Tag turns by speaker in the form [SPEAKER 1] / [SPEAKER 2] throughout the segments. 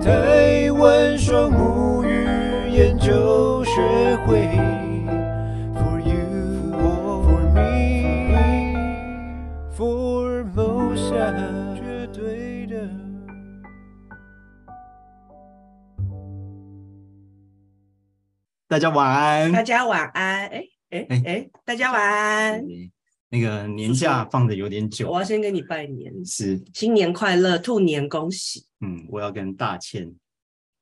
[SPEAKER 1] 台湾双母语研究学会。For you or for me, for Mosa，绝对的。
[SPEAKER 2] 大家晚安。
[SPEAKER 3] 大家晚安。哎哎
[SPEAKER 2] 哎
[SPEAKER 3] 哎，大家晚安。
[SPEAKER 2] 嗯那个年假放的有点久
[SPEAKER 3] 我，要先跟你拜年，
[SPEAKER 2] 是，
[SPEAKER 3] 新年快乐，兔年恭喜。
[SPEAKER 2] 嗯，我要跟大倩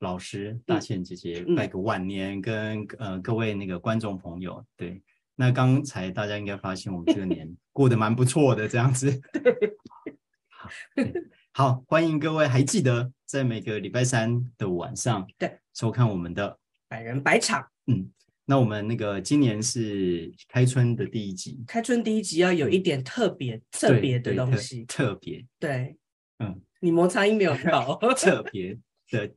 [SPEAKER 2] 老师、大倩姐姐
[SPEAKER 3] 嗯
[SPEAKER 2] 拜个晚年，跟呃各位那个观众朋友，对，那刚才大家应该发现我们这 个年过得蛮不错的，这样子。对好，欢迎各位，还记得在每个礼拜三的晚上，
[SPEAKER 3] 对，
[SPEAKER 2] 收看我们的。
[SPEAKER 3] 百人百场，
[SPEAKER 2] 嗯那我们那个今年是开春的第一集，
[SPEAKER 3] 开春第一集要有一点特别特
[SPEAKER 2] 对
[SPEAKER 3] 别的
[SPEAKER 2] 对
[SPEAKER 3] 东
[SPEAKER 2] 特
[SPEAKER 3] 西。
[SPEAKER 2] 特别
[SPEAKER 3] 对，
[SPEAKER 2] 嗯，
[SPEAKER 3] 你摩擦音没有 到，
[SPEAKER 2] 特别的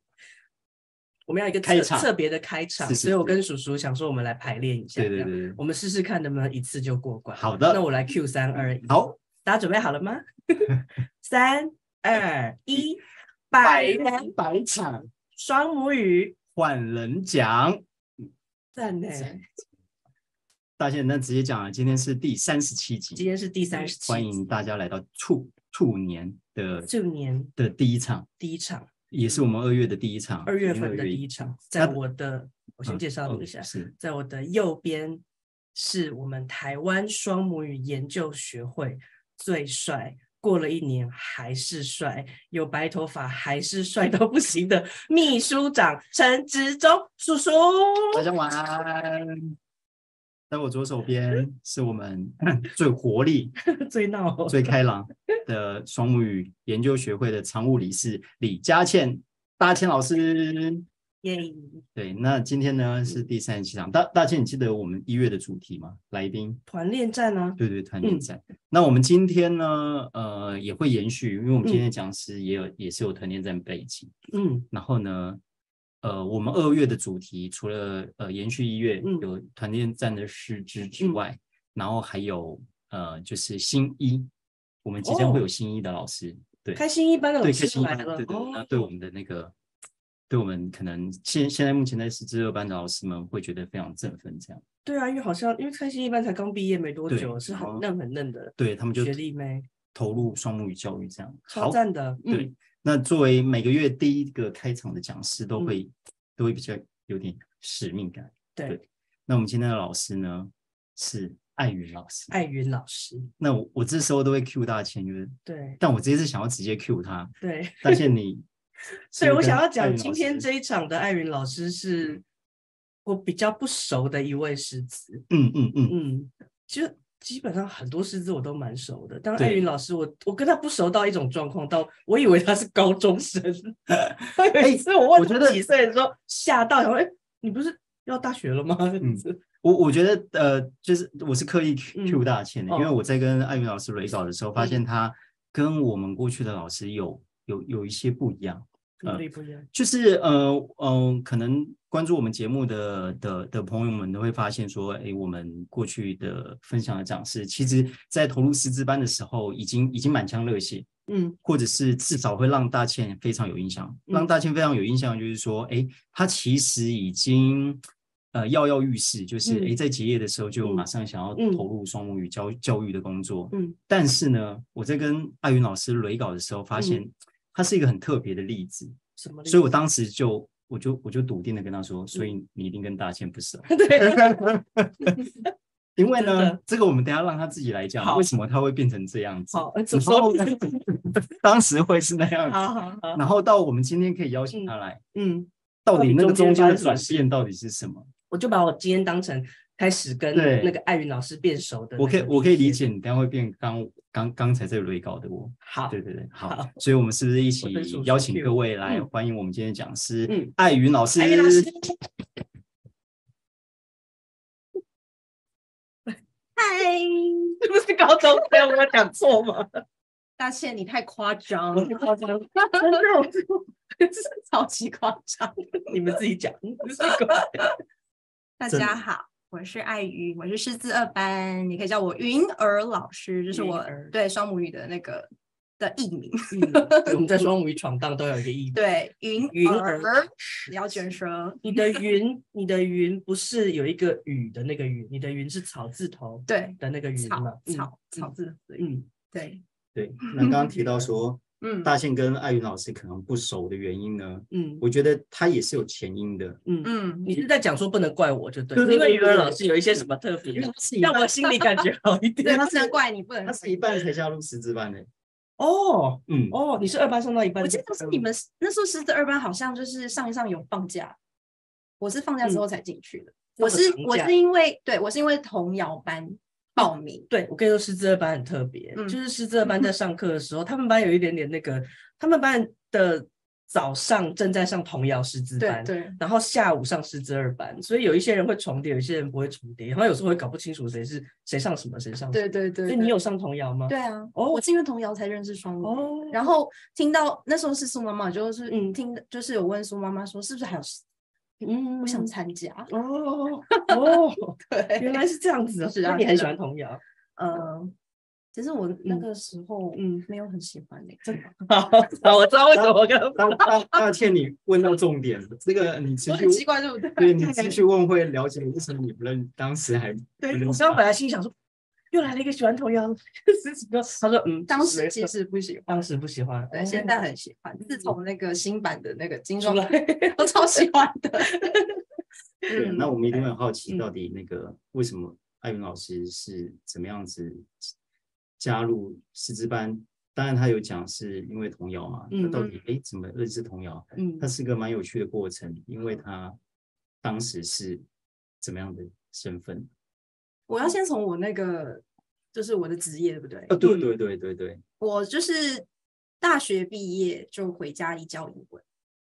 [SPEAKER 3] 我们要有一个
[SPEAKER 2] 开
[SPEAKER 3] 特
[SPEAKER 2] 场
[SPEAKER 3] 特别的开场，
[SPEAKER 2] 是是
[SPEAKER 3] 所以我
[SPEAKER 2] 是
[SPEAKER 3] 跟叔叔想说，我们来排练一下。
[SPEAKER 2] 对对
[SPEAKER 3] 这样
[SPEAKER 2] 对对
[SPEAKER 3] 我们试试看能不能一次就过关。
[SPEAKER 2] 好的
[SPEAKER 3] 那我来 Q 三二一。
[SPEAKER 2] 好，
[SPEAKER 3] 大家准备好了吗？三二一，
[SPEAKER 2] 百
[SPEAKER 3] 百人
[SPEAKER 2] 人百场
[SPEAKER 3] 双母语，
[SPEAKER 2] 换人讲。
[SPEAKER 3] 赞呢！
[SPEAKER 2] 大家那直接讲了，今天是第三十七集，
[SPEAKER 3] 今天是第三十七，
[SPEAKER 2] 欢迎大家来到兔兔年的
[SPEAKER 3] 兔年
[SPEAKER 2] 的第一场，
[SPEAKER 3] 第一场，
[SPEAKER 2] 也是我们二月的第一场，
[SPEAKER 3] 二月份的第一
[SPEAKER 2] 场。
[SPEAKER 3] 场，
[SPEAKER 2] 那
[SPEAKER 3] 在我的我先介绍你一下
[SPEAKER 2] 哦，是
[SPEAKER 3] 在我的右边是我们台湾双母语研究学会最帅。过了一年还是帅，有白头发还是帅到不行的秘书长陈植忠叔叔，
[SPEAKER 2] 大家晚安。在我左手边是我们 最活力、
[SPEAKER 3] 最闹哦
[SPEAKER 2] 最开朗的双母语研究学会的常务理事李佳倩，大倩老师。
[SPEAKER 3] 耶
[SPEAKER 2] 对，那今天呢是
[SPEAKER 3] 嗯
[SPEAKER 2] 第三十七场。大大倩，你记得我们一月的主题吗？来宾，
[SPEAKER 3] 团练战啊，
[SPEAKER 2] 对对，团练
[SPEAKER 3] 嗯
[SPEAKER 2] 战。那我们今天呢，呃，也会延续，因为我们
[SPEAKER 3] 嗯
[SPEAKER 2] 今天的讲师也有、也是有团练战背景。
[SPEAKER 3] 嗯，
[SPEAKER 2] 然后呢，呃，我们二月的主题除了呃延续一月
[SPEAKER 3] 嗯
[SPEAKER 2] 有团练战的师资之
[SPEAKER 3] 嗯
[SPEAKER 2] 外，然后还有呃就是新一，我们即将会有
[SPEAKER 3] 哦
[SPEAKER 2] 新一的老师，对，
[SPEAKER 3] 开心一班的老
[SPEAKER 2] 对，开
[SPEAKER 3] 师
[SPEAKER 2] 心一
[SPEAKER 3] 来
[SPEAKER 2] 班，
[SPEAKER 3] 了，
[SPEAKER 2] 对对啊对，那
[SPEAKER 3] 哦
[SPEAKER 2] 对我们的那个，对我们可能现现在目前在师资二班的老师们会觉得非常振奋，这样，
[SPEAKER 3] 对啊，因为好像因为开心一班才刚毕业没多
[SPEAKER 2] 对哦
[SPEAKER 3] 久，是
[SPEAKER 2] 然
[SPEAKER 3] 很
[SPEAKER 2] 后
[SPEAKER 3] 嫩很嫩的
[SPEAKER 2] 对他们就
[SPEAKER 3] 学历妹，
[SPEAKER 2] 投入双母语教育这样，
[SPEAKER 3] 超
[SPEAKER 2] 好，
[SPEAKER 3] 赞的。嗯
[SPEAKER 2] 对，，那作为每个月第一个开场的讲师，都
[SPEAKER 3] 嗯
[SPEAKER 2] 会、都会比较有点使命感。
[SPEAKER 3] 对，
[SPEAKER 2] 那我们今天的老师呢是艾云老师，
[SPEAKER 3] 艾云老师，
[SPEAKER 2] 那我我这时候都会 cue 大签约，
[SPEAKER 3] 对
[SPEAKER 2] 但我这次想要直接 cue 他，
[SPEAKER 3] 对
[SPEAKER 2] 但是 你是
[SPEAKER 3] 对，
[SPEAKER 2] 不是
[SPEAKER 3] 我
[SPEAKER 2] 跟
[SPEAKER 3] 想要
[SPEAKER 2] 艾云
[SPEAKER 3] 讲
[SPEAKER 2] 老
[SPEAKER 3] 今天
[SPEAKER 2] 师
[SPEAKER 3] 这一场的艾云老师是我比较不熟的一位师资，
[SPEAKER 2] 嗯嗯嗯，
[SPEAKER 3] 嗯，其实。基本上很多师资我都蛮熟的，但
[SPEAKER 2] 对
[SPEAKER 3] 艾云老师我我跟他不熟到一种状况，到我以为他是高中生，
[SPEAKER 2] 哎
[SPEAKER 3] 有 一次我问
[SPEAKER 2] 我觉
[SPEAKER 3] 他
[SPEAKER 2] 得
[SPEAKER 3] 几岁的时候吓到，想说哎、你不是要大学了吗？
[SPEAKER 2] 嗯我我觉得呃，就是我是刻意 Q
[SPEAKER 3] 嗯
[SPEAKER 2] Q 大倩的，因为
[SPEAKER 3] 哦嗯
[SPEAKER 2] 我在跟艾云老师 re 稿的时候，发现他跟我们过去的老师有有有一些不一样，
[SPEAKER 3] 努力不一样，
[SPEAKER 2] 就是呃呃，可能关注我们节目的的的朋友们都会发现说，哎，我们过去的分享的讲师，其实在投入师资班的时候，已经已经满腔热血，
[SPEAKER 3] 嗯，
[SPEAKER 2] 或者是至少会让大倩非常有印象，让
[SPEAKER 3] 嗯
[SPEAKER 2] 大倩非常有印象，就是说，哎，她其实已经呃跃跃欲试，就是哎、
[SPEAKER 3] 嗯
[SPEAKER 2] 诶在结业的时候就
[SPEAKER 3] 嗯
[SPEAKER 2] 马上想要
[SPEAKER 3] 嗯
[SPEAKER 2] 投入双母语教、教育的工作，
[SPEAKER 3] 嗯，
[SPEAKER 2] 但是呢，我在跟艾云老师雷稿的时候，
[SPEAKER 3] 嗯
[SPEAKER 2] 发现她是一个很特别的例子，
[SPEAKER 3] 什么例子？
[SPEAKER 2] 所以我当时就我就我就笃定的跟她说，所以你一定跟大倩 不熟。
[SPEAKER 3] 对，
[SPEAKER 2] 因为
[SPEAKER 3] 真
[SPEAKER 2] 呢
[SPEAKER 3] 的，
[SPEAKER 2] 这个我们等一下让她自己来讲，
[SPEAKER 3] 好
[SPEAKER 2] 为什么她会变成这样子？
[SPEAKER 3] 好，呃怎
[SPEAKER 2] 然
[SPEAKER 3] 么说
[SPEAKER 2] 后？ 当时会是那样子，
[SPEAKER 3] 好好好，
[SPEAKER 2] 然后到我们今天可以邀请他来，
[SPEAKER 3] 嗯，
[SPEAKER 2] 到底那个中间
[SPEAKER 3] 到
[SPEAKER 2] 的
[SPEAKER 3] 底中间发
[SPEAKER 2] 转
[SPEAKER 3] 生什
[SPEAKER 2] 变到底是什么？
[SPEAKER 3] 我就把我今天当成开始跟
[SPEAKER 2] 对
[SPEAKER 3] 那个艾云老师变熟的那
[SPEAKER 2] 我
[SPEAKER 3] 个
[SPEAKER 2] 可以
[SPEAKER 3] 时间，
[SPEAKER 2] 我可以理解你，等一下会变刚刚刚才在雷稿的我。
[SPEAKER 3] 好，
[SPEAKER 2] 对对对，好
[SPEAKER 3] 好，
[SPEAKER 2] 所以我们是不是一
[SPEAKER 3] 我分
[SPEAKER 2] 起
[SPEAKER 3] 数
[SPEAKER 2] 邀
[SPEAKER 3] 是
[SPEAKER 2] 请
[SPEAKER 3] Q
[SPEAKER 2] 各位来
[SPEAKER 3] 嗯
[SPEAKER 2] 欢迎我们今天的讲师
[SPEAKER 3] 嗯
[SPEAKER 2] 艾云老师？
[SPEAKER 3] 艾云老师，
[SPEAKER 4] 嗨，
[SPEAKER 3] 这不是高中生，我 有讲错吗？
[SPEAKER 4] 大倩，你太夸张
[SPEAKER 3] 我
[SPEAKER 4] 了
[SPEAKER 3] 是，高中生，
[SPEAKER 4] 真的，我 真的超级夸张。
[SPEAKER 3] 你们自己 讲，不是高
[SPEAKER 4] 大
[SPEAKER 2] 真的
[SPEAKER 4] 家好，我是艾云，我是师资二班，你可以叫我云儿老师，就是
[SPEAKER 3] 云
[SPEAKER 4] 我
[SPEAKER 3] 儿
[SPEAKER 4] 对双母语的那个的艺名，
[SPEAKER 3] 嗯对我们在双母语闯荡都有一个意义。
[SPEAKER 4] 对，云
[SPEAKER 3] 云
[SPEAKER 4] 儿，不要卷舌，
[SPEAKER 3] 你的云，你的云不是有一个雨的那个云，你的云是草字头
[SPEAKER 4] 对，
[SPEAKER 3] 的那个云
[SPEAKER 4] 草
[SPEAKER 3] 嘛？嗯
[SPEAKER 4] 草草，字，
[SPEAKER 3] 嗯
[SPEAKER 4] 对，
[SPEAKER 2] 对，那刚刚 提到说
[SPEAKER 4] 嗯，
[SPEAKER 2] 大宪跟艾云老师可能不熟的原因呢，
[SPEAKER 3] 嗯
[SPEAKER 2] 我觉得他也是有前因的。
[SPEAKER 3] 嗯嗯，
[SPEAKER 4] 嗯，
[SPEAKER 3] 你是在讲说不能怪我就对了，
[SPEAKER 2] 对对
[SPEAKER 3] 因为
[SPEAKER 2] 对
[SPEAKER 3] 语文
[SPEAKER 2] 对
[SPEAKER 3] 老师有一些什么特别，
[SPEAKER 2] 是
[SPEAKER 3] 让我心里感觉好一
[SPEAKER 4] 对，
[SPEAKER 3] 点。
[SPEAKER 4] 不能怪你，不能
[SPEAKER 2] 他是一半才加入师资班的。
[SPEAKER 3] 哦
[SPEAKER 2] 嗯，
[SPEAKER 3] 哦，你是二班上到一半，呃
[SPEAKER 4] 我记得是你们那时候师资二班好像就是上一上有放假，我是放假之后才进去的。我
[SPEAKER 3] 放
[SPEAKER 4] 是
[SPEAKER 3] 长
[SPEAKER 4] 我
[SPEAKER 3] 假
[SPEAKER 4] 是因为对我是因为童谣班报名，
[SPEAKER 3] 对，我跟你说，师资二班很特别，
[SPEAKER 4] 嗯
[SPEAKER 3] 就是师资二班在上课的时候，他们班有一点点那个，他们班的早上正在上童谣师资
[SPEAKER 4] 对
[SPEAKER 3] 班，
[SPEAKER 4] 对
[SPEAKER 3] 然后下午上师资二班，所以有一些人会重叠，有一些人不会重叠，然后有时候会搞不清楚谁是谁上什么，谁上什么。
[SPEAKER 4] 对对对，
[SPEAKER 3] 所以你有上童谣吗？
[SPEAKER 4] 对啊，
[SPEAKER 3] 哦
[SPEAKER 4] 我是因为童谣才认识双语。
[SPEAKER 3] 哦，
[SPEAKER 4] 然后听到那时候是苏妈妈，就是
[SPEAKER 3] 嗯
[SPEAKER 4] 嗯，听就是有问苏妈妈说是不是还有
[SPEAKER 3] 嗯
[SPEAKER 4] 我想参加，
[SPEAKER 3] 哦哦，原
[SPEAKER 4] 对，
[SPEAKER 3] 来是这样子啊！
[SPEAKER 4] 是
[SPEAKER 3] 那
[SPEAKER 4] 啊
[SPEAKER 3] 你
[SPEAKER 4] 是
[SPEAKER 3] 很
[SPEAKER 4] 啊
[SPEAKER 3] 喜欢童 谣，
[SPEAKER 4] 呃，其实我那
[SPEAKER 3] 嗯
[SPEAKER 4] 个时候
[SPEAKER 3] 嗯，
[SPEAKER 4] 没有很喜欢 那真的，
[SPEAKER 3] 好，好，我知道为什么我跟他
[SPEAKER 2] 大大大倩，你问到重点了，这个你持
[SPEAKER 4] 我
[SPEAKER 2] 续
[SPEAKER 4] 很，奇怪，对不对？
[SPEAKER 2] 对你继续问会了解为什么你不认，当时还不
[SPEAKER 3] 对，
[SPEAKER 2] 认
[SPEAKER 3] 我
[SPEAKER 2] 识
[SPEAKER 3] 刚本来心里想说，又来了一个喜欢童 谣的，他说嗯，
[SPEAKER 4] 当
[SPEAKER 3] 没
[SPEAKER 4] 时其
[SPEAKER 3] 错
[SPEAKER 4] 实不喜欢。
[SPEAKER 3] 当时不喜欢，
[SPEAKER 4] 对，
[SPEAKER 3] 哦
[SPEAKER 4] 现在很喜欢。自从那个新版的那个精
[SPEAKER 3] 嗯出
[SPEAKER 4] 装
[SPEAKER 3] 来，
[SPEAKER 4] 我超喜欢 的。
[SPEAKER 2] 对，那
[SPEAKER 4] 嗯
[SPEAKER 2] 我们一定会很好奇，
[SPEAKER 3] 嗯
[SPEAKER 2] 到底那个为什么艾云老师是怎么样子加入师资班？当然，他有讲是因为童谣嘛，那
[SPEAKER 3] 嗯
[SPEAKER 2] 到底哎怎么认识童谣？
[SPEAKER 3] 嗯
[SPEAKER 2] 它，是个蛮有趣的过程，因为他当时是怎么样的身份？
[SPEAKER 4] 我
[SPEAKER 2] 哦
[SPEAKER 4] 要先从我那个，就是我的职业，对不对？
[SPEAKER 2] 啊，对对对对对，
[SPEAKER 4] 我就是大学毕业就回家里教英文。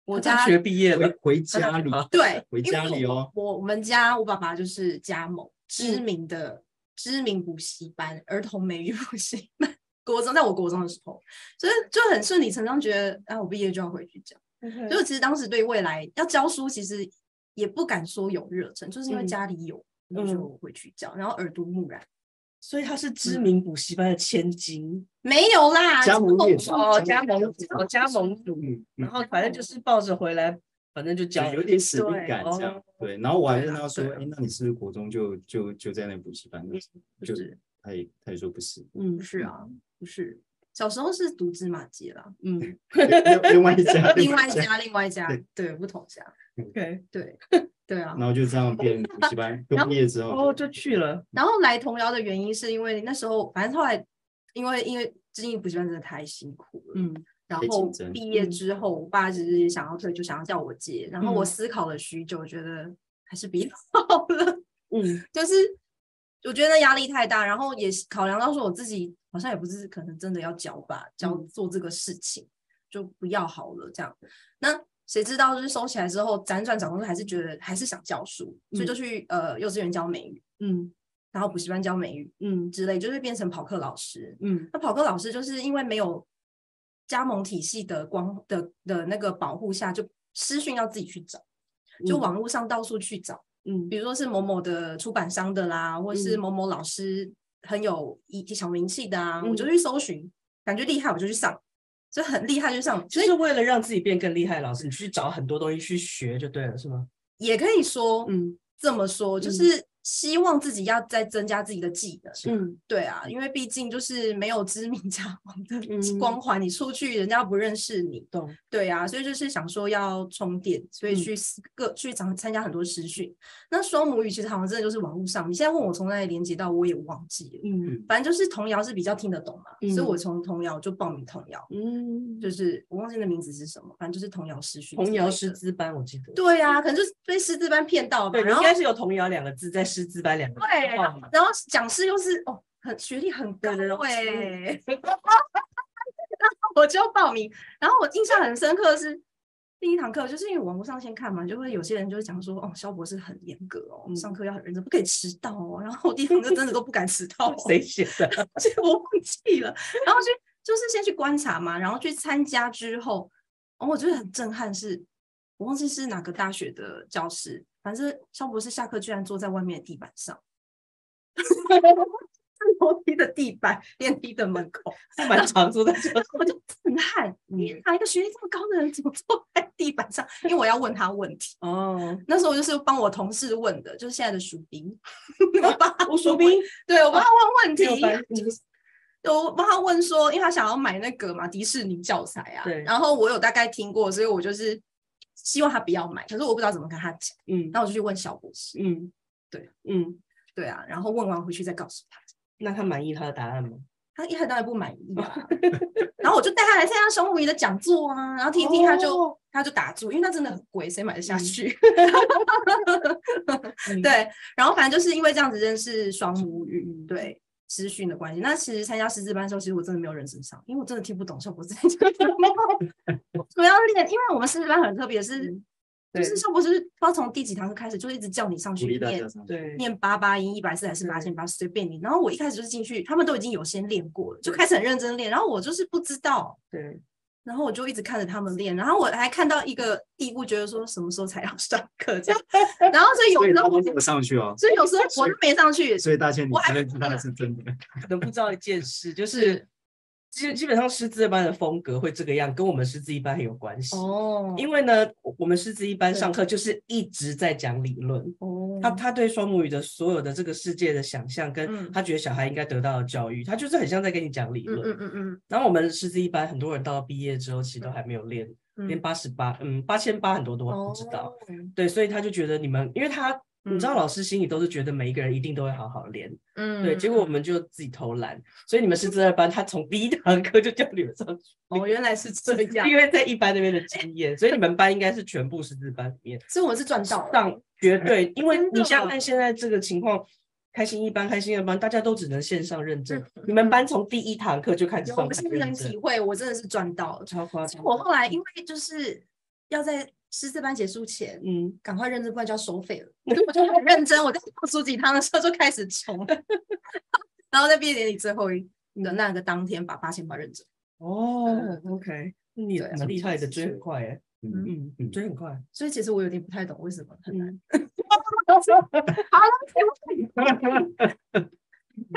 [SPEAKER 4] 我
[SPEAKER 3] 他大
[SPEAKER 4] 家
[SPEAKER 3] 学毕业
[SPEAKER 2] 回
[SPEAKER 3] 了，
[SPEAKER 2] 回家里，
[SPEAKER 4] 对，
[SPEAKER 2] 回
[SPEAKER 4] 因
[SPEAKER 2] 家
[SPEAKER 4] 为
[SPEAKER 2] 里
[SPEAKER 4] 我
[SPEAKER 2] 哦
[SPEAKER 4] 我我们家我爸爸就是加盟知
[SPEAKER 3] 嗯
[SPEAKER 4] 名的、知名补习班，儿童美语补习班。国中，在我国中的时候，所以就很顺理成章，觉得啊，我毕业就要回去教。所以我其实当时对未来要教书，其实也不敢说有热忱，就是因为
[SPEAKER 3] 嗯
[SPEAKER 4] 家里有，我就
[SPEAKER 2] 嗯
[SPEAKER 4] 会去教，然后耳濡目染。
[SPEAKER 3] 所以他是知名补习班的千金
[SPEAKER 4] 没有啦，
[SPEAKER 2] 加盟业主
[SPEAKER 3] 哦，加
[SPEAKER 2] 加
[SPEAKER 3] 盟
[SPEAKER 2] 盟业主
[SPEAKER 3] 哦，加盟主，
[SPEAKER 2] 嗯，
[SPEAKER 3] 然
[SPEAKER 2] 嗯
[SPEAKER 3] 后反正就是抱着回来，反正就
[SPEAKER 2] 就
[SPEAKER 3] 教了
[SPEAKER 2] 有点使命
[SPEAKER 4] 对
[SPEAKER 2] 感这样
[SPEAKER 3] 哦。
[SPEAKER 2] 对，然后我还问他说
[SPEAKER 4] 对：“啊嗯
[SPEAKER 2] 哎，那你是不是国中就就就在那补习班的？”
[SPEAKER 4] 不
[SPEAKER 2] 就是他也他也说不是，
[SPEAKER 3] 嗯
[SPEAKER 4] 不是啊，不是。小时候是读芝麻街啦，
[SPEAKER 3] 嗯
[SPEAKER 2] 另另外一家，
[SPEAKER 4] 另外一家，另外一家
[SPEAKER 2] 啊对，嗯
[SPEAKER 4] 对，不同家，
[SPEAKER 3] ，OK，
[SPEAKER 4] 对，对 啊。
[SPEAKER 2] 然后就这样变补习班，
[SPEAKER 4] 然
[SPEAKER 2] 就
[SPEAKER 4] 后
[SPEAKER 2] 毕业之后
[SPEAKER 3] 哦，，就去了，
[SPEAKER 4] 然后来童谣的原因是因为那时候，反正后来因为因为经营补习班真的太辛苦了，
[SPEAKER 3] 嗯
[SPEAKER 4] 然
[SPEAKER 2] 太竞
[SPEAKER 4] 后
[SPEAKER 2] 争
[SPEAKER 4] 毕业
[SPEAKER 3] 嗯
[SPEAKER 4] 之后，我爸其实也想要退，就想要叫我接。然后我
[SPEAKER 3] 嗯
[SPEAKER 4] 思考了许久，觉得还是不要好了，
[SPEAKER 3] 嗯
[SPEAKER 4] 就是我觉得那压力太大。然后也是考量到说我自己好像也不是可能真的要教吧，教
[SPEAKER 3] 嗯
[SPEAKER 4] 做这个事情就不要好了这样。那谁知道就是收起来之后，辗转找工作，还是觉得还是想教书，所以就去呃幼稚园教美语，
[SPEAKER 3] 嗯
[SPEAKER 4] 然后补习班教美语
[SPEAKER 3] 嗯
[SPEAKER 4] 之类，就是变成跑课老师。
[SPEAKER 3] 嗯
[SPEAKER 4] 那跑课老师就是因为没有加盟体系的光的的那个保护下，就私讯要自己去找，就
[SPEAKER 3] 嗯
[SPEAKER 4] 网络上到处去找，
[SPEAKER 3] 嗯
[SPEAKER 4] 比如说是某某的出版商的啦，或是
[SPEAKER 3] 嗯
[SPEAKER 4] 某某老师很有一小名气的啊，我就
[SPEAKER 3] 嗯
[SPEAKER 4] 去搜寻，感觉厉害我就去上，就很厉害就上，
[SPEAKER 3] 就
[SPEAKER 4] 所以
[SPEAKER 3] 是为了让自己变更厉害，老师，你去找很多东西去学就对了，是吗？
[SPEAKER 4] 也可以说
[SPEAKER 3] 嗯
[SPEAKER 4] 这么说，就
[SPEAKER 3] 嗯
[SPEAKER 4] 是希望自己要再增加自己的技能。
[SPEAKER 3] 嗯
[SPEAKER 4] 对啊，因为毕竟就是没有知名加盟的
[SPEAKER 3] 嗯
[SPEAKER 4] 光环，你出去人家不认识你，
[SPEAKER 3] 懂，
[SPEAKER 4] 对啊，所以就是想说要充电，所以
[SPEAKER 3] 嗯
[SPEAKER 4] 去思各去参参加很多实训。那双母语其实好像真的就是网络上，你现在问我从哪里连接到，我也忘记了。
[SPEAKER 3] 嗯
[SPEAKER 4] 反正就是童谣是比较听得懂嘛，所以我
[SPEAKER 3] 嗯
[SPEAKER 4] 从童谣就报名童谣，
[SPEAKER 3] 嗯，
[SPEAKER 4] 就是我忘记那名字是什么，反正就是童谣师训。
[SPEAKER 3] 童谣师。资班，我记得。
[SPEAKER 4] 对啊，可能就是被师资班骗到吧。
[SPEAKER 3] 对，
[SPEAKER 4] 然
[SPEAKER 3] 应
[SPEAKER 4] 后
[SPEAKER 3] 该是有“童谣”两个字，在师资班两个字。哦
[SPEAKER 4] 对
[SPEAKER 3] 然后
[SPEAKER 4] 然后讲师又是哦，很学历很高
[SPEAKER 3] 对对对
[SPEAKER 4] 哎、
[SPEAKER 3] 嗯
[SPEAKER 4] 然后我就报名，然后我印象很深刻的是第一堂课，就是因为网络上先看嘛，就会有些人就会讲说哦，肖博士很严格哦，
[SPEAKER 3] 嗯，
[SPEAKER 4] 上课要很认真，不可以迟到哦。然后我第一堂课真的都不敢迟到、哦
[SPEAKER 3] 谁写的？
[SPEAKER 4] 所以我忘记了。然后去就是先去观察嘛，然后去参加之后，哦、我觉得很震撼是，我忘记是哪个大学的教室，反正肖博士下课居然坐在外面的地板上。楼梯的地板、电梯的门口，
[SPEAKER 3] 是蛮常说的， 就
[SPEAKER 4] 我就震撼，
[SPEAKER 3] 嗯
[SPEAKER 4] 哪一个学历这么高的人怎么坐在地板上？因为我要问他问题。
[SPEAKER 3] 哦，
[SPEAKER 4] 那时候我就是帮我同事问的，就是现在的薯兵， 我帮他
[SPEAKER 3] 吴淑
[SPEAKER 4] 问
[SPEAKER 3] 斌，
[SPEAKER 4] 对我帮他问问题，
[SPEAKER 3] 六班你不是
[SPEAKER 4] 我帮他问说，因为他想要买那个嘛迪士尼教材啊，
[SPEAKER 3] 对
[SPEAKER 4] 然后我有大概听过，所以我就是希望他不要买，可是我不知道怎么跟他讲，
[SPEAKER 3] 嗯
[SPEAKER 4] 那我就去问小博士，
[SPEAKER 3] 嗯，
[SPEAKER 4] 对，
[SPEAKER 3] 嗯，
[SPEAKER 4] 对啊，然后问完回去再告诉他，
[SPEAKER 3] 那他满意他的答案吗？
[SPEAKER 4] 他一开始当然不满意 啊，然后我就带他来参加双母仪的讲座啊，然后听一听他就、
[SPEAKER 3] 哦
[SPEAKER 4] 他就打住，因为那真的很贵，谁买得下
[SPEAKER 3] 嗯
[SPEAKER 4] 去？
[SPEAKER 3] 嗯，
[SPEAKER 4] 对，然后反正就是因为这样子认识双母语，
[SPEAKER 3] 嗯
[SPEAKER 4] 对师训的关系。那其实参加师资班的时候，其实我真的没有认真上，因为我真的听不懂效果在讲什么。 我要练，因为我们师资班很特别，是
[SPEAKER 3] 嗯
[SPEAKER 4] 就
[SPEAKER 3] 对，
[SPEAKER 4] 是效果是不知道从第几堂课开始，就一直叫你上去
[SPEAKER 2] 鼓励大
[SPEAKER 4] 念
[SPEAKER 2] 家上去。
[SPEAKER 3] 对，
[SPEAKER 4] 念八八音、一百四还是八千八，随便你。然后我一开始就是进去，他们都已经有先练过了，就
[SPEAKER 3] 对
[SPEAKER 4] 开始很认真练，然后我就是不知道。
[SPEAKER 3] 对，
[SPEAKER 4] 然后我就一直看着他们练，然后我还看到一个地步，觉得说什么时候才要上 课这样，然后所以有
[SPEAKER 2] 所以
[SPEAKER 4] 时
[SPEAKER 2] 他
[SPEAKER 4] 候
[SPEAKER 2] 都没有上去哦，
[SPEAKER 4] 所以有时候我就没上去，
[SPEAKER 2] 所以大千你
[SPEAKER 4] 我还
[SPEAKER 2] 真的知道是真 的。
[SPEAKER 3] 可能不知道一件事，就是基基本上师资班的风格会这个样，跟我们师资一班很有关系。
[SPEAKER 4] 哦
[SPEAKER 3] 因为呢，我我们师资一班
[SPEAKER 4] 对
[SPEAKER 3] 上课就是一直在讲理论，
[SPEAKER 4] 哦
[SPEAKER 3] 他他对双母语的所有的这个世界的想象，跟
[SPEAKER 4] 嗯
[SPEAKER 3] 他觉得小孩应该得到的教育，他就是很像在跟你讲理
[SPEAKER 4] 嗯
[SPEAKER 3] 论。
[SPEAKER 4] 嗯嗯
[SPEAKER 3] 然后我们师资一班很多人到毕业之后，其实都还没有练，
[SPEAKER 4] 嗯，
[SPEAKER 3] 练八十八，嗯，八千八很多都不知道。
[SPEAKER 4] 哦，
[SPEAKER 3] 对，所以他就觉得你们，因为他。你知道
[SPEAKER 4] 嗯
[SPEAKER 3] 老师心里都是觉得每一个人一定都会好好练，
[SPEAKER 4] 嗯
[SPEAKER 3] 对。结果我们就自己偷懒，所以你们师资二班，他从第一堂课就叫你们上去，
[SPEAKER 4] 哦原来是这样，
[SPEAKER 3] 因为在一班那边的经验，所以你们班应该是全部师资班里面
[SPEAKER 4] 所以我是赚到了，
[SPEAKER 3] 上绝对，因为
[SPEAKER 4] 嗯真的
[SPEAKER 3] 你想想看现在这个情况，开心一班、开心二班，大家都只能线上认证。你们班从第一堂课就开始
[SPEAKER 4] 嗯有我
[SPEAKER 3] 上
[SPEAKER 4] 们
[SPEAKER 3] 台
[SPEAKER 4] 是不能
[SPEAKER 3] 认
[SPEAKER 4] 体
[SPEAKER 3] 证，
[SPEAKER 4] 会，我真的是赚到了。
[SPEAKER 3] 超夸张。
[SPEAKER 4] 我后来因为就是要在师资班结束前。
[SPEAKER 3] 嗯，
[SPEAKER 4] 赶快认真，不然就要收费 了。所以我就很认真，我在倒数几堂的时候就开始冲， 然后在毕业典礼最后一的那个当天把八千八认真，
[SPEAKER 3] 哦
[SPEAKER 4] 嗯
[SPEAKER 3] ，OK，你
[SPEAKER 4] 对啊
[SPEAKER 3] 蛮厉害的，追很快哎，
[SPEAKER 2] 嗯，
[SPEAKER 3] 嗯
[SPEAKER 2] 嗯
[SPEAKER 3] 追很快，
[SPEAKER 4] 所以其实我有点不太懂为什么 很难。
[SPEAKER 3] 嗯，
[SPEAKER 4] 好了，可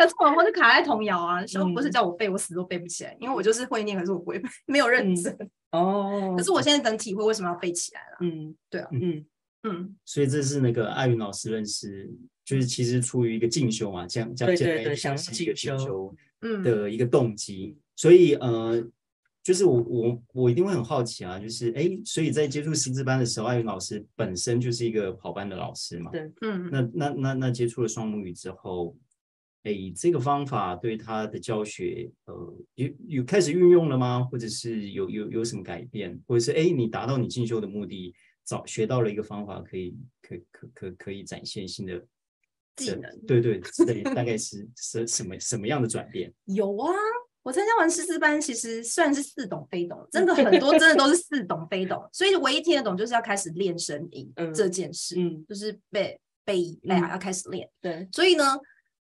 [SPEAKER 4] 是我我是卡在童谣啊，小博士叫我背，我死都背不起来，因为我就是会念，可是我不会背，没有认真。
[SPEAKER 3] 哦，
[SPEAKER 4] 可是我现在能体会为什么要背起来了。
[SPEAKER 3] 嗯，
[SPEAKER 4] 对啊
[SPEAKER 3] 嗯，
[SPEAKER 4] 嗯，
[SPEAKER 2] 所以这是那个艾云老师认识，就是其实出于一个进修嘛，这样这样
[SPEAKER 3] 对
[SPEAKER 2] 简
[SPEAKER 3] 对
[SPEAKER 2] 单一
[SPEAKER 3] 对
[SPEAKER 2] 点
[SPEAKER 3] 想要
[SPEAKER 2] 是一个
[SPEAKER 3] 进
[SPEAKER 2] 进
[SPEAKER 3] 修
[SPEAKER 2] 修
[SPEAKER 4] 嗯
[SPEAKER 2] 的一个动机。所以呃，就是我我我一定会很好奇啊，就是哎，诶所以在接触师资班的时候，艾云老师本身就是一个跑班的老师嘛，
[SPEAKER 3] 对
[SPEAKER 4] 嗯，
[SPEAKER 2] 那那那那接触了双母语之后，哎，这个方法对他的教学，呃，有有开始运用了吗？或者是有有有什么改变？或者是哎，诶你达到你进修的目的，找学到了一个方法，可以可可可可以展现新的
[SPEAKER 4] 技
[SPEAKER 2] 的
[SPEAKER 4] 能
[SPEAKER 2] 对对，之类大概是是什么什么样的转变？
[SPEAKER 4] 有啊。我参加完师资班，其实虽然是似懂非懂，真 的很多真的都是似懂非懂，所以唯一听得懂就是要开始练声音
[SPEAKER 3] 嗯
[SPEAKER 4] 这件事，
[SPEAKER 3] 嗯，
[SPEAKER 4] 就是背背背啊，
[SPEAKER 3] 嗯
[SPEAKER 4] 要开始练。
[SPEAKER 3] 对，
[SPEAKER 4] 所以呢，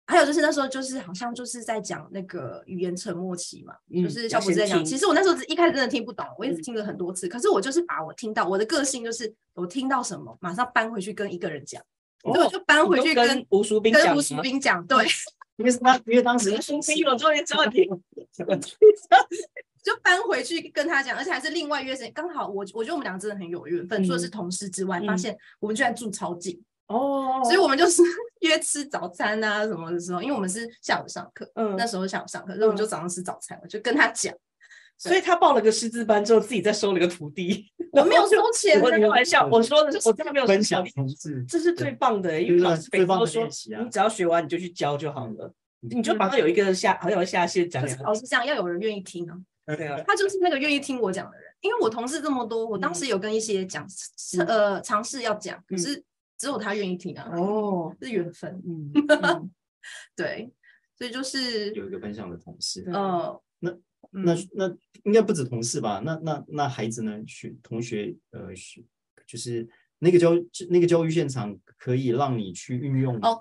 [SPEAKER 4] 还有就是那时候就是好像就是在讲那个语言沉默期嘛，
[SPEAKER 3] 嗯
[SPEAKER 4] 就是
[SPEAKER 3] 要
[SPEAKER 4] 小虎在
[SPEAKER 3] 先
[SPEAKER 4] 讲。
[SPEAKER 3] 听
[SPEAKER 4] 其实我那时候只一开始真的听不懂，我一直
[SPEAKER 3] 嗯
[SPEAKER 4] 听了很多次，可是我就是把我听到我的个性就是我听到什么，马上搬回去跟一个人讲，所以我就搬回
[SPEAKER 3] 哦你都
[SPEAKER 4] 去
[SPEAKER 3] 跟
[SPEAKER 4] 跟
[SPEAKER 3] 吴淑斌
[SPEAKER 4] 跟
[SPEAKER 3] 讲
[SPEAKER 4] 吴淑
[SPEAKER 3] 吗
[SPEAKER 4] 斌讲，对，
[SPEAKER 2] 因为是他，因为当时
[SPEAKER 3] 吴淑斌，我终于知道你，
[SPEAKER 4] 就搬回去跟他讲，而且还是另外约谁，刚好我我觉得我们俩真的很有缘分，
[SPEAKER 3] 嗯
[SPEAKER 4] 除了是同事之外，发
[SPEAKER 3] 嗯
[SPEAKER 4] 现我们居然住超近，
[SPEAKER 3] 哦，
[SPEAKER 4] 所以我们就是约吃早餐啊什么的时候，因为我们是下午上课，
[SPEAKER 3] 嗯
[SPEAKER 4] 那时候下午上课，所以我们就早上吃早餐，我就跟他 讲。
[SPEAKER 3] 所以他报了个师资班之后，自己再收了个徒弟。
[SPEAKER 4] 我没有收 钱
[SPEAKER 3] 我
[SPEAKER 4] 啊，
[SPEAKER 3] 开玩笑，我说的是我真的没有
[SPEAKER 2] 分
[SPEAKER 3] 收
[SPEAKER 2] 享
[SPEAKER 3] 徒弟
[SPEAKER 2] 同志，
[SPEAKER 3] 这是最啊棒的，因
[SPEAKER 2] 对
[SPEAKER 3] 为
[SPEAKER 2] 对
[SPEAKER 3] 老师
[SPEAKER 2] 最
[SPEAKER 3] 每次
[SPEAKER 2] 棒
[SPEAKER 3] 都
[SPEAKER 2] 的
[SPEAKER 3] 说
[SPEAKER 2] 练习啊
[SPEAKER 3] 你只要学完你就去教就好了，
[SPEAKER 2] 嗯
[SPEAKER 3] 你就马上有一个下，好像有下线讲
[SPEAKER 4] 可
[SPEAKER 3] 两
[SPEAKER 4] 是
[SPEAKER 3] 个
[SPEAKER 4] 老师这样要有人愿意听啊，
[SPEAKER 3] 对啊，
[SPEAKER 4] 他就是那个愿意听我讲的人。因为我同事这么多，我当时有跟一些讲，
[SPEAKER 3] 嗯
[SPEAKER 4] 呃，尝试要讲，可
[SPEAKER 3] 嗯
[SPEAKER 4] 是只有他愿意听啊，
[SPEAKER 3] 哦，
[SPEAKER 4] 是缘分。
[SPEAKER 3] 嗯，
[SPEAKER 4] 对，所以就是
[SPEAKER 2] 有一个分享的同事。
[SPEAKER 4] 呃，
[SPEAKER 2] 那
[SPEAKER 4] 嗯
[SPEAKER 2] 那那应该不止同事吧？那那那孩子呢？学同学呃学就是那个教那个教育现场可以让你去运用
[SPEAKER 4] 哦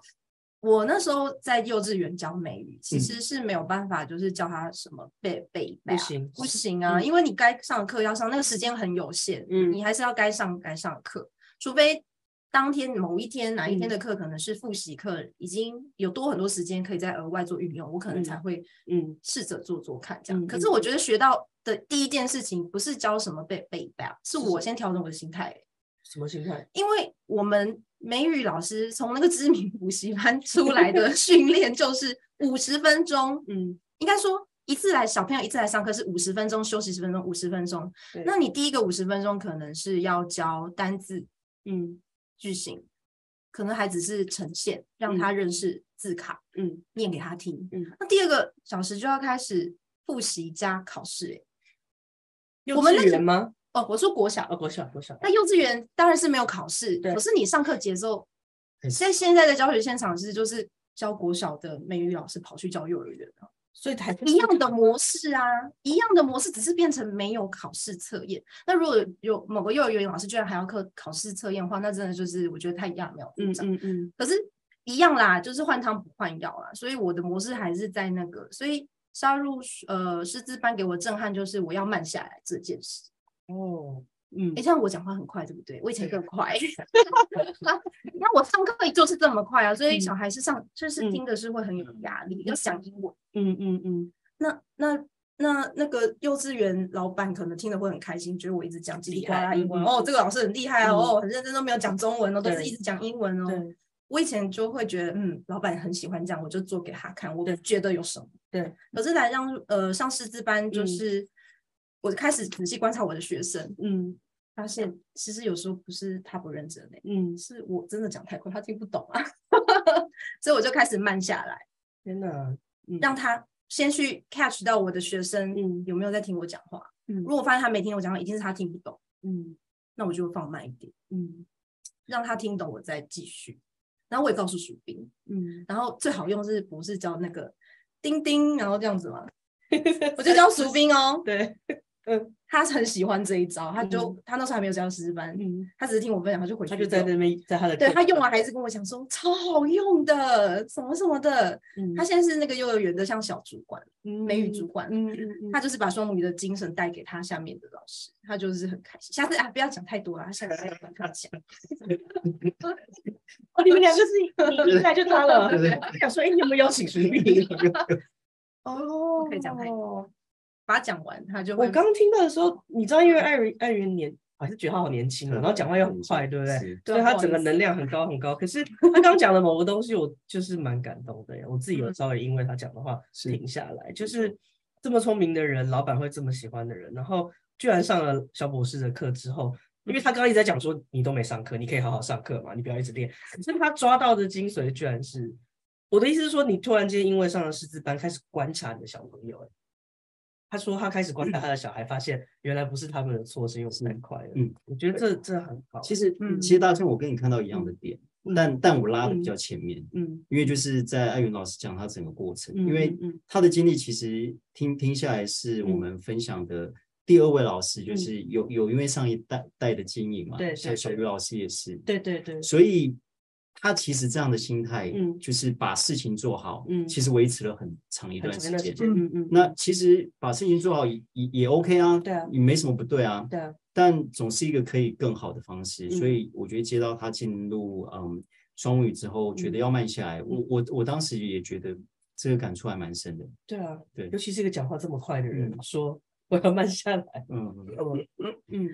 [SPEAKER 4] 我那时候在幼稚园教美语，其
[SPEAKER 2] 嗯
[SPEAKER 4] 实是没有办法，就是教他什么背背一背、
[SPEAKER 3] 不
[SPEAKER 4] 啊，
[SPEAKER 3] 行
[SPEAKER 4] 不行啊，
[SPEAKER 3] 嗯
[SPEAKER 4] 因为你该上的课要上，那个时间很有限，
[SPEAKER 3] 嗯
[SPEAKER 4] 你还是要该上该上的课，除非当天某一天哪一
[SPEAKER 3] 嗯
[SPEAKER 4] 天的课可能是复习课，已经有多很多时间可以再额外做运用，我可能才
[SPEAKER 3] 嗯
[SPEAKER 4] 会
[SPEAKER 3] 嗯，
[SPEAKER 4] 试着做做看这样。
[SPEAKER 3] 嗯
[SPEAKER 4] 可是
[SPEAKER 3] 嗯
[SPEAKER 4] 我觉得学到的第一件事情不是教什么背背背啊，是
[SPEAKER 3] 是什
[SPEAKER 4] 我
[SPEAKER 3] 么
[SPEAKER 4] 先调整我的心态、
[SPEAKER 3] 什么心态？
[SPEAKER 4] 因为我们美语老师从那个知名补习班出来的训练就是五十分钟，
[SPEAKER 3] 嗯，
[SPEAKER 4] 应该说一次来小朋友一次来上课是五十分钟，休息十分钟，五十分钟
[SPEAKER 3] 对。
[SPEAKER 4] 那你第一个五十分钟可能是要教单字、
[SPEAKER 3] 嗯
[SPEAKER 4] 句型，可能还只是呈现，让
[SPEAKER 3] 嗯
[SPEAKER 4] 他认识字卡。
[SPEAKER 3] 嗯
[SPEAKER 4] 念给他听。
[SPEAKER 3] 嗯
[SPEAKER 4] 那第二个小时就要开始复习加考试、欸。
[SPEAKER 3] 幼
[SPEAKER 4] 我们
[SPEAKER 3] 稚
[SPEAKER 4] 那个
[SPEAKER 3] 园吗？
[SPEAKER 4] 哦，我说国小，
[SPEAKER 3] 哦，国小国小，
[SPEAKER 4] 那幼稚园当然是没有考试，
[SPEAKER 3] 对
[SPEAKER 4] 可是你上课节奏
[SPEAKER 2] 哎，
[SPEAKER 4] 现现在的教学现场是就是教国小的美语老师跑去教幼儿园了，
[SPEAKER 3] 所以台
[SPEAKER 4] 一样的模式啊，一样的模式，只是变成没有考试测验。那如果有有某个幼儿园老师居然还要课考试测验的话，那真的就是我觉得太揠苗助
[SPEAKER 3] 嗯
[SPEAKER 4] 长。
[SPEAKER 3] 嗯嗯，
[SPEAKER 4] 可是一样啦，就是换汤不换药啦，所以我的模式还是在那个，所以杀入呃师资班给我震撼就是我要慢下来这件事。
[SPEAKER 3] 哦，嗯
[SPEAKER 4] 诶，这样我讲话很快，对不对？我以前更快， 啊那我上课就是这么快啊，所以小孩是上就是
[SPEAKER 3] 嗯
[SPEAKER 4] 听的是会很有压力，要想英文。
[SPEAKER 3] 嗯嗯嗯，
[SPEAKER 4] 那那。那那个幼稚园老板可能听得会很开心，觉得我一直讲叽里呱啦
[SPEAKER 3] 厉害
[SPEAKER 4] 英文
[SPEAKER 3] 嗯嗯
[SPEAKER 4] 哦，这个老师很厉害啊，
[SPEAKER 3] 嗯
[SPEAKER 4] 哦，很认真都没有讲中文哦，都是
[SPEAKER 3] 对
[SPEAKER 4] 一直讲英文哦。
[SPEAKER 3] 对
[SPEAKER 4] 我以前就会觉得，嗯，老板很喜欢这样，我就做给他看，我
[SPEAKER 3] 对
[SPEAKER 4] 觉得有什么。
[SPEAKER 3] 对，
[SPEAKER 4] 可是来让呃上师资班，就
[SPEAKER 3] 嗯
[SPEAKER 4] 是、我开始仔细观察我的学生，
[SPEAKER 3] 嗯
[SPEAKER 4] 发现其实有时候不是他不认真、欸，
[SPEAKER 3] 嗯，
[SPEAKER 4] 是我真的讲太快，他听不懂啊。 所以我就开始慢下来，
[SPEAKER 3] 天哪，嗯
[SPEAKER 4] 让他先去 catch 到我的学生、
[SPEAKER 3] 嗯
[SPEAKER 4] 有没有在听我讲话。
[SPEAKER 3] 嗯
[SPEAKER 4] 如果我发现他没听我讲话，一定是他听不懂，
[SPEAKER 3] 嗯
[SPEAKER 4] 那我就放慢一点，
[SPEAKER 3] 嗯
[SPEAKER 4] 让他听懂，我再继续。然后我也告诉薯兵，
[SPEAKER 3] 嗯，
[SPEAKER 4] 然后最好用是不是教那个钉钉，然后这样子嘛？我就教 熟兵哦，
[SPEAKER 3] 对，
[SPEAKER 4] 他很喜欢这一招，他就、他那时候还没有教师资班，
[SPEAKER 3] 嗯，
[SPEAKER 4] 他只是听我分享，他就回去
[SPEAKER 3] 他就在
[SPEAKER 4] 用
[SPEAKER 3] 那边，在他的
[SPEAKER 4] 对
[SPEAKER 3] 课
[SPEAKER 4] 他用
[SPEAKER 3] 上，
[SPEAKER 4] 完还是跟我讲说超好用的，什么什么的。
[SPEAKER 3] 嗯
[SPEAKER 4] 他现在是那个幼儿园的像小主管，美语主管，
[SPEAKER 3] 嗯嗯
[SPEAKER 4] 他就是把双母语的精神带给他下面的老师，他就是很开心。下次啊，不要讲太多了，他下次再跟 他讲。
[SPEAKER 3] 哦，你们两个 是你一来就他了，
[SPEAKER 2] 对对
[SPEAKER 3] 我想说，哎，你有没有邀请徐 丽？哦
[SPEAKER 4] 不可以讲太把它讲完，他就会
[SPEAKER 3] 我刚听到的时候，你知道，因为艾云艾云年，我还是觉得他好年轻啊，然后讲话又很快，对不对？
[SPEAKER 2] 是
[SPEAKER 3] 所
[SPEAKER 4] 对
[SPEAKER 3] 以
[SPEAKER 4] 啊
[SPEAKER 3] 他
[SPEAKER 4] 不好
[SPEAKER 3] 整
[SPEAKER 4] 意
[SPEAKER 3] 个
[SPEAKER 4] 思
[SPEAKER 3] 能量很高很高。可 是他刚讲的某个东西，我就是蛮感动的耶。我自己有
[SPEAKER 4] 嗯
[SPEAKER 3] 稍微因为他讲的话
[SPEAKER 2] 是
[SPEAKER 3] 停下来，就是这么聪明的人，老板会这么喜欢的人，然后居然上了小博士的课之后。因为他刚刚一直在讲说你都没上课，你可以好好上课嘛，你不要一 直练。可是他抓到的精髓居然是，我的意思是说，你突然间因为上了师资班，开始观察你的小朋友、欸。他说他开始观察他的小孩，发现原来不是他们的错，是因为我们太快了。
[SPEAKER 2] 嗯，
[SPEAKER 3] 我觉得这这很好。
[SPEAKER 2] 其实
[SPEAKER 4] 嗯
[SPEAKER 2] 其实大象我跟你看到一样的点，但但我拉的比较前面，
[SPEAKER 3] 嗯
[SPEAKER 2] 因为就是在艾云老师讲他整个过程，
[SPEAKER 3] 嗯
[SPEAKER 2] 因为
[SPEAKER 3] 嗯嗯
[SPEAKER 2] 他的经历其实听听下来是我
[SPEAKER 3] 嗯
[SPEAKER 2] 们分享的第二位老师，就
[SPEAKER 3] 嗯
[SPEAKER 2] 是有有因为上一代代的经营嘛，
[SPEAKER 3] 对对
[SPEAKER 2] 像小
[SPEAKER 3] 对
[SPEAKER 2] 鱼老师也是，
[SPEAKER 3] 对对对，
[SPEAKER 2] 所以他其实这样的心态，
[SPEAKER 3] 嗯
[SPEAKER 2] 就是把事情做好，
[SPEAKER 3] 嗯
[SPEAKER 2] 其实维持了很长一
[SPEAKER 3] 很
[SPEAKER 2] 段
[SPEAKER 3] 长
[SPEAKER 2] 时
[SPEAKER 3] 一段
[SPEAKER 2] 间。
[SPEAKER 4] 嗯
[SPEAKER 3] 嗯嗯，
[SPEAKER 2] 那其实把事情做好也也也 OK 啊，
[SPEAKER 3] 对啊
[SPEAKER 2] 也没什么不对啊，
[SPEAKER 3] 对啊，
[SPEAKER 2] 但总是一个可以更好的方式。所
[SPEAKER 3] 嗯
[SPEAKER 2] 以我觉得接到他进入嗯双语之后，觉得
[SPEAKER 3] 嗯
[SPEAKER 2] 要慢下来。我我我当时也觉得这个感触还蛮深的。
[SPEAKER 3] 对啊，
[SPEAKER 2] 对
[SPEAKER 3] 尤其是一个讲话这么快的人，
[SPEAKER 2] 嗯
[SPEAKER 3] 说我要慢下来，
[SPEAKER 2] 嗯，
[SPEAKER 3] 哦，
[SPEAKER 4] 嗯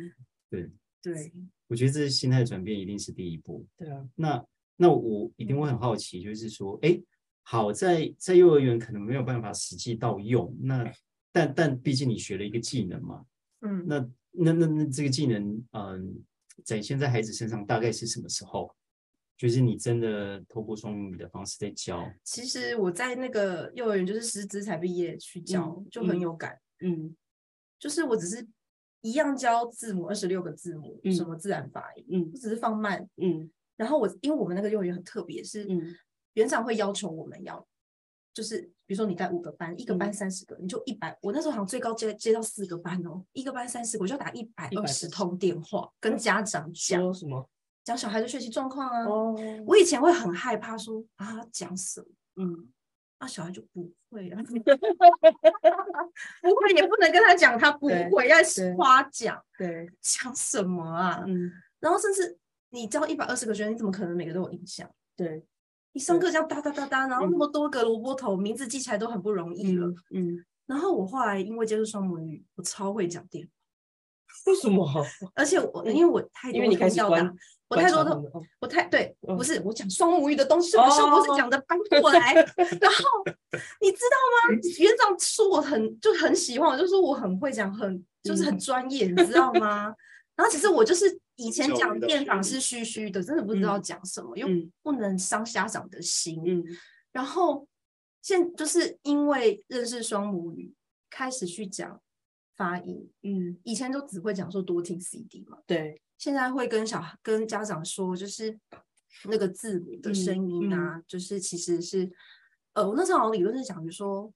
[SPEAKER 2] 对，
[SPEAKER 4] 对，
[SPEAKER 2] 我觉得这心态转变一定是第一步。
[SPEAKER 3] 对啊，
[SPEAKER 2] 那那我一定会很好奇，就是说，哎，好在在幼儿园可能没有办法实际到用，那但但毕竟你学了一个技能嘛，
[SPEAKER 4] 嗯
[SPEAKER 2] 那那那那这个技能，嗯，展现在孩子身上大概是什么时候？就是你真的透过双语的方式在教，
[SPEAKER 4] 其实我在那个幼儿园就是师资才毕业去教，
[SPEAKER 3] 嗯
[SPEAKER 4] 就很
[SPEAKER 3] 嗯
[SPEAKER 4] 有感。
[SPEAKER 3] 嗯
[SPEAKER 4] 就是我只是一样教字母二十六个字母，
[SPEAKER 3] 嗯
[SPEAKER 4] 什么自然发音，
[SPEAKER 3] 嗯
[SPEAKER 4] 我只是放慢。
[SPEAKER 3] 嗯
[SPEAKER 4] 然后我因为我们那个幼儿园很特别，是
[SPEAKER 3] 嗯
[SPEAKER 4] 园长会要求我们要，就是比如说你带五个班，一个班
[SPEAKER 3] 嗯
[SPEAKER 4] 三十个，你就一百。我那时候好像最高接接到四个班哦，一个班三十个，我就要打一百二十
[SPEAKER 3] 120
[SPEAKER 4] 通电话跟家长讲
[SPEAKER 3] 说什么？
[SPEAKER 4] 讲小孩的学习状况啊。
[SPEAKER 3] 哦，
[SPEAKER 4] 我以前会很害怕说啊讲什么。
[SPEAKER 3] 嗯，
[SPEAKER 4] 那、小孩就不会 啊，不会也不能跟他讲他不
[SPEAKER 3] 对
[SPEAKER 4] 会，要
[SPEAKER 3] 对
[SPEAKER 4] 夸奖
[SPEAKER 3] 对，
[SPEAKER 4] 讲什么啊？
[SPEAKER 3] 嗯
[SPEAKER 4] 然后甚至你教一百二十个学生，你怎么可能每个都有印象？
[SPEAKER 3] 对，
[SPEAKER 4] 你上课这样哒哒哒哒，然后
[SPEAKER 3] 嗯
[SPEAKER 4] 那么多个萝卜头，名字记起来都很不容易了。
[SPEAKER 3] 嗯，
[SPEAKER 4] 然后我后来因为接触双母语，我超会讲电
[SPEAKER 3] 为什么？
[SPEAKER 4] 话，而且我
[SPEAKER 3] 嗯
[SPEAKER 4] 因为我太
[SPEAKER 3] 因
[SPEAKER 4] 多
[SPEAKER 3] 为你开
[SPEAKER 4] 通
[SPEAKER 3] 始
[SPEAKER 4] 要
[SPEAKER 3] 观
[SPEAKER 4] 打，我太多
[SPEAKER 3] 观察
[SPEAKER 4] 的
[SPEAKER 3] 他们哦
[SPEAKER 4] 我太对，
[SPEAKER 3] 嗯哦
[SPEAKER 4] 不是我讲双母语的东西，我像不是讲的搬过 来。然后你知道吗？园长说我很就很喜欢，我就说我很会讲，很就是
[SPEAKER 3] 嗯
[SPEAKER 4] 很专业，你知道吗？ 然后其实我就是以前
[SPEAKER 2] 久
[SPEAKER 4] 讲
[SPEAKER 2] 闻的
[SPEAKER 4] 电访
[SPEAKER 2] 虚
[SPEAKER 4] 是虚虚的，真的不知道
[SPEAKER 3] 嗯
[SPEAKER 4] 讲什么，又
[SPEAKER 3] 嗯
[SPEAKER 4] 不能伤家长的心。
[SPEAKER 3] 嗯
[SPEAKER 4] 然后现就是因为认识双母语，开始去讲发音。
[SPEAKER 3] 嗯，
[SPEAKER 4] 以前都只会讲说多听 CD 嘛，
[SPEAKER 3] 对，
[SPEAKER 4] 现在会跟小孩跟家长说，就是那个字母
[SPEAKER 3] 嗯
[SPEAKER 4] 的声音啊，就是其实是，呃，我那时候好像理论是讲，比如说，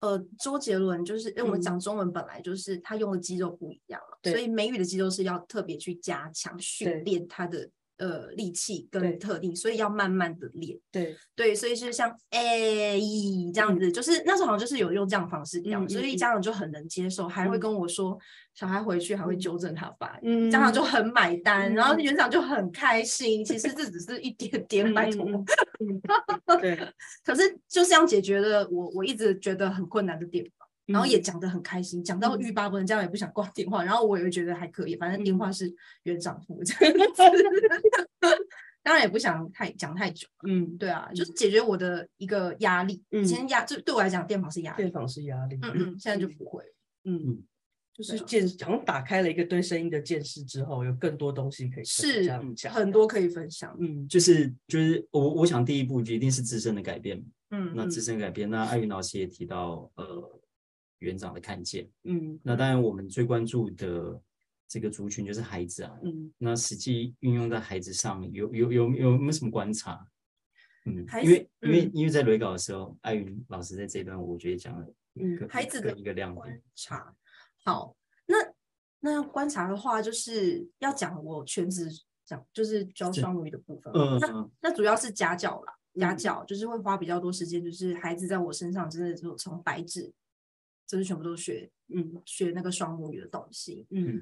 [SPEAKER 4] 呃，周杰伦就是因为我
[SPEAKER 3] 嗯
[SPEAKER 4] 们讲中文本来就是他用的肌肉不一样了，
[SPEAKER 3] 对
[SPEAKER 4] 所以美语的肌肉是要特别去加强
[SPEAKER 3] 对
[SPEAKER 4] 训练他的呃力气
[SPEAKER 3] 对
[SPEAKER 4] 跟特定，所以要慢慢的练。
[SPEAKER 3] 对，
[SPEAKER 4] 对，所以是像哎、咦这样子，就是那时候好像就是有用这样的方式教，
[SPEAKER 3] 嗯嗯嗯
[SPEAKER 4] 所
[SPEAKER 3] 嗯
[SPEAKER 4] 以家长就很能接受，还会
[SPEAKER 3] 嗯
[SPEAKER 4] 跟我说小孩回去还会纠正他发音。
[SPEAKER 3] 嗯
[SPEAKER 4] 家长就很买单，然后
[SPEAKER 3] 嗯
[SPEAKER 4] 园长就很开心。其实这只是一点点拜托，
[SPEAKER 3] 嗯 嗯嗯对，
[SPEAKER 4] 可是就是这样解决了我我一直觉得很困难的点吧。
[SPEAKER 3] 嗯
[SPEAKER 4] 然后也讲得很开心，讲到欲罢不能，家长也不想挂电话，然后我也觉得还可以，反正电话是园长付这样子。 当然也不想太讲太久，
[SPEAKER 3] 嗯，
[SPEAKER 4] 对啊，就是解决我的一个压力。以前压就对我来讲，电访是压力
[SPEAKER 3] 电，访是压力，
[SPEAKER 4] 嗯嗯，现在就不会了。
[SPEAKER 3] 嗯，就是
[SPEAKER 4] 对啊
[SPEAKER 3] 见，好像打开了一个对声音的见识之后，有更多东西可以跟
[SPEAKER 4] 是
[SPEAKER 3] 家长讲，
[SPEAKER 4] 很多可以分享。
[SPEAKER 3] 嗯，
[SPEAKER 2] 就是就是我我想第一步一定是自身的改变嘛，
[SPEAKER 4] 嗯
[SPEAKER 2] 那
[SPEAKER 4] 嗯
[SPEAKER 2] 自身改变，那艾云老师也提到呃园长的看见，
[SPEAKER 3] 嗯
[SPEAKER 2] 那当然我们最关注的这个族群就是孩子啊，
[SPEAKER 3] 嗯
[SPEAKER 2] 那实际运用在孩子上有有有有没有什么观察？嗯，
[SPEAKER 4] 孩
[SPEAKER 2] 因为
[SPEAKER 4] 子
[SPEAKER 2] 因为
[SPEAKER 4] 嗯
[SPEAKER 2] 因为在雷稿的时候，艾云老师在这一段我觉得讲了一个
[SPEAKER 3] 嗯
[SPEAKER 4] 孩子
[SPEAKER 2] 各
[SPEAKER 4] 的
[SPEAKER 2] 一个亮
[SPEAKER 4] 观
[SPEAKER 2] 点，
[SPEAKER 4] 察。好，那那要观察的话，就是要讲我全职讲，就是教
[SPEAKER 2] 是
[SPEAKER 4] 双母语的部分。
[SPEAKER 2] 嗯
[SPEAKER 4] 那
[SPEAKER 2] 嗯
[SPEAKER 4] 那主要是家教啦，家
[SPEAKER 3] 嗯
[SPEAKER 4] 教就是会花比较多时间，就是孩子在我身上真的就从白纸，就是全部都学
[SPEAKER 3] 嗯
[SPEAKER 4] 学那个双母语的东西。
[SPEAKER 3] 嗯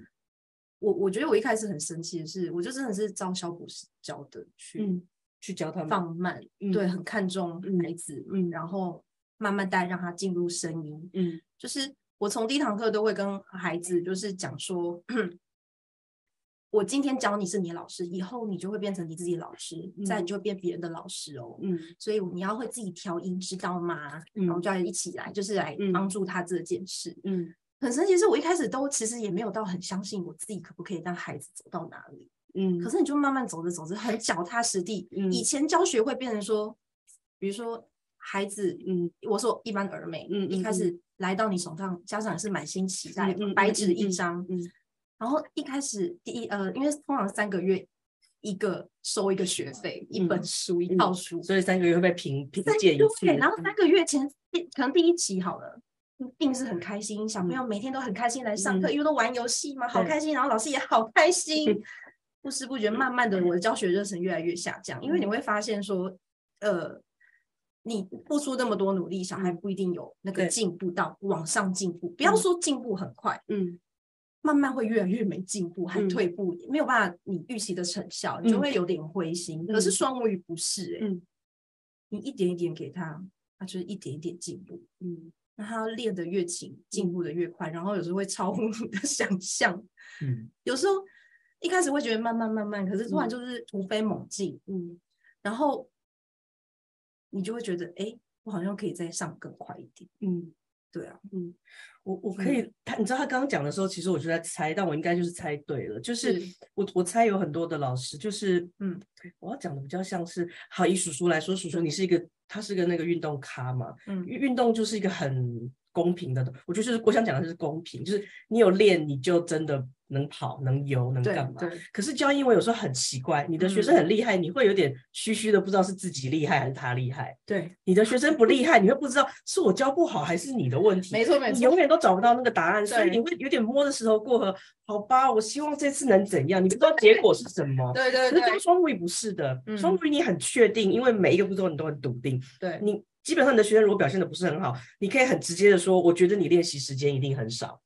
[SPEAKER 4] 我我觉得我一开始很生气的是，我就真的是照小补习教的去
[SPEAKER 3] 嗯，去教他们，
[SPEAKER 4] 放慢，
[SPEAKER 3] 嗯
[SPEAKER 4] 对，很看重
[SPEAKER 3] 嗯
[SPEAKER 4] 孩子，
[SPEAKER 3] 嗯
[SPEAKER 4] 然后慢慢带让他进入声音，
[SPEAKER 3] 嗯
[SPEAKER 4] 就是我从第一堂课都会跟孩子就是讲说， 我今天教你是你的老师，以后你就会变成你自己的老师，
[SPEAKER 3] 嗯
[SPEAKER 4] 再你就会变别人的老师哦。
[SPEAKER 3] 嗯
[SPEAKER 4] 所以你要会自己调音，知道吗？
[SPEAKER 3] 嗯
[SPEAKER 4] 然后就要一起来，就是来
[SPEAKER 3] 嗯
[SPEAKER 4] 帮助他这件事。
[SPEAKER 3] 嗯
[SPEAKER 4] 很神奇，是我一开始都其实也没有到很相信我自己可不可以让孩子走到哪里。
[SPEAKER 3] 嗯，
[SPEAKER 4] 可
[SPEAKER 3] 是
[SPEAKER 4] 是你就慢慢走着走着，很脚踏实地。
[SPEAKER 3] 嗯
[SPEAKER 4] 以前教学会变成说，比如说孩子，
[SPEAKER 3] 嗯
[SPEAKER 4] 我说一般儿美，
[SPEAKER 3] 嗯嗯
[SPEAKER 4] 一开
[SPEAKER 3] 嗯
[SPEAKER 4] 始来到你手上，家长也是满心期待，
[SPEAKER 3] 嗯嗯
[SPEAKER 4] 白
[SPEAKER 3] 嗯
[SPEAKER 4] 纸
[SPEAKER 3] 嗯
[SPEAKER 4] 一
[SPEAKER 3] 嗯
[SPEAKER 4] 张。
[SPEAKER 3] 嗯
[SPEAKER 4] 然后一开始第一呃，因为通常三个月一个收一个学费，一本
[SPEAKER 3] 嗯
[SPEAKER 4] 书、一
[SPEAKER 3] 嗯
[SPEAKER 4] 套书，
[SPEAKER 3] 所以三个月会被评评
[SPEAKER 4] 三
[SPEAKER 3] 鉴一次，
[SPEAKER 4] 对，然后三个月前第可能第一期好了。一定是很开心，小朋友每天都很开心来上课，
[SPEAKER 3] 嗯
[SPEAKER 4] 因为都玩游戏嘛，好
[SPEAKER 3] 对
[SPEAKER 4] 开心，然后老师也好开心。 不知不觉，慢慢的，我的教学热忱越来越下降，因为
[SPEAKER 3] 嗯
[SPEAKER 4] 你会发现说，呃，你付出那么多努力，小孩不一定有那
[SPEAKER 3] 嗯
[SPEAKER 4] 个
[SPEAKER 3] 对
[SPEAKER 4] 进步到往上进步。不要
[SPEAKER 3] 嗯
[SPEAKER 4] 说进步很快，
[SPEAKER 3] 嗯
[SPEAKER 4] 慢慢会越来越没进步，还
[SPEAKER 3] 嗯
[SPEAKER 4] 退步，没有办法你预期的成效，你
[SPEAKER 3] 嗯
[SPEAKER 4] 就会有点灰心。可是
[SPEAKER 3] 嗯
[SPEAKER 4] 双母语不是、欸，
[SPEAKER 3] 嗯
[SPEAKER 4] 你一点一点给他，他就是一点一点进步，
[SPEAKER 3] 嗯
[SPEAKER 4] 那他练得越勤，进步的越快，然后有时候会超乎你的想象，
[SPEAKER 2] 嗯，
[SPEAKER 4] 有时候一开始会觉得慢慢慢慢，可是突
[SPEAKER 3] 嗯
[SPEAKER 4] 然就是突飞猛进，
[SPEAKER 3] 嗯
[SPEAKER 4] 然后你就会觉得，哎、我好像可以再上更快一点，
[SPEAKER 3] 嗯。
[SPEAKER 4] 对啊，
[SPEAKER 3] 我我可
[SPEAKER 4] 嗯
[SPEAKER 3] 以，他你知道他刚刚讲的时候，其实我就在猜，但我应该就是猜对了。就是
[SPEAKER 4] 是
[SPEAKER 3] 我我猜有很多的老师，就是
[SPEAKER 4] 嗯，
[SPEAKER 3] 我要讲的比较像是，好以叔叔来说，叔叔你是一个，他是个那个运动咖嘛，
[SPEAKER 4] 嗯
[SPEAKER 3] 运运动就是一个很公平的东，我就是我想讲的是公平，就是你有练你就真的能跑能游能
[SPEAKER 4] 对
[SPEAKER 3] 干嘛。
[SPEAKER 4] 对，
[SPEAKER 3] 可是教英文有时候很奇怪，你的学
[SPEAKER 4] 嗯
[SPEAKER 3] 生很厉害，你会有点虚虚的，不知道是自己厉害还是他厉害。
[SPEAKER 4] 对，
[SPEAKER 3] 你的学生不厉害，你会不知道是我教不好还是你的问题。
[SPEAKER 4] 没错没
[SPEAKER 3] 你
[SPEAKER 4] 错
[SPEAKER 3] 永，远都找不到那个答案，所以你
[SPEAKER 4] 对
[SPEAKER 3] 会有点摸着石头过河。好吧，我希望这次能怎样？你不知道结果是什么。
[SPEAKER 4] 对对
[SPEAKER 3] 可是教
[SPEAKER 4] 对
[SPEAKER 3] 双母语不是的，
[SPEAKER 4] 嗯
[SPEAKER 3] 双母语你很确定，因为每一个步骤你都很笃定。
[SPEAKER 4] 对，
[SPEAKER 3] 你基本上你的学生如果表现的不是很好，你可以很直接的说，我觉得你练习时间一定很少。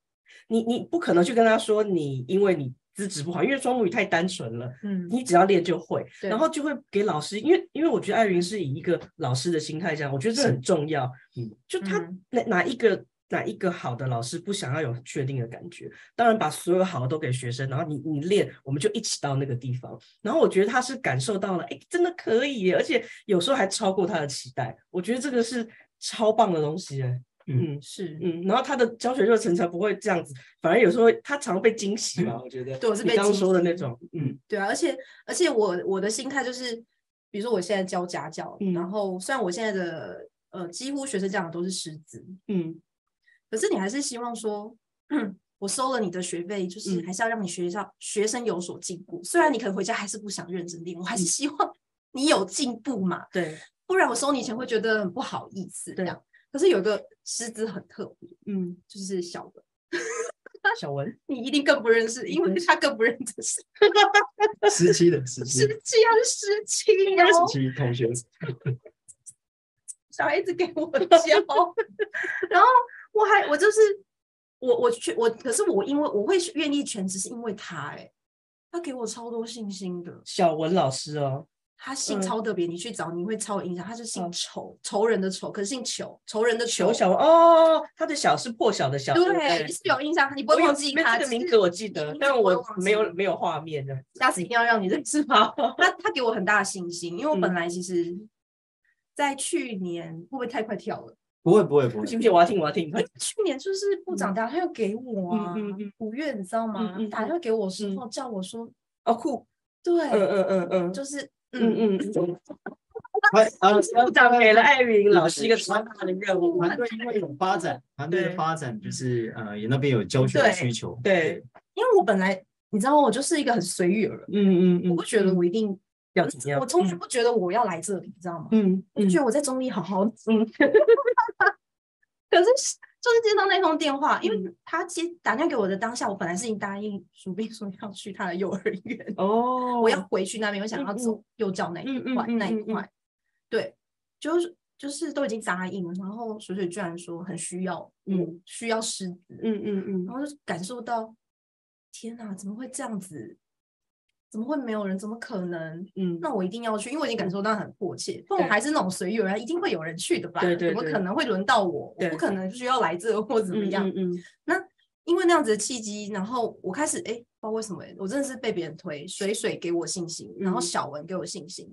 [SPEAKER 3] 你你不可能去跟他说你因为你资质不好，因为双母语太单纯了。
[SPEAKER 4] 嗯，
[SPEAKER 3] 你只要练就会，
[SPEAKER 4] 对
[SPEAKER 3] 然后就会给老师，因为因为我觉得艾云是以一个老师的心态这样，我觉得这很重要。
[SPEAKER 2] 嗯，
[SPEAKER 3] 就他
[SPEAKER 4] 嗯
[SPEAKER 3] 哪哪一个哪一个好的老师不想要有确定的感觉，当然把所有好的都给学生，然后你你练，我们就一起到那个地方。然后我觉得他是感受到了，哎，真的可以耶，而且有时候还超过他的期待，我觉得这个是超棒的东西耶。
[SPEAKER 2] 嗯
[SPEAKER 3] 嗯
[SPEAKER 4] 是，
[SPEAKER 3] 嗯，然后他的教学热忱才不会这样子，反而有时候会他常被惊喜嘛，我觉得。
[SPEAKER 4] 嗯对我是
[SPEAKER 3] 你
[SPEAKER 4] 被
[SPEAKER 3] 刚刚
[SPEAKER 4] 惊
[SPEAKER 3] 说的
[SPEAKER 4] 喜
[SPEAKER 3] 那种，嗯，
[SPEAKER 4] 对啊，而且而且我我的心态就是，比如说我现在教家教，
[SPEAKER 3] 嗯
[SPEAKER 4] 然后虽然我现在的呃几乎学生家长都是师资，
[SPEAKER 3] 嗯
[SPEAKER 4] 可是你还是希望说， 我收了你的学费，就是
[SPEAKER 3] 嗯
[SPEAKER 4] 还是要让你学校学生有所进步。虽然你可能回家还是不想认真练，我
[SPEAKER 3] 嗯
[SPEAKER 4] 还是希望你有进步嘛，
[SPEAKER 3] 对，
[SPEAKER 4] 不然我收你钱会觉得很不好意思这
[SPEAKER 3] 对
[SPEAKER 4] 样。可是有一个师资很特别，
[SPEAKER 3] 嗯，
[SPEAKER 4] 就是小文，
[SPEAKER 3] 小文，
[SPEAKER 4] 你一定更不认识，因为他更不认识师
[SPEAKER 2] 十七的十七
[SPEAKER 4] 师
[SPEAKER 3] 嗯
[SPEAKER 4] 七，他是哦师七，然后
[SPEAKER 2] 十七同学，
[SPEAKER 4] 小孩子给 我教，然后我还我就是我我去我，可是我因为我会愿意全职是因为他哎、他给我超多信心的，
[SPEAKER 3] 小文老师哦，
[SPEAKER 4] 他姓
[SPEAKER 3] 嗯
[SPEAKER 4] 超特别，你去找你会超有印象，他是姓
[SPEAKER 3] 嗯
[SPEAKER 4] 仇，仇人的仇，可是姓仇，仇人的
[SPEAKER 3] 求小文哦，他的小是破晓的小，
[SPEAKER 4] 对，是有印象，你不会
[SPEAKER 3] 我有
[SPEAKER 4] 忘记
[SPEAKER 3] 没有
[SPEAKER 4] 他
[SPEAKER 3] 这个
[SPEAKER 4] 只
[SPEAKER 3] 名
[SPEAKER 4] 是
[SPEAKER 3] 字我记得
[SPEAKER 4] 你，
[SPEAKER 3] 但
[SPEAKER 4] 不会
[SPEAKER 3] 我
[SPEAKER 4] 忘
[SPEAKER 3] 没
[SPEAKER 4] 记
[SPEAKER 3] 有没有画面的。
[SPEAKER 4] 下次一定要让你认识他。 他他给我很大的信心，因为我本
[SPEAKER 3] 嗯
[SPEAKER 4] 来其实，在去年会不会太快跳了？
[SPEAKER 2] 不会不会不会
[SPEAKER 3] 不， 行不行，我要听我要听。快
[SPEAKER 4] 哎去年就是部长打电话给我啊
[SPEAKER 3] 嗯嗯嗯，
[SPEAKER 4] 五月你知道吗
[SPEAKER 3] 嗯嗯？
[SPEAKER 4] 打电话给我的时候叫我说，
[SPEAKER 3] 哦酷，嗯
[SPEAKER 4] 对，
[SPEAKER 3] 嗯嗯嗯
[SPEAKER 4] 就是嗯，
[SPEAKER 3] 嗯嗯嗯，
[SPEAKER 2] 团啊
[SPEAKER 3] 部长给了艾云老师一个
[SPEAKER 2] 对
[SPEAKER 3] 超大的任务。
[SPEAKER 2] 团队因为有发展，团队的
[SPEAKER 3] 对
[SPEAKER 2] 发展就是呃，也那边有教学的
[SPEAKER 4] 对
[SPEAKER 2] 需求，
[SPEAKER 3] 对，
[SPEAKER 4] 因为我本来你知道我就是一个很随遇而安，
[SPEAKER 3] 嗯嗯嗯，
[SPEAKER 4] 我不觉得我一定，
[SPEAKER 3] 要怎么样？
[SPEAKER 4] 我从来
[SPEAKER 3] 嗯
[SPEAKER 4] 不觉得我要来这里，你知道吗？
[SPEAKER 3] 嗯
[SPEAKER 4] 我就觉得我在中立好好经营。 可是就是接到那通电话，因
[SPEAKER 3] 嗯
[SPEAKER 4] 为他接打电话给我的当下，我本来是已经答应鼠斌说要去他的幼儿园，
[SPEAKER 3] 哦，
[SPEAKER 4] 我要回去那边，我想要
[SPEAKER 3] 嗯嗯
[SPEAKER 4] 走幼教那一
[SPEAKER 3] 嗯嗯
[SPEAKER 4] 块、
[SPEAKER 3] 嗯
[SPEAKER 4] 那一
[SPEAKER 3] 嗯嗯
[SPEAKER 4] 块。对，就是就是都已经答应了，然后水水居然说很需要，嗯
[SPEAKER 3] 嗯，
[SPEAKER 4] 需要师资，
[SPEAKER 3] 嗯嗯嗯
[SPEAKER 4] 然后就感受到，天哪，怎么会这样子？怎么会没有人？怎么可能？
[SPEAKER 3] 嗯，
[SPEAKER 4] 那我一定要去，因为我已经感受到很迫切。不然我
[SPEAKER 3] 对
[SPEAKER 4] 还是那种随遇而安，一定会有人去的吧？
[SPEAKER 3] 对对
[SPEAKER 4] 怎么
[SPEAKER 3] 对
[SPEAKER 4] 可能会轮到我？我
[SPEAKER 3] 对
[SPEAKER 4] 不可能需要来这或怎么样。
[SPEAKER 3] 嗯嗯嗯
[SPEAKER 4] 因为那样子的契机，然后我开始哎，不知道为什么，我真的是被别人推，水水给我信心，然后
[SPEAKER 3] 嗯
[SPEAKER 4] 小文给我信心，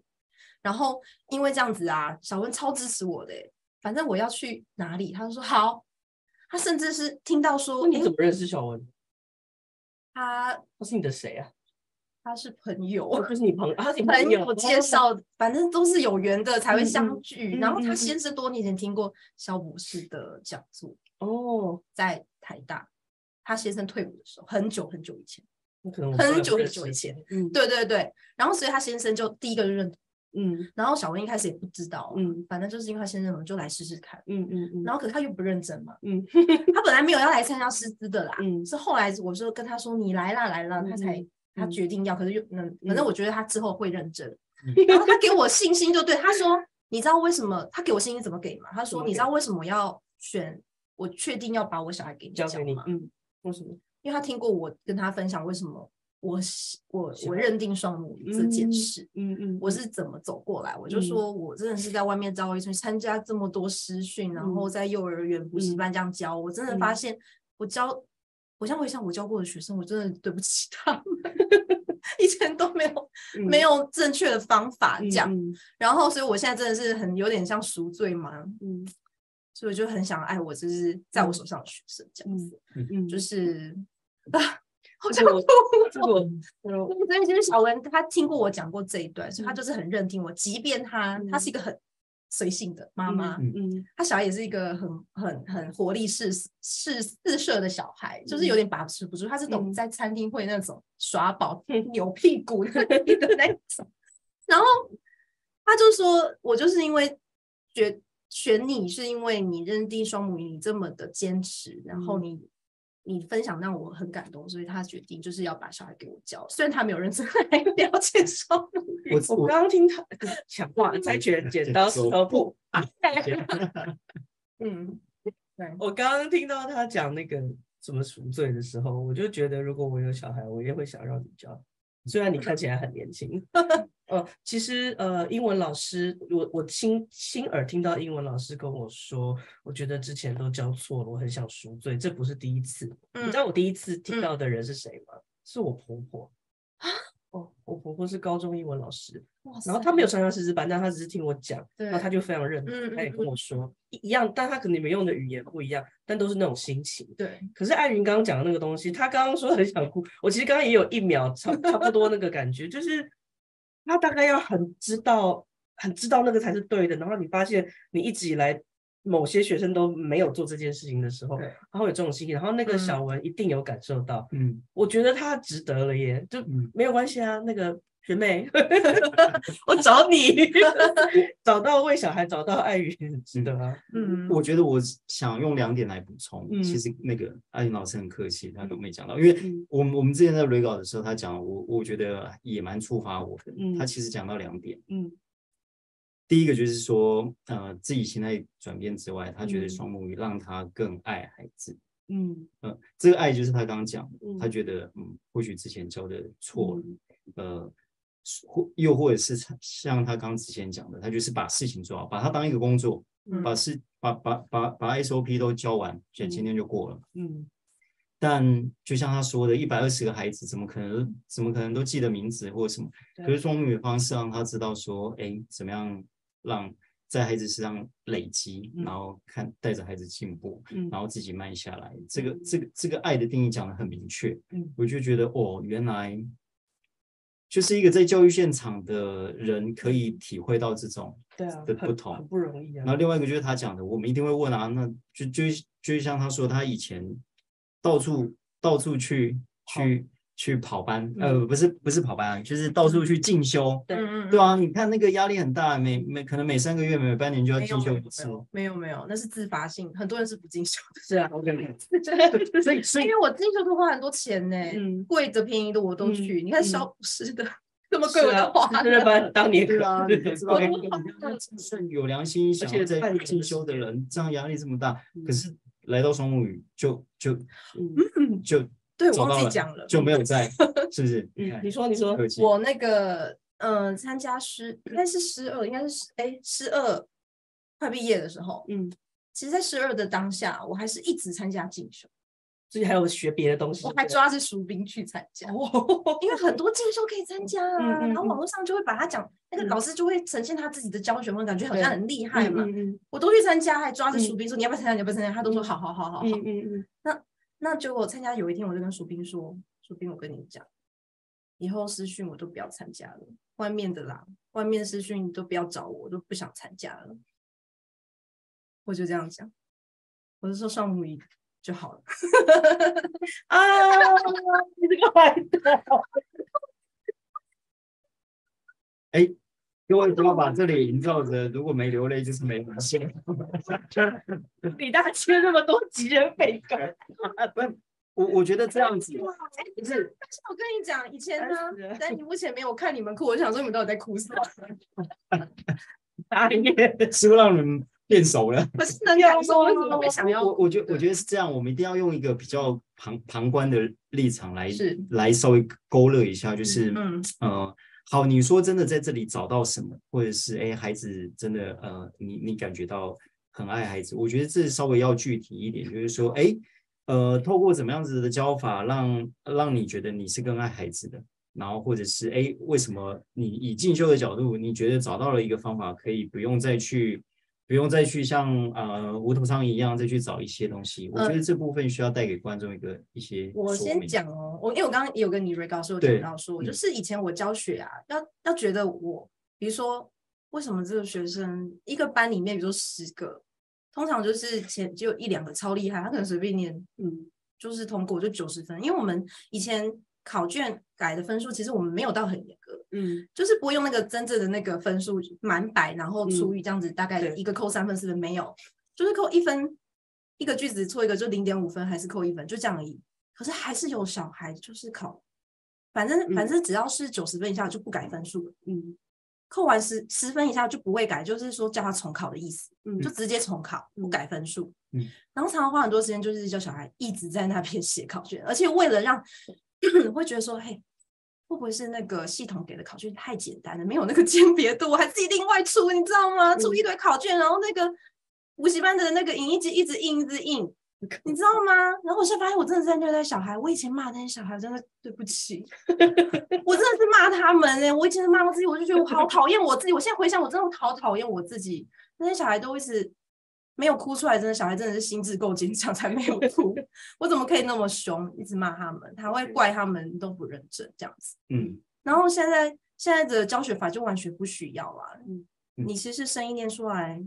[SPEAKER 4] 然后因为这样子啊，小文超支持我的诶。反正我要去哪里，他就说好。他甚至是听到说，
[SPEAKER 3] 那你
[SPEAKER 4] 诶
[SPEAKER 3] 怎么认识小文？
[SPEAKER 4] 他
[SPEAKER 3] 他是你的谁啊？
[SPEAKER 4] 他是朋友，
[SPEAKER 3] 哦，不是你朋友，他是你
[SPEAKER 4] 朋
[SPEAKER 3] 友哦
[SPEAKER 4] 友介。绍，反正都是有缘的才会
[SPEAKER 3] 嗯
[SPEAKER 4] 相
[SPEAKER 3] 嗯
[SPEAKER 4] 聚。
[SPEAKER 3] 嗯
[SPEAKER 4] 然后他
[SPEAKER 3] 嗯嗯
[SPEAKER 4] 先是多年前听过肖博士的讲座，
[SPEAKER 3] 哦，
[SPEAKER 4] 在台大，他先生退伍的时候，很久很久以前。
[SPEAKER 3] 那可能我
[SPEAKER 4] 很
[SPEAKER 3] 根本
[SPEAKER 4] 久
[SPEAKER 3] 不
[SPEAKER 4] 很
[SPEAKER 3] 认
[SPEAKER 4] 久
[SPEAKER 3] 识
[SPEAKER 4] 以前。
[SPEAKER 3] 嗯，
[SPEAKER 4] 对对对，然后所以他先生就第一个就认同，
[SPEAKER 3] 嗯
[SPEAKER 4] 然后小文一开始也不知道、啊，
[SPEAKER 3] 嗯
[SPEAKER 4] 反正就是因为他先生，我们就来试试看。
[SPEAKER 3] 嗯嗯嗯，
[SPEAKER 4] 然后可是他又不认真嘛，
[SPEAKER 3] 嗯
[SPEAKER 4] 他本来没有要来参加师资的啦，
[SPEAKER 3] 嗯
[SPEAKER 4] 是后来我就跟他说你来啦来啦，
[SPEAKER 3] 嗯
[SPEAKER 4] 他才
[SPEAKER 3] 嗯
[SPEAKER 4] 他
[SPEAKER 3] 嗯
[SPEAKER 4] 决定要，可是又嗯，反
[SPEAKER 3] 嗯
[SPEAKER 4] 正我觉得他之后会认真，然后他给我信心就对他说，你知道为什么他给我信心怎么给吗？他
[SPEAKER 3] 怎
[SPEAKER 4] 说
[SPEAKER 3] 么
[SPEAKER 4] 你
[SPEAKER 3] 给
[SPEAKER 4] 知道为什么要选我确定要把我小孩给你
[SPEAKER 3] 交
[SPEAKER 4] 教
[SPEAKER 3] 给你
[SPEAKER 4] 吗，？
[SPEAKER 3] 嗯，为什么？
[SPEAKER 4] 因为他听过我跟他分享为什么我喜我
[SPEAKER 3] 喜
[SPEAKER 4] 我
[SPEAKER 3] 欢
[SPEAKER 4] 认定双母语这件
[SPEAKER 3] 嗯
[SPEAKER 4] 事。
[SPEAKER 3] 嗯嗯，
[SPEAKER 4] 我是怎么走过来？我就
[SPEAKER 3] 嗯
[SPEAKER 4] 说，我真的是在外面教育村参加这么多师训，然后
[SPEAKER 3] 嗯
[SPEAKER 4] 在幼儿园补习
[SPEAKER 3] 嗯
[SPEAKER 4] 班这样教，我真的发
[SPEAKER 3] 嗯
[SPEAKER 4] 现我教，我现在回想我教过的学生，我真的对不起他们， 以前都没有没
[SPEAKER 3] 有
[SPEAKER 4] 有正确的方法这样。
[SPEAKER 3] 嗯
[SPEAKER 4] 然后，所以我现在真的是很有点像赎罪嘛，
[SPEAKER 3] 嗯
[SPEAKER 4] 所以我就很想爱我就是在我
[SPEAKER 3] 嗯
[SPEAKER 4] 手上的学生这样
[SPEAKER 3] 嗯
[SPEAKER 4] 子，
[SPEAKER 3] 嗯，
[SPEAKER 4] 就是是啊， 好
[SPEAKER 3] 这
[SPEAKER 4] 想
[SPEAKER 3] 个我
[SPEAKER 4] 哭哦
[SPEAKER 3] 这个我我
[SPEAKER 4] 所以其实小文他听过我讲过这一段，所以他就是很认定我。即便他他是一个很随性的妈妈，
[SPEAKER 2] 嗯
[SPEAKER 3] 嗯
[SPEAKER 4] 他小孩也是一个很很很活力四四四射的小孩，就是有点把持不住。他是懂
[SPEAKER 3] 嗯
[SPEAKER 4] 在餐厅会那种耍宝、扭屁股的那种。然后他就说：“我就是因为觉选你，是因为你认定双母语，你这么的坚持，然后
[SPEAKER 3] 嗯
[SPEAKER 4] 你。你分享让我很感动，所以他决定就是要把小孩给我教。虽然他没有认真 来了解双母语，
[SPEAKER 2] 我
[SPEAKER 3] 我
[SPEAKER 2] 我
[SPEAKER 3] 刚刚听他讲话，猜拳、嗯剪刀、石头布。
[SPEAKER 4] 嗯，对，
[SPEAKER 3] 我刚刚听到他讲那个怎么赎罪的时候，我就觉得如果我有小孩，我也会想让你教。虽然你看起来很年轻，呃，其实呃，英文老师，我我亲亲耳听到英文老师跟我说，我觉得之前都教错了，我很想赎罪，这不是第一次。
[SPEAKER 4] 嗯
[SPEAKER 3] 你知道我第一次听到的人是谁吗？是我婆婆。哦，我婆婆是高中英文老师，
[SPEAKER 4] 啊哇塞
[SPEAKER 3] 然后她没有上上师资班，但她只是听我讲，
[SPEAKER 4] 对
[SPEAKER 3] 然后她就非常认
[SPEAKER 4] 嗯
[SPEAKER 3] 同，
[SPEAKER 4] 嗯
[SPEAKER 3] 她也跟我说一一样，但她可能你们用的语言不一样，但都是那种心情。
[SPEAKER 4] 对，
[SPEAKER 3] 可是艾云刚刚讲的那个东西，她刚刚说很想哭，我其实刚刚也有一秒差差不多那个感觉，就是她大概要很知道，很知道那个才是对的，然后你发现你一直以来某些学生都没有做这件事情的时候
[SPEAKER 4] 对，
[SPEAKER 3] 她会有这种心情，然后那个
[SPEAKER 4] 嗯
[SPEAKER 3] 小文一定有感受到，
[SPEAKER 2] 嗯
[SPEAKER 3] 我觉得她值得了耶，就
[SPEAKER 2] 嗯，
[SPEAKER 3] 没有关系啊，那个学妹， 我找你，找到为小孩找到爱语很值得啊。
[SPEAKER 4] 嗯，
[SPEAKER 2] 我觉得我想用两点来补充。
[SPEAKER 3] 嗯
[SPEAKER 2] 其实那个阿云老师很客气，他都没讲到，因为
[SPEAKER 3] 嗯
[SPEAKER 2] 我们我们之前在雷稿的时候，他讲我我觉得也蛮触发我的。
[SPEAKER 3] 嗯
[SPEAKER 2] 他其实讲到两点，
[SPEAKER 3] 嗯
[SPEAKER 2] 第一个就是说，呃，自己现在转变之外，他觉得
[SPEAKER 3] 嗯
[SPEAKER 2] 双母语让他更爱孩子。
[SPEAKER 3] 嗯
[SPEAKER 2] 呃，这个爱就是他刚刚讲的，他
[SPEAKER 3] 嗯
[SPEAKER 2] 觉得嗯，或许之前教的错了，呃，或又或者是像他刚之前讲的，他就是把事情做好，把它当一个工作，
[SPEAKER 4] 嗯
[SPEAKER 2] 把事把把把把 SOP 都教完，就今
[SPEAKER 3] 嗯
[SPEAKER 2] 天就过了。
[SPEAKER 3] 嗯
[SPEAKER 2] 但就像他说的，一百二十个孩子怎么可能都怎么可能都记得名字或什么？可
[SPEAKER 3] 对
[SPEAKER 2] 是双母语的方式让他知道说，哎，怎么样让在孩子身上累积，
[SPEAKER 3] 嗯
[SPEAKER 2] 然后看带着孩子进步。
[SPEAKER 3] 嗯
[SPEAKER 2] 然后自己慢下来。这个这个这个爱的定义讲得很明确，
[SPEAKER 3] 嗯
[SPEAKER 2] 我就觉得哦，原来就是一个在教育现场的人可以体会到这种。
[SPEAKER 3] 对啊，
[SPEAKER 2] 的
[SPEAKER 3] 很
[SPEAKER 2] 不同
[SPEAKER 3] 很不容易啊
[SPEAKER 2] 然后。另外一个就是他讲的，我们一定会问啊，那就就就像他说，他以前到处到处去去去跑班，呃，不是不是跑班啊，就是到处去进修。
[SPEAKER 3] 对
[SPEAKER 4] 嗯嗯，
[SPEAKER 2] 对啊，你看那个压力很大，每每可能每三个月、每半年就要
[SPEAKER 4] 没有
[SPEAKER 2] 进
[SPEAKER 4] 没
[SPEAKER 2] 修
[SPEAKER 4] 有
[SPEAKER 2] 一次。哦
[SPEAKER 4] 没有没有，那是自发性，很多人是不进修
[SPEAKER 3] 是啊，我跟你讲，
[SPEAKER 4] 的，
[SPEAKER 2] 所以所以
[SPEAKER 4] 哎因为我进修都花很多钱呢，
[SPEAKER 3] 嗯，
[SPEAKER 4] 贵的便宜的我都去，
[SPEAKER 3] 嗯
[SPEAKER 4] 你看
[SPEAKER 3] 嗯
[SPEAKER 4] 消失 的这么贵我都花
[SPEAKER 3] 真的
[SPEAKER 4] 了，
[SPEAKER 3] 把当年
[SPEAKER 2] 对啊，你都知道
[SPEAKER 4] 我
[SPEAKER 2] 那
[SPEAKER 4] 都
[SPEAKER 2] 个
[SPEAKER 4] 忘
[SPEAKER 2] 你
[SPEAKER 4] 了
[SPEAKER 2] 看这是有良心想
[SPEAKER 3] 且
[SPEAKER 2] 要在
[SPEAKER 3] 半年
[SPEAKER 2] 进
[SPEAKER 3] 的
[SPEAKER 2] 修
[SPEAKER 3] 时
[SPEAKER 2] 的人，这样压力这么大，
[SPEAKER 3] 嗯
[SPEAKER 2] 可是来到双母语就就
[SPEAKER 3] 嗯
[SPEAKER 4] 嗯，
[SPEAKER 2] 就
[SPEAKER 4] 对我
[SPEAKER 2] 找到
[SPEAKER 4] 忘记
[SPEAKER 2] 了，
[SPEAKER 4] 讲了，
[SPEAKER 2] 就没有在，是不是？你
[SPEAKER 3] 嗯，
[SPEAKER 2] 看
[SPEAKER 3] 你说你说，
[SPEAKER 2] 客气
[SPEAKER 4] 我那个嗯、呃参加师应该是师二，应该是师哎师二快毕业的时候，
[SPEAKER 3] 嗯，
[SPEAKER 4] 其实，在师二的当下，我还是一直参加进修，
[SPEAKER 3] 最近还有学别的东西，
[SPEAKER 4] 我还
[SPEAKER 3] 对不
[SPEAKER 4] 抓着熟兵去参加，因为很多进修可以参加啊，
[SPEAKER 3] 嗯嗯嗯
[SPEAKER 4] 然后
[SPEAKER 3] 嗯
[SPEAKER 4] 网络上就会把他讲，那个
[SPEAKER 3] 嗯
[SPEAKER 4] 老师就会呈现他自己的教学方法，感觉好像
[SPEAKER 3] 对
[SPEAKER 4] 很厉
[SPEAKER 3] 对
[SPEAKER 4] 害嘛。
[SPEAKER 3] 嗯嗯
[SPEAKER 4] 我都去参加，还抓
[SPEAKER 3] 嗯
[SPEAKER 4] 着熟兵说你要不要参加，你要不要参加，他都说好好好好好。
[SPEAKER 3] 嗯嗯嗯嗯，
[SPEAKER 4] 那结果参加有一天，我就跟淑斌说：“淑斌，我跟你讲，以后私讯我都不要参加了，外面的啦，外面私讯你都不要找我，我都不想参加了。”我就这样讲，我就说上母语就好了。
[SPEAKER 3] 啊，你这个坏蛋，
[SPEAKER 2] 各位不要把这里营造着，如果没流泪就是没人性。
[SPEAKER 3] 李大千那么多吉人被告，
[SPEAKER 2] 我我觉得这样子
[SPEAKER 4] 哇哎
[SPEAKER 2] 不是
[SPEAKER 4] 但是我跟你讲，以前
[SPEAKER 3] 烦死
[SPEAKER 4] 呢
[SPEAKER 3] 了，
[SPEAKER 4] 在荧幕前面我看你们哭，我就想说你们到底在 哭什么？
[SPEAKER 3] 打你，
[SPEAKER 2] 是不是让你们变熟 了？
[SPEAKER 4] 我是能感受为什么会想要
[SPEAKER 2] 我我觉得
[SPEAKER 4] 对
[SPEAKER 2] 我觉得是这样，我们一定要用一个比较旁旁观的立场来
[SPEAKER 4] 是
[SPEAKER 2] 来稍微勾勒一下，就是
[SPEAKER 4] 嗯
[SPEAKER 2] 呃，好，你说真的在这里找到什么，或者是哎，孩子真的呃，你你感觉到很爱孩子，我觉得这稍微要具体一点，就是说，哎，呃，透过怎么样子的教法让让你觉得你是更爱孩子的，然后或者是哎，为什么你以进修的角度，你觉得找到了一个方法，可以不用再去。不用再去像呃无头苍蝇一样再去找一些东西，我觉
[SPEAKER 4] 嗯
[SPEAKER 2] 得这部分需要带给观众一个一些说明。
[SPEAKER 4] 我先讲哦，我因为我刚刚也有跟你 r e 说，我讲
[SPEAKER 2] 对
[SPEAKER 4] 到说，
[SPEAKER 2] 嗯
[SPEAKER 4] 就是以前我教学啊，要要觉得我，比如说为什么这个学生一个班里面，比如说十个，通常就是前只有一两个超厉害，他可能随便念，
[SPEAKER 3] 嗯
[SPEAKER 4] 就是通过就九十分，因为我们以前考卷改的分数，其实我们没有到很严格，
[SPEAKER 3] 嗯
[SPEAKER 4] 就是不会用那个真正的那个分数满百，然后除以这样子，大概
[SPEAKER 3] 嗯对
[SPEAKER 4] 一个扣三分四分没有，就是扣一分，一个句子错一个就零点五分，还是扣一分，就这样而已。可是还是有小孩就是考，反正
[SPEAKER 3] 嗯
[SPEAKER 4] 反正只要是九十分以下就不改分数了，
[SPEAKER 3] 嗯
[SPEAKER 4] 扣完十十分以下就不会改，就是说叫他重考的意思，
[SPEAKER 3] 嗯
[SPEAKER 4] 就直接重考
[SPEAKER 3] 嗯
[SPEAKER 4] 不改分数。
[SPEAKER 2] 嗯
[SPEAKER 4] 然后常常花很多时间，就是叫小孩一直在那边 写考卷，而且为了让 会觉得说，嘿，会不会是那个系统给的考卷太简单了，没有那个鉴别度，还自己另外出，你知道吗？出一堆考卷，然后那个补习班的那个影一直一直印，一直印，你知道吗？然后我现在发现我真的在虐待小孩，我以前骂那些小孩，真的对不起，我真的是骂他们哎、我以前是骂我自己，我就觉得我好讨厌我自己。我现在回想，我真的好讨厌我自己。那些小孩都一直没有哭出来，真的小孩真的是心智够坚强才没有哭。 我怎么可以那么凶，一直骂他们，还会怪他们都不认真这样子。
[SPEAKER 2] 嗯
[SPEAKER 4] 然后现在现在的教学法就完全不需要啊，你
[SPEAKER 2] 嗯
[SPEAKER 4] 你其实声音念出来，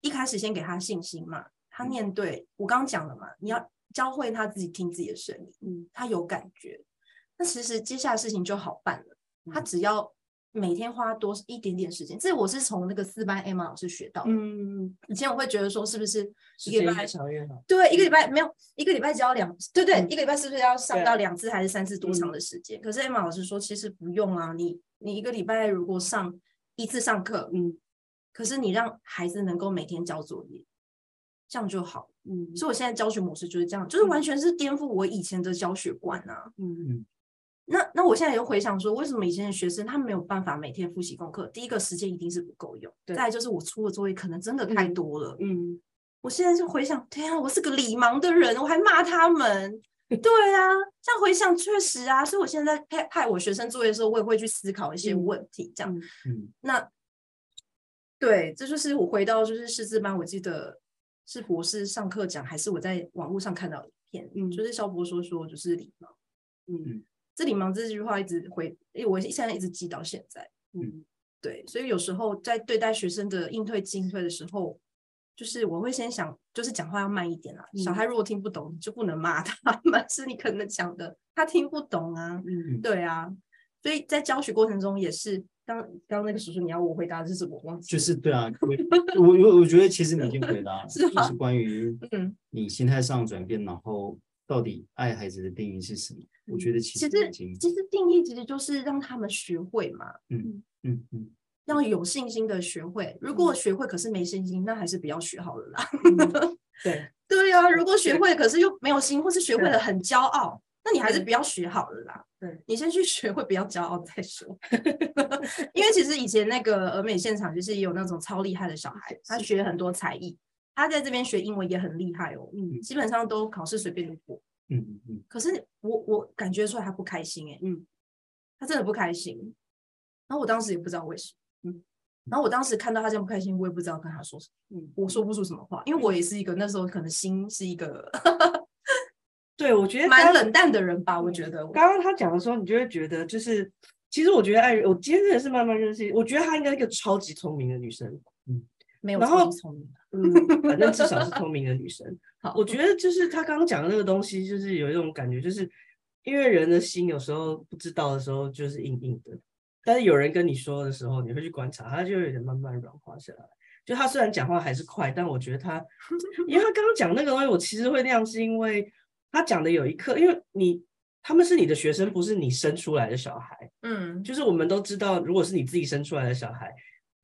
[SPEAKER 4] 一开始先给他信心嘛，他念对，我刚刚讲了嘛，你要教会他自己听自己的声音，嗯，他有感觉，那其实接下来事情就好办了，他只要每天花多一点点时间，这我是从那个四班 Emma 老师学到的，
[SPEAKER 3] 嗯，
[SPEAKER 4] 以前我会觉得说是不是
[SPEAKER 3] 时
[SPEAKER 4] 一个
[SPEAKER 3] 间
[SPEAKER 4] 礼
[SPEAKER 3] 越
[SPEAKER 4] 拜
[SPEAKER 3] 长越好。
[SPEAKER 4] 对，一个礼拜没有，一个礼拜只要两，对对，
[SPEAKER 3] 嗯
[SPEAKER 4] 一个礼拜是不是要上
[SPEAKER 3] 对啊
[SPEAKER 4] 到两次还是三次多长
[SPEAKER 3] 嗯
[SPEAKER 4] 的时间？可是 Emma 老师说，其实不用啊，你你一个礼拜如果上一次上课，
[SPEAKER 3] 嗯
[SPEAKER 4] 可是你让孩子能够每天交作业，这样就好。
[SPEAKER 3] 嗯
[SPEAKER 4] 所以我现在教学模式就是这样，就是
[SPEAKER 3] 嗯
[SPEAKER 4] 完全是颠覆我以前的教学观啊。
[SPEAKER 3] 嗯
[SPEAKER 4] 那那我现在又回想说，为什么以前的学生他没有办法每天复习功课？第一个时间一定是不够用，
[SPEAKER 3] 对
[SPEAKER 4] 再来就是我出的作业可能真的太
[SPEAKER 3] 嗯
[SPEAKER 4] 多了。
[SPEAKER 3] 嗯，
[SPEAKER 4] 我现在就回想，对啊，我是个理盲的人，我还骂他们。对啊，这样回想确实啊，所以我现在派派我学生作业的时候，我也会去思考一些
[SPEAKER 3] 嗯
[SPEAKER 4] 问题，这样。
[SPEAKER 3] 嗯
[SPEAKER 2] 嗯
[SPEAKER 4] 那对，这就是我回到就是师资班，我记得是博士上课讲，还是我在网络上看到的影片，
[SPEAKER 3] 嗯
[SPEAKER 4] 就是肖博说说就是理盲，
[SPEAKER 3] 嗯
[SPEAKER 4] 这理盲这句话一直回，诶我现在一直记到现在。
[SPEAKER 3] 嗯
[SPEAKER 4] 对，所以有时候在对待学生的应对进退的时候，就是我会先想，就是讲话要慢一点啦。小
[SPEAKER 3] 嗯
[SPEAKER 4] 孩如果听不懂，你就不能骂他 们，是你可能讲的他听不懂啊。
[SPEAKER 3] 嗯，
[SPEAKER 4] 对啊，所以在教学过程中也是，刚刚刚那个叔叔你要我回答的是什么？我忘记
[SPEAKER 2] 就
[SPEAKER 4] 了。
[SPEAKER 2] 是对啊，我我我我觉得其实你已经回答了，
[SPEAKER 4] 是
[SPEAKER 2] 就
[SPEAKER 4] 吗
[SPEAKER 2] 是关于
[SPEAKER 4] 嗯，
[SPEAKER 2] 你心态上的转变，然后到底爱孩子的定义是什么？我觉得其实
[SPEAKER 4] 其实
[SPEAKER 2] 已经
[SPEAKER 4] 其实定义其实就是让他们学会嘛，
[SPEAKER 2] 嗯嗯
[SPEAKER 4] 要有信心的学会。如果学会可是没信心，那还是不要学好了啦。
[SPEAKER 2] 嗯
[SPEAKER 3] 对，
[SPEAKER 4] 对啊，如果学会可是又没有心，或是学会
[SPEAKER 3] 对
[SPEAKER 4] 了很骄傲，那你还是
[SPEAKER 3] 对
[SPEAKER 4] 不要学好了啦。
[SPEAKER 3] 对，
[SPEAKER 4] 你先去学会，不要骄傲 再说。因为其实以前那个俄美现场就是也有那种超厉害的小孩，他学很多才艺，他在这边学英文也很厉害哦，
[SPEAKER 3] 嗯
[SPEAKER 4] 基本上都考试随便就过。
[SPEAKER 2] 嗯嗯
[SPEAKER 4] 可是我我感觉出来他不开心哎、
[SPEAKER 3] 嗯，
[SPEAKER 4] 他真的不开心。然后我当时也不知道为什么，
[SPEAKER 3] 嗯，
[SPEAKER 4] 然后我当时看到他这样不开心，我也不知道跟他说什么，
[SPEAKER 3] 嗯
[SPEAKER 4] 我说不出什么话，因为我也是一个那时候可能心是一个
[SPEAKER 3] 对，我觉得
[SPEAKER 4] 蛮
[SPEAKER 3] 哎刚
[SPEAKER 4] 冷淡的人吧，我觉得我。
[SPEAKER 3] 嗯刚刚他讲的时候，你就会觉得就是，其实我觉得艾，我今天真的是慢慢认识，我觉得她应该是一个超级聪明的女生，
[SPEAKER 4] 没有
[SPEAKER 3] 然后
[SPEAKER 4] 超级聪明，
[SPEAKER 3] 嗯， 反正至少是聪明的女生。
[SPEAKER 4] 好
[SPEAKER 3] 我觉得就是他刚刚讲的那个东西，就是有一种感觉，就是因为人的心有时候不知道的时候就是硬硬的，但是有人跟你说的时候，你会去观察，他就有点慢慢软化下来。就他虽然讲话还是快，但我觉得他，因为他刚刚讲那个东西，我其实会那样，是因为他讲的有一刻，因为你他们是你的学生，不是你生出来的小孩，
[SPEAKER 4] 嗯，
[SPEAKER 3] 就是我们都知道，如果是你自己生出来的小孩，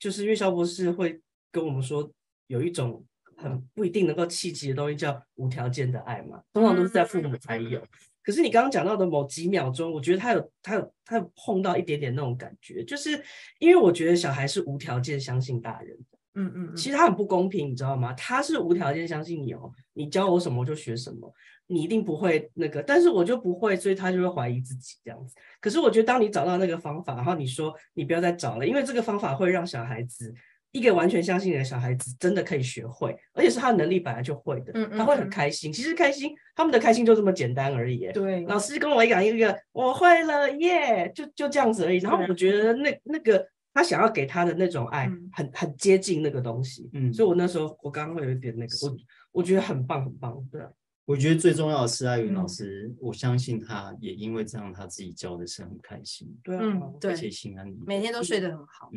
[SPEAKER 3] 就是因为肖博士会跟我们说，有一种很不一定能够契机的东西叫无条件的爱嘛，通常都是在
[SPEAKER 4] 嗯
[SPEAKER 3] 父母才有。可是你刚刚讲到的某几秒钟，我觉得他有他有他有碰到一点点那种感觉，就是因为我觉得小孩是无条件相信大人的
[SPEAKER 4] 嗯嗯
[SPEAKER 3] 其实他很不公平，你知道吗？他是无条件相信你哦，你教我什么我就学什么，你一定不会那个，但是我就不会，所以他就会怀疑自己这样子。可是我觉得，当你找到那个方法，然后你说你不要再找了，因为这个方法会让小孩子一个完全相信你的小孩子真的可以学会，而且是他的能力本来就会的，
[SPEAKER 4] 嗯嗯
[SPEAKER 3] 他会很
[SPEAKER 4] 嗯
[SPEAKER 3] 开心。其实开心，他们的开心就这么简单而已耶。
[SPEAKER 4] 对，
[SPEAKER 3] 老师跟我讲一个，我会了耶，就就这样子而已。然后
[SPEAKER 4] 对
[SPEAKER 3] 我觉得那那个他想要给他的那种爱
[SPEAKER 4] 嗯，
[SPEAKER 3] 很很接近那个东西。
[SPEAKER 2] 嗯，
[SPEAKER 3] 所以我那时候我刚刚会有一点那个，我我觉得很棒很棒，对啊，
[SPEAKER 2] 我觉得最重要的是艾云老
[SPEAKER 4] 嗯
[SPEAKER 2] 师，我相信他也因为这样，他自己教的是很开心，
[SPEAKER 3] 对啊，
[SPEAKER 4] 嗯
[SPEAKER 2] 而且
[SPEAKER 4] 对，
[SPEAKER 2] 心安理得。
[SPEAKER 4] 每天都睡得很好，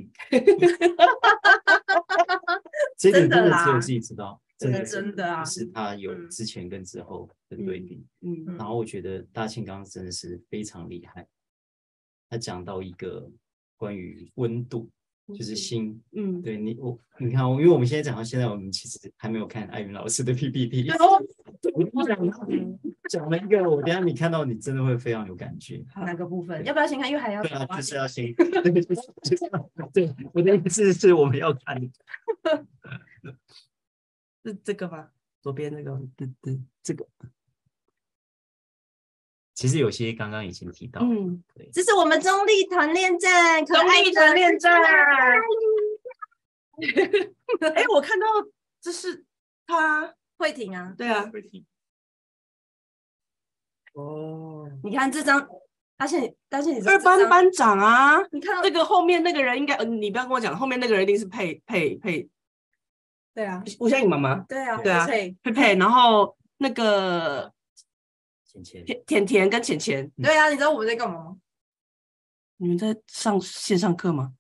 [SPEAKER 2] 这一点
[SPEAKER 4] 真的
[SPEAKER 2] 真的只
[SPEAKER 4] 啦
[SPEAKER 2] 有自己知道，真的
[SPEAKER 4] 真的啊
[SPEAKER 2] 就是他有
[SPEAKER 4] 嗯
[SPEAKER 2] 之前跟之后的对比。
[SPEAKER 3] 嗯
[SPEAKER 4] 嗯
[SPEAKER 2] 然后我觉得大庆刚刚真的是非常厉害，他讲到一个关于温度，就是心。
[SPEAKER 3] 嗯，
[SPEAKER 2] 对你，我你看，因为我们现在讲到现在，我们其实还没有看艾云老师的 PPT。
[SPEAKER 4] 对
[SPEAKER 2] 我不讲嗯讲了一个，我等一下你看到你真的会非常有感觉。
[SPEAKER 4] 哪个部分？要不要先看？因为还要
[SPEAKER 2] 对啊，
[SPEAKER 4] 讲
[SPEAKER 2] 就是要先，对，就是就是对，我的意思是我们要看的。
[SPEAKER 3] 是这个吗？左边那个，对对，嗯这个，
[SPEAKER 2] 其实有些刚刚已经提到，
[SPEAKER 3] 嗯，
[SPEAKER 4] 这是我们中立团恋战，可爱的
[SPEAKER 3] 的恋战。 哎，我看到这是他，
[SPEAKER 4] 慧婷啊，
[SPEAKER 3] 对啊，哦，
[SPEAKER 4] 你看这张，而且而且你知道
[SPEAKER 3] 二
[SPEAKER 4] 这
[SPEAKER 3] 班
[SPEAKER 4] 张，
[SPEAKER 3] 班长啊，
[SPEAKER 4] 你看到
[SPEAKER 3] 那个后面那个人应该，呃你不要跟我讲，后面那个人一定是佩佩佩
[SPEAKER 4] 对啊，
[SPEAKER 3] 吴湘颖妈妈
[SPEAKER 4] 对啊，
[SPEAKER 3] 对啊
[SPEAKER 4] 所以
[SPEAKER 3] 佩佩，然后那个
[SPEAKER 2] 浅浅
[SPEAKER 3] 甜甜甜跟浅浅，
[SPEAKER 4] 对啊，你知道我们在干嘛吗？
[SPEAKER 3] 你们在上线上课吗？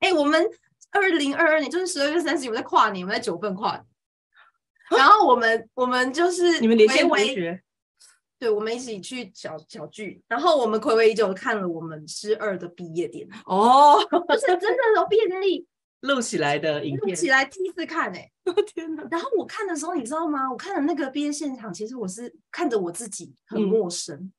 [SPEAKER 4] 哎、我们二零二二年就是十二月三十，我们在跨年，我们在九份跨年。然后我们我们就是
[SPEAKER 3] 你们连线
[SPEAKER 4] 微
[SPEAKER 3] 同
[SPEAKER 4] 微
[SPEAKER 3] 学，
[SPEAKER 4] 对，我们一起去小小聚。然后我们暌违已久看了我们之二的毕业典礼，
[SPEAKER 3] 哦，
[SPEAKER 4] 就是真的有毕业典礼
[SPEAKER 3] 录起来的影
[SPEAKER 4] 录
[SPEAKER 3] 片，
[SPEAKER 4] 起来第一次看哎、
[SPEAKER 3] 我 天哪！
[SPEAKER 4] 然后我看的时候，你知道吗？我看的那个毕业现场，其实我是看着我自己很
[SPEAKER 3] 嗯
[SPEAKER 4] 陌生，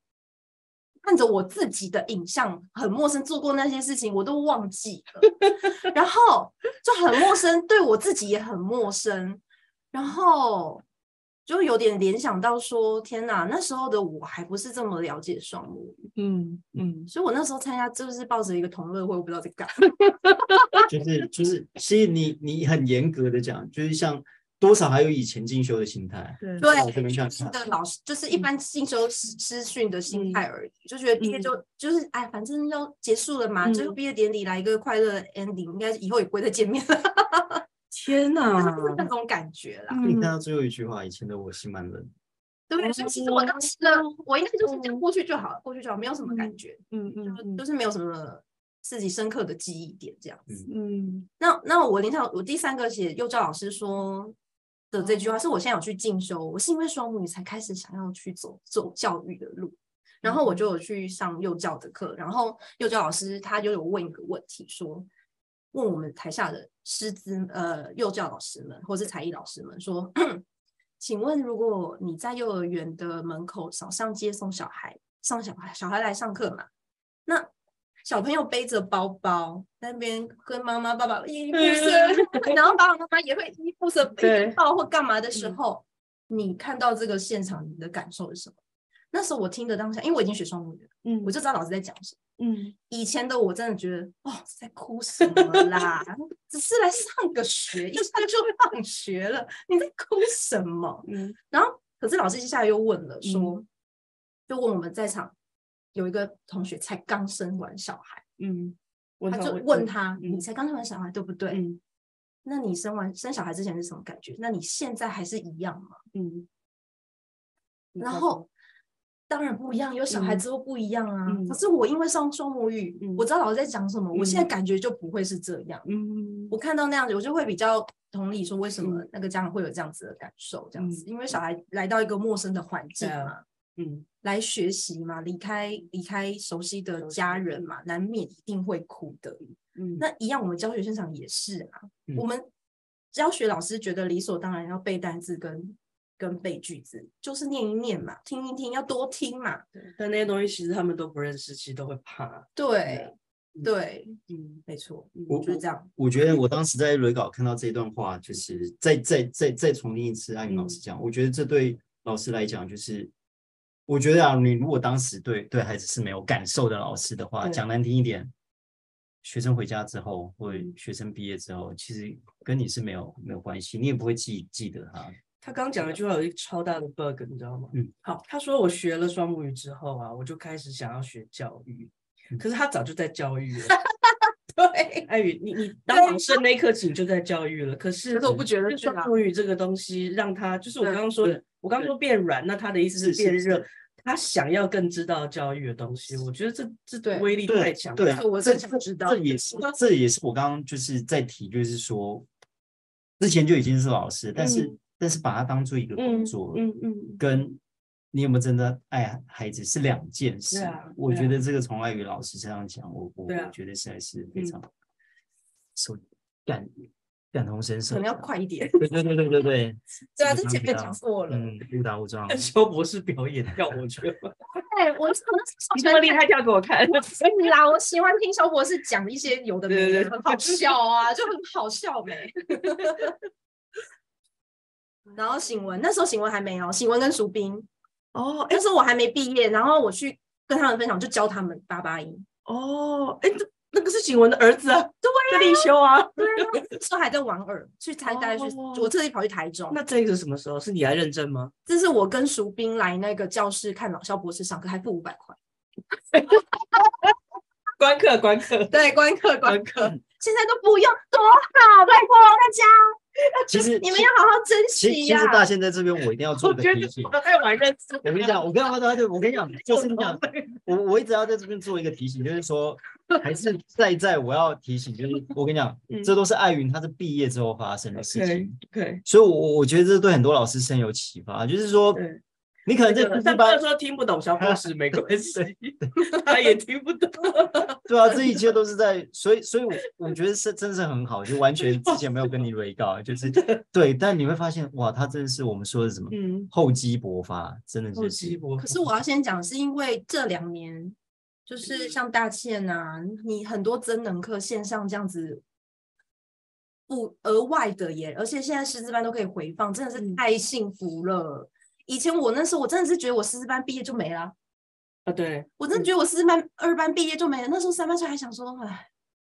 [SPEAKER 4] 看着我自己的影像很陌生，做过那些事情我都忘记了， 然后就很陌生，对我自己也很陌生，然后就有点联想到说，天哪，那时候的我还不是这么了解双母语，
[SPEAKER 3] 嗯嗯，
[SPEAKER 4] 所以我那时候参加就是抱着一个同乐会，我不知道在干嘛。
[SPEAKER 2] 就是就是，其实你你很严格的讲，就是像多少还有以前进修的心态，
[SPEAKER 3] 对
[SPEAKER 4] 对
[SPEAKER 2] 我这边看
[SPEAKER 4] 新
[SPEAKER 2] 看
[SPEAKER 4] 的老师就是一
[SPEAKER 3] 嗯
[SPEAKER 4] 般进修师师训的心
[SPEAKER 3] 嗯
[SPEAKER 4] 态而已，就觉得毕业
[SPEAKER 3] 嗯
[SPEAKER 4] 就就是哎，反正要结束了嘛，最后
[SPEAKER 3] 嗯
[SPEAKER 4] 毕业典礼来一个快乐的 ending，应该以后也不会再见面了，
[SPEAKER 3] 天
[SPEAKER 4] 就是
[SPEAKER 3] 哪！
[SPEAKER 4] 那种感觉啦。
[SPEAKER 2] 你
[SPEAKER 3] 嗯
[SPEAKER 2] 看到最后一句话，以前的我心蛮冷，
[SPEAKER 4] 对，所以其实我当时的我应该就是这样过去就好了，过去就好，没有什么感
[SPEAKER 3] 嗯
[SPEAKER 4] 觉，
[SPEAKER 3] 嗯
[SPEAKER 4] 就
[SPEAKER 3] 嗯
[SPEAKER 4] 就是没有什么自己深刻的记忆点这样子。
[SPEAKER 3] 嗯
[SPEAKER 4] 那那我联想，我第三个写幼教老师说的这句话，是我现在有去进修，我是因为双母语才开始想要去走走教育的路，然后我就有去上幼教的课，然后幼教老师他就有问一个问题说。问我们台下的师资呃幼教老师们或是才艺老师们说， 请问如果你在幼儿园的门口早上接送小孩，送小孩小孩来上课嘛，那小朋友背着包包那边跟妈妈爸爸依依不舍， 然后爸爸妈妈也会依依不舍
[SPEAKER 3] 嗯对
[SPEAKER 4] 背着抱或干嘛的时
[SPEAKER 3] 嗯
[SPEAKER 4] 候，你看到这个现场，你的感受是什么？那时候我听的当下，因为我已经学双语了，
[SPEAKER 3] 嗯
[SPEAKER 4] 我就知道老师在讲什么。
[SPEAKER 3] 嗯
[SPEAKER 4] 以前的我真的觉得，哦，在哭什么啦？ 只是来上个学，一下就放学了，你在哭什么？
[SPEAKER 3] 嗯
[SPEAKER 4] 然后，可是老师接下来又问了，说，
[SPEAKER 3] 嗯
[SPEAKER 4] 就问我们在场有一个同学才刚生完小孩，
[SPEAKER 3] 嗯，我
[SPEAKER 4] 他就
[SPEAKER 3] 我
[SPEAKER 4] 问他，你
[SPEAKER 3] 嗯
[SPEAKER 4] 才刚生完小孩对不对？
[SPEAKER 3] 嗯
[SPEAKER 4] 那你生完生小孩之前是什么感觉？那你现在还是一样吗？
[SPEAKER 3] 嗯，
[SPEAKER 4] 然后当然不一样，有小孩
[SPEAKER 3] 嗯
[SPEAKER 4] 之后不一样啊。
[SPEAKER 3] 嗯
[SPEAKER 4] 可是我因为上双母语，
[SPEAKER 3] 嗯
[SPEAKER 4] 我知道老师在讲什么，我现在
[SPEAKER 3] 嗯
[SPEAKER 4] 感觉就不会是这样。
[SPEAKER 3] 嗯
[SPEAKER 4] 我看到那样子，我就会比较同理，说为什么那个家长会有这样子的感受，这样子，
[SPEAKER 3] 嗯
[SPEAKER 4] 因为小孩来到一个陌生的环境
[SPEAKER 3] 对啊
[SPEAKER 4] 嘛，
[SPEAKER 3] 嗯
[SPEAKER 4] 来学习嘛，离开离开熟悉的
[SPEAKER 3] 熟悉
[SPEAKER 4] 家人嘛，难免一定会哭的。
[SPEAKER 3] 嗯
[SPEAKER 4] 那一样，我们教学现场也是啊，
[SPEAKER 2] 嗯
[SPEAKER 4] 我们教学老师觉得理所当然要背单词跟跟背句子，就是念一念嘛，听一听，要多听嘛，
[SPEAKER 3] 但那些东西其实他们都不认识，其实都会怕。
[SPEAKER 4] 对
[SPEAKER 3] 嗯
[SPEAKER 4] 对，
[SPEAKER 3] 嗯
[SPEAKER 4] 没错，
[SPEAKER 2] 我
[SPEAKER 4] 就是这样，
[SPEAKER 2] 我觉得我当时在轮稿看到这段话，就是再再再再重听一次艾云老师讲，我觉得这对老师来讲，就是我觉得啊，你如果当时对对孩子是没有感受的老师的话，
[SPEAKER 3] 对
[SPEAKER 2] 讲难听一点，学生回家之后或者
[SPEAKER 3] 嗯
[SPEAKER 2] 学生毕业之后，其实跟你是没有没有关系，你也不会记记得他。
[SPEAKER 3] 他刚讲了一句话，有一个超大的 bug，你知道吗？
[SPEAKER 2] 嗯，
[SPEAKER 3] 好，他说我学了双母语之后啊，我就开始想要学教育，
[SPEAKER 2] 嗯
[SPEAKER 3] 可是他早就在教育 了。
[SPEAKER 4] 对，
[SPEAKER 3] 艾宇，你你
[SPEAKER 2] 啊
[SPEAKER 3] 当老师的那一刻起你就在教育了，可是
[SPEAKER 4] 可是我不觉得
[SPEAKER 3] 就是
[SPEAKER 4] 对啊
[SPEAKER 3] 双母语这个东西让他就是我
[SPEAKER 4] 对
[SPEAKER 3] 刚刚说的
[SPEAKER 2] 对，
[SPEAKER 3] 我刚刚说变软，那他的意思
[SPEAKER 2] 是
[SPEAKER 3] 是变
[SPEAKER 2] 是是
[SPEAKER 3] 热，他想要更知道教育的东西，我觉得这这
[SPEAKER 4] 对
[SPEAKER 3] 威力太强了。
[SPEAKER 2] 对啊，
[SPEAKER 4] 我
[SPEAKER 2] 这
[SPEAKER 4] 真想
[SPEAKER 2] 这
[SPEAKER 4] 知道
[SPEAKER 2] 这也是这也是我刚刚就是在提，就是说之前就已经是老师，但是、但是把它当做一个工
[SPEAKER 3] 嗯
[SPEAKER 2] 作，
[SPEAKER 3] 嗯嗯，
[SPEAKER 2] 跟你有没有真的爱孩子是两件事。
[SPEAKER 3] 对啊
[SPEAKER 2] 我
[SPEAKER 3] 对啊
[SPEAKER 2] 觉得这个从外语老师身上讲，我我
[SPEAKER 3] 对啊
[SPEAKER 2] 我觉得实在是非
[SPEAKER 3] 嗯
[SPEAKER 2] 常手感感同身受，
[SPEAKER 4] 可能要。快一点。
[SPEAKER 2] 对对对对对对，
[SPEAKER 4] 对啊，
[SPEAKER 2] 这
[SPEAKER 4] 这
[SPEAKER 2] 个
[SPEAKER 4] 前
[SPEAKER 2] 比
[SPEAKER 4] 面
[SPEAKER 2] 较
[SPEAKER 4] 讲过了。
[SPEAKER 2] 嗯，误打 误撞。
[SPEAKER 3] 邱博士表演要我去吗，
[SPEAKER 4] 对，哎我是
[SPEAKER 5] 你这么厉害，跳给我看。
[SPEAKER 4] 是啦，我喜欢听萧博士讲一些有的没
[SPEAKER 3] 对对
[SPEAKER 4] 的，
[SPEAKER 3] 对
[SPEAKER 4] 很好笑啊，就很好笑呗。然后醒文那时候醒文还没有，哦醒文跟淑斌
[SPEAKER 5] 哦，哎
[SPEAKER 4] 那时候我还没毕业，然后我去跟他们分享，就教他们八八音，
[SPEAKER 5] 哦，哎，这那个是景文的儿子啊，对立修啊。
[SPEAKER 4] 对啊，那时候还在玩耳，去参加去，
[SPEAKER 5] 哦
[SPEAKER 4] 我特地跑去台中。
[SPEAKER 3] 那这个是什么时候？是你来认证吗？
[SPEAKER 4] 这是我跟淑斌来那个教室看老萧博士上课，还付五百块。
[SPEAKER 3] 关课关 课，
[SPEAKER 4] 对，观课观课，现在都不用，多好，拜托大家，
[SPEAKER 2] 其实
[SPEAKER 4] 你们要好好啊珍
[SPEAKER 2] 其
[SPEAKER 4] 惜
[SPEAKER 2] 其
[SPEAKER 4] 呀、
[SPEAKER 2] 实到现在这边，我一定要做
[SPEAKER 5] 我
[SPEAKER 2] 一个
[SPEAKER 5] 觉
[SPEAKER 2] 提
[SPEAKER 5] 得
[SPEAKER 2] 醒。
[SPEAKER 5] 我太晚认识。
[SPEAKER 2] 我跟你讲，我跟阿对对，我跟你讲，就是你讲，我我一直要在这边做一个提醒，就是说，还是在在我要提醒，就是我跟你讲，这都是艾云他是毕业之后发生的事情，
[SPEAKER 3] 嗯对，
[SPEAKER 2] 所以我我我觉得这对很多老师深有启发，就是说
[SPEAKER 3] 对，
[SPEAKER 2] 你可能在
[SPEAKER 3] 上
[SPEAKER 2] 补习
[SPEAKER 3] 课
[SPEAKER 2] 班
[SPEAKER 3] 的，时候听不懂小故 事没关系， 他也听不懂。
[SPEAKER 2] 对啊，这一切都是在，所以所以我我觉得是真是很好，就完全之前没有 跟你 re 告，就是对，但你会发现哇，他真的是我们说的什么
[SPEAKER 3] 嗯，
[SPEAKER 2] 厚积薄发，真的
[SPEAKER 3] 后
[SPEAKER 2] 就
[SPEAKER 3] 期
[SPEAKER 2] 是
[SPEAKER 3] 我
[SPEAKER 4] 可是我要先讲，是因为这两年，
[SPEAKER 2] 嗯
[SPEAKER 4] 就是像大倩啊，你很多增能课线上这样子，不额外的耶，而且现在师资班都可以回放，真的是
[SPEAKER 3] 嗯
[SPEAKER 4] 太幸福了。以前我那时候，我真的是觉得我师资班毕业就没了，
[SPEAKER 3] 啊，对，
[SPEAKER 4] 我
[SPEAKER 2] 嗯
[SPEAKER 4] 真的觉得我师资班二班毕业就没了。那时候三班时候还想说，哎，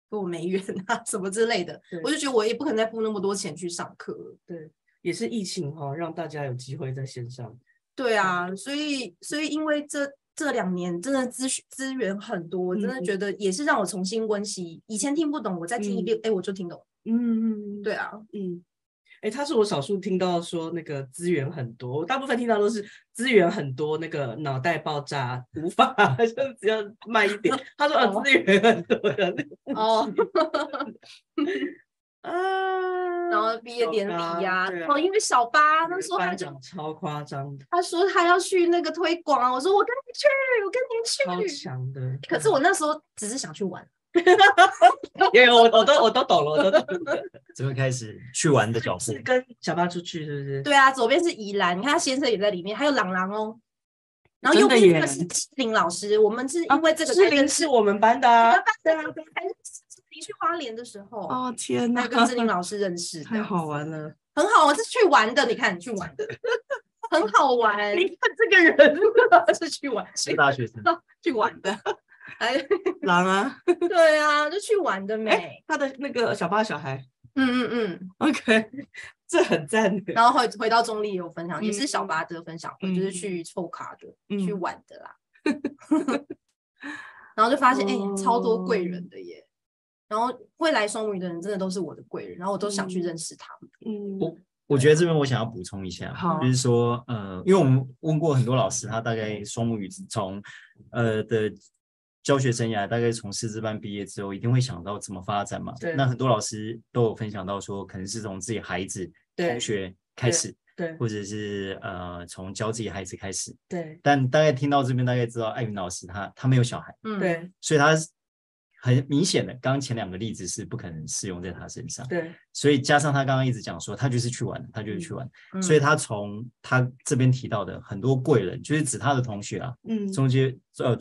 [SPEAKER 4] 跟我没 缘啊，什么之类的
[SPEAKER 3] 对，
[SPEAKER 4] 我就觉得我也不可能再付那么多钱去上课了。
[SPEAKER 3] 也是疫情哈，让大家有机会在线上。嗯
[SPEAKER 4] 对啊，所以所以因为这这两年真的资讯资源很多，我真的
[SPEAKER 3] 嗯
[SPEAKER 4] 觉得也是让我重新温习。以前听不懂，我再听一遍，哎、我就听懂。
[SPEAKER 3] 嗯，
[SPEAKER 4] 对啊，
[SPEAKER 3] 嗯，哎，他是我少数听到说那个资源很多，我大部分听到都是资源很多，那个脑袋爆炸无法， 就只要慢一点。他说呃
[SPEAKER 4] 哦
[SPEAKER 3] 资源很多的
[SPEAKER 4] 哦，
[SPEAKER 3] 啊，
[SPEAKER 4] 然后毕业
[SPEAKER 3] 小
[SPEAKER 4] 典礼
[SPEAKER 3] 八
[SPEAKER 4] 呀、
[SPEAKER 3] 对啊
[SPEAKER 4] 哦，因为小八那时候他
[SPEAKER 3] 班
[SPEAKER 4] 就
[SPEAKER 3] 长超夸张的，
[SPEAKER 4] 他说他要去那个推广啊，我说我跟你去，我跟
[SPEAKER 3] 超
[SPEAKER 4] 你去。
[SPEAKER 3] 强的。
[SPEAKER 4] 可是我那时候只是想去玩，
[SPEAKER 3] 有有，我我都我都懂了，我都 懂了。
[SPEAKER 2] 这边开始去玩的脚步
[SPEAKER 3] 是。跟小八出去是不是？
[SPEAKER 4] 对啊，左边是宜兰，你看他先生也在里面，还有朗朗哦，然后
[SPEAKER 3] 真
[SPEAKER 4] 右
[SPEAKER 3] 的
[SPEAKER 4] 边这
[SPEAKER 3] 耶
[SPEAKER 4] 个是志玲老师，我们是
[SPEAKER 3] 啊
[SPEAKER 4] 因为这个
[SPEAKER 3] 志
[SPEAKER 4] 才
[SPEAKER 3] 玲
[SPEAKER 4] 认
[SPEAKER 3] 是
[SPEAKER 4] 识，
[SPEAKER 3] 我们班的啊，
[SPEAKER 4] 对啊，对啊还是志玲去花莲的时候
[SPEAKER 5] 哦天
[SPEAKER 4] 那
[SPEAKER 5] 哪，
[SPEAKER 4] 跟志玲老师认识的，
[SPEAKER 3] 太好玩了。
[SPEAKER 4] 很好，我是去玩的，你看去玩 的，很好玩，
[SPEAKER 5] 你看这个人
[SPEAKER 4] 是去玩
[SPEAKER 2] 是大学生，
[SPEAKER 5] 去玩 的
[SPEAKER 4] 哎，
[SPEAKER 5] 狼啊，
[SPEAKER 4] 对啊，就去玩的
[SPEAKER 3] 哎
[SPEAKER 4] 美，，
[SPEAKER 3] 他的那个小八小孩
[SPEAKER 4] 嗯嗯嗯，
[SPEAKER 3] ，OK，这很赞的。
[SPEAKER 4] 然后回回到中立有分享，也是小
[SPEAKER 3] 嗯
[SPEAKER 4] 巴德分享会，就是
[SPEAKER 3] 嗯
[SPEAKER 4] 去凑卡的，
[SPEAKER 3] 嗯
[SPEAKER 4] 去玩的 啦，然后就发现哎、超多贵
[SPEAKER 3] 哦
[SPEAKER 4] 人的耶。然后未来双语的人真的都是我的贵人，然后我都想去认识他们。
[SPEAKER 3] 嗯，
[SPEAKER 2] 我觉得这边我想要补充一下，
[SPEAKER 5] 好
[SPEAKER 2] 就是说，呃，因为我们问过很多老师，他大概双母语从呃的教学生涯，大概从师资班毕业之后，一定会想到怎么发展嘛
[SPEAKER 3] 对。
[SPEAKER 2] 那很多老师都有分享到说，可能是从自己孩子、
[SPEAKER 3] 对
[SPEAKER 2] 同学开始，
[SPEAKER 3] 对
[SPEAKER 2] 或者是呃从教自己孩子开始。
[SPEAKER 3] 对
[SPEAKER 2] 但大概听到这边，大概知道艾云老师他他没有小孩，
[SPEAKER 4] 嗯，，
[SPEAKER 3] 对
[SPEAKER 2] 所以他是很明显的，刚刚前两个例子是不可能适用在他身上。
[SPEAKER 3] 对，
[SPEAKER 2] 所以加上他刚刚一直讲说，他就是去玩，他就是去玩，
[SPEAKER 4] 嗯
[SPEAKER 2] 所以他从他这边提到的很多贵人，就是指他的同学啊，
[SPEAKER 3] 嗯
[SPEAKER 2] 中间呃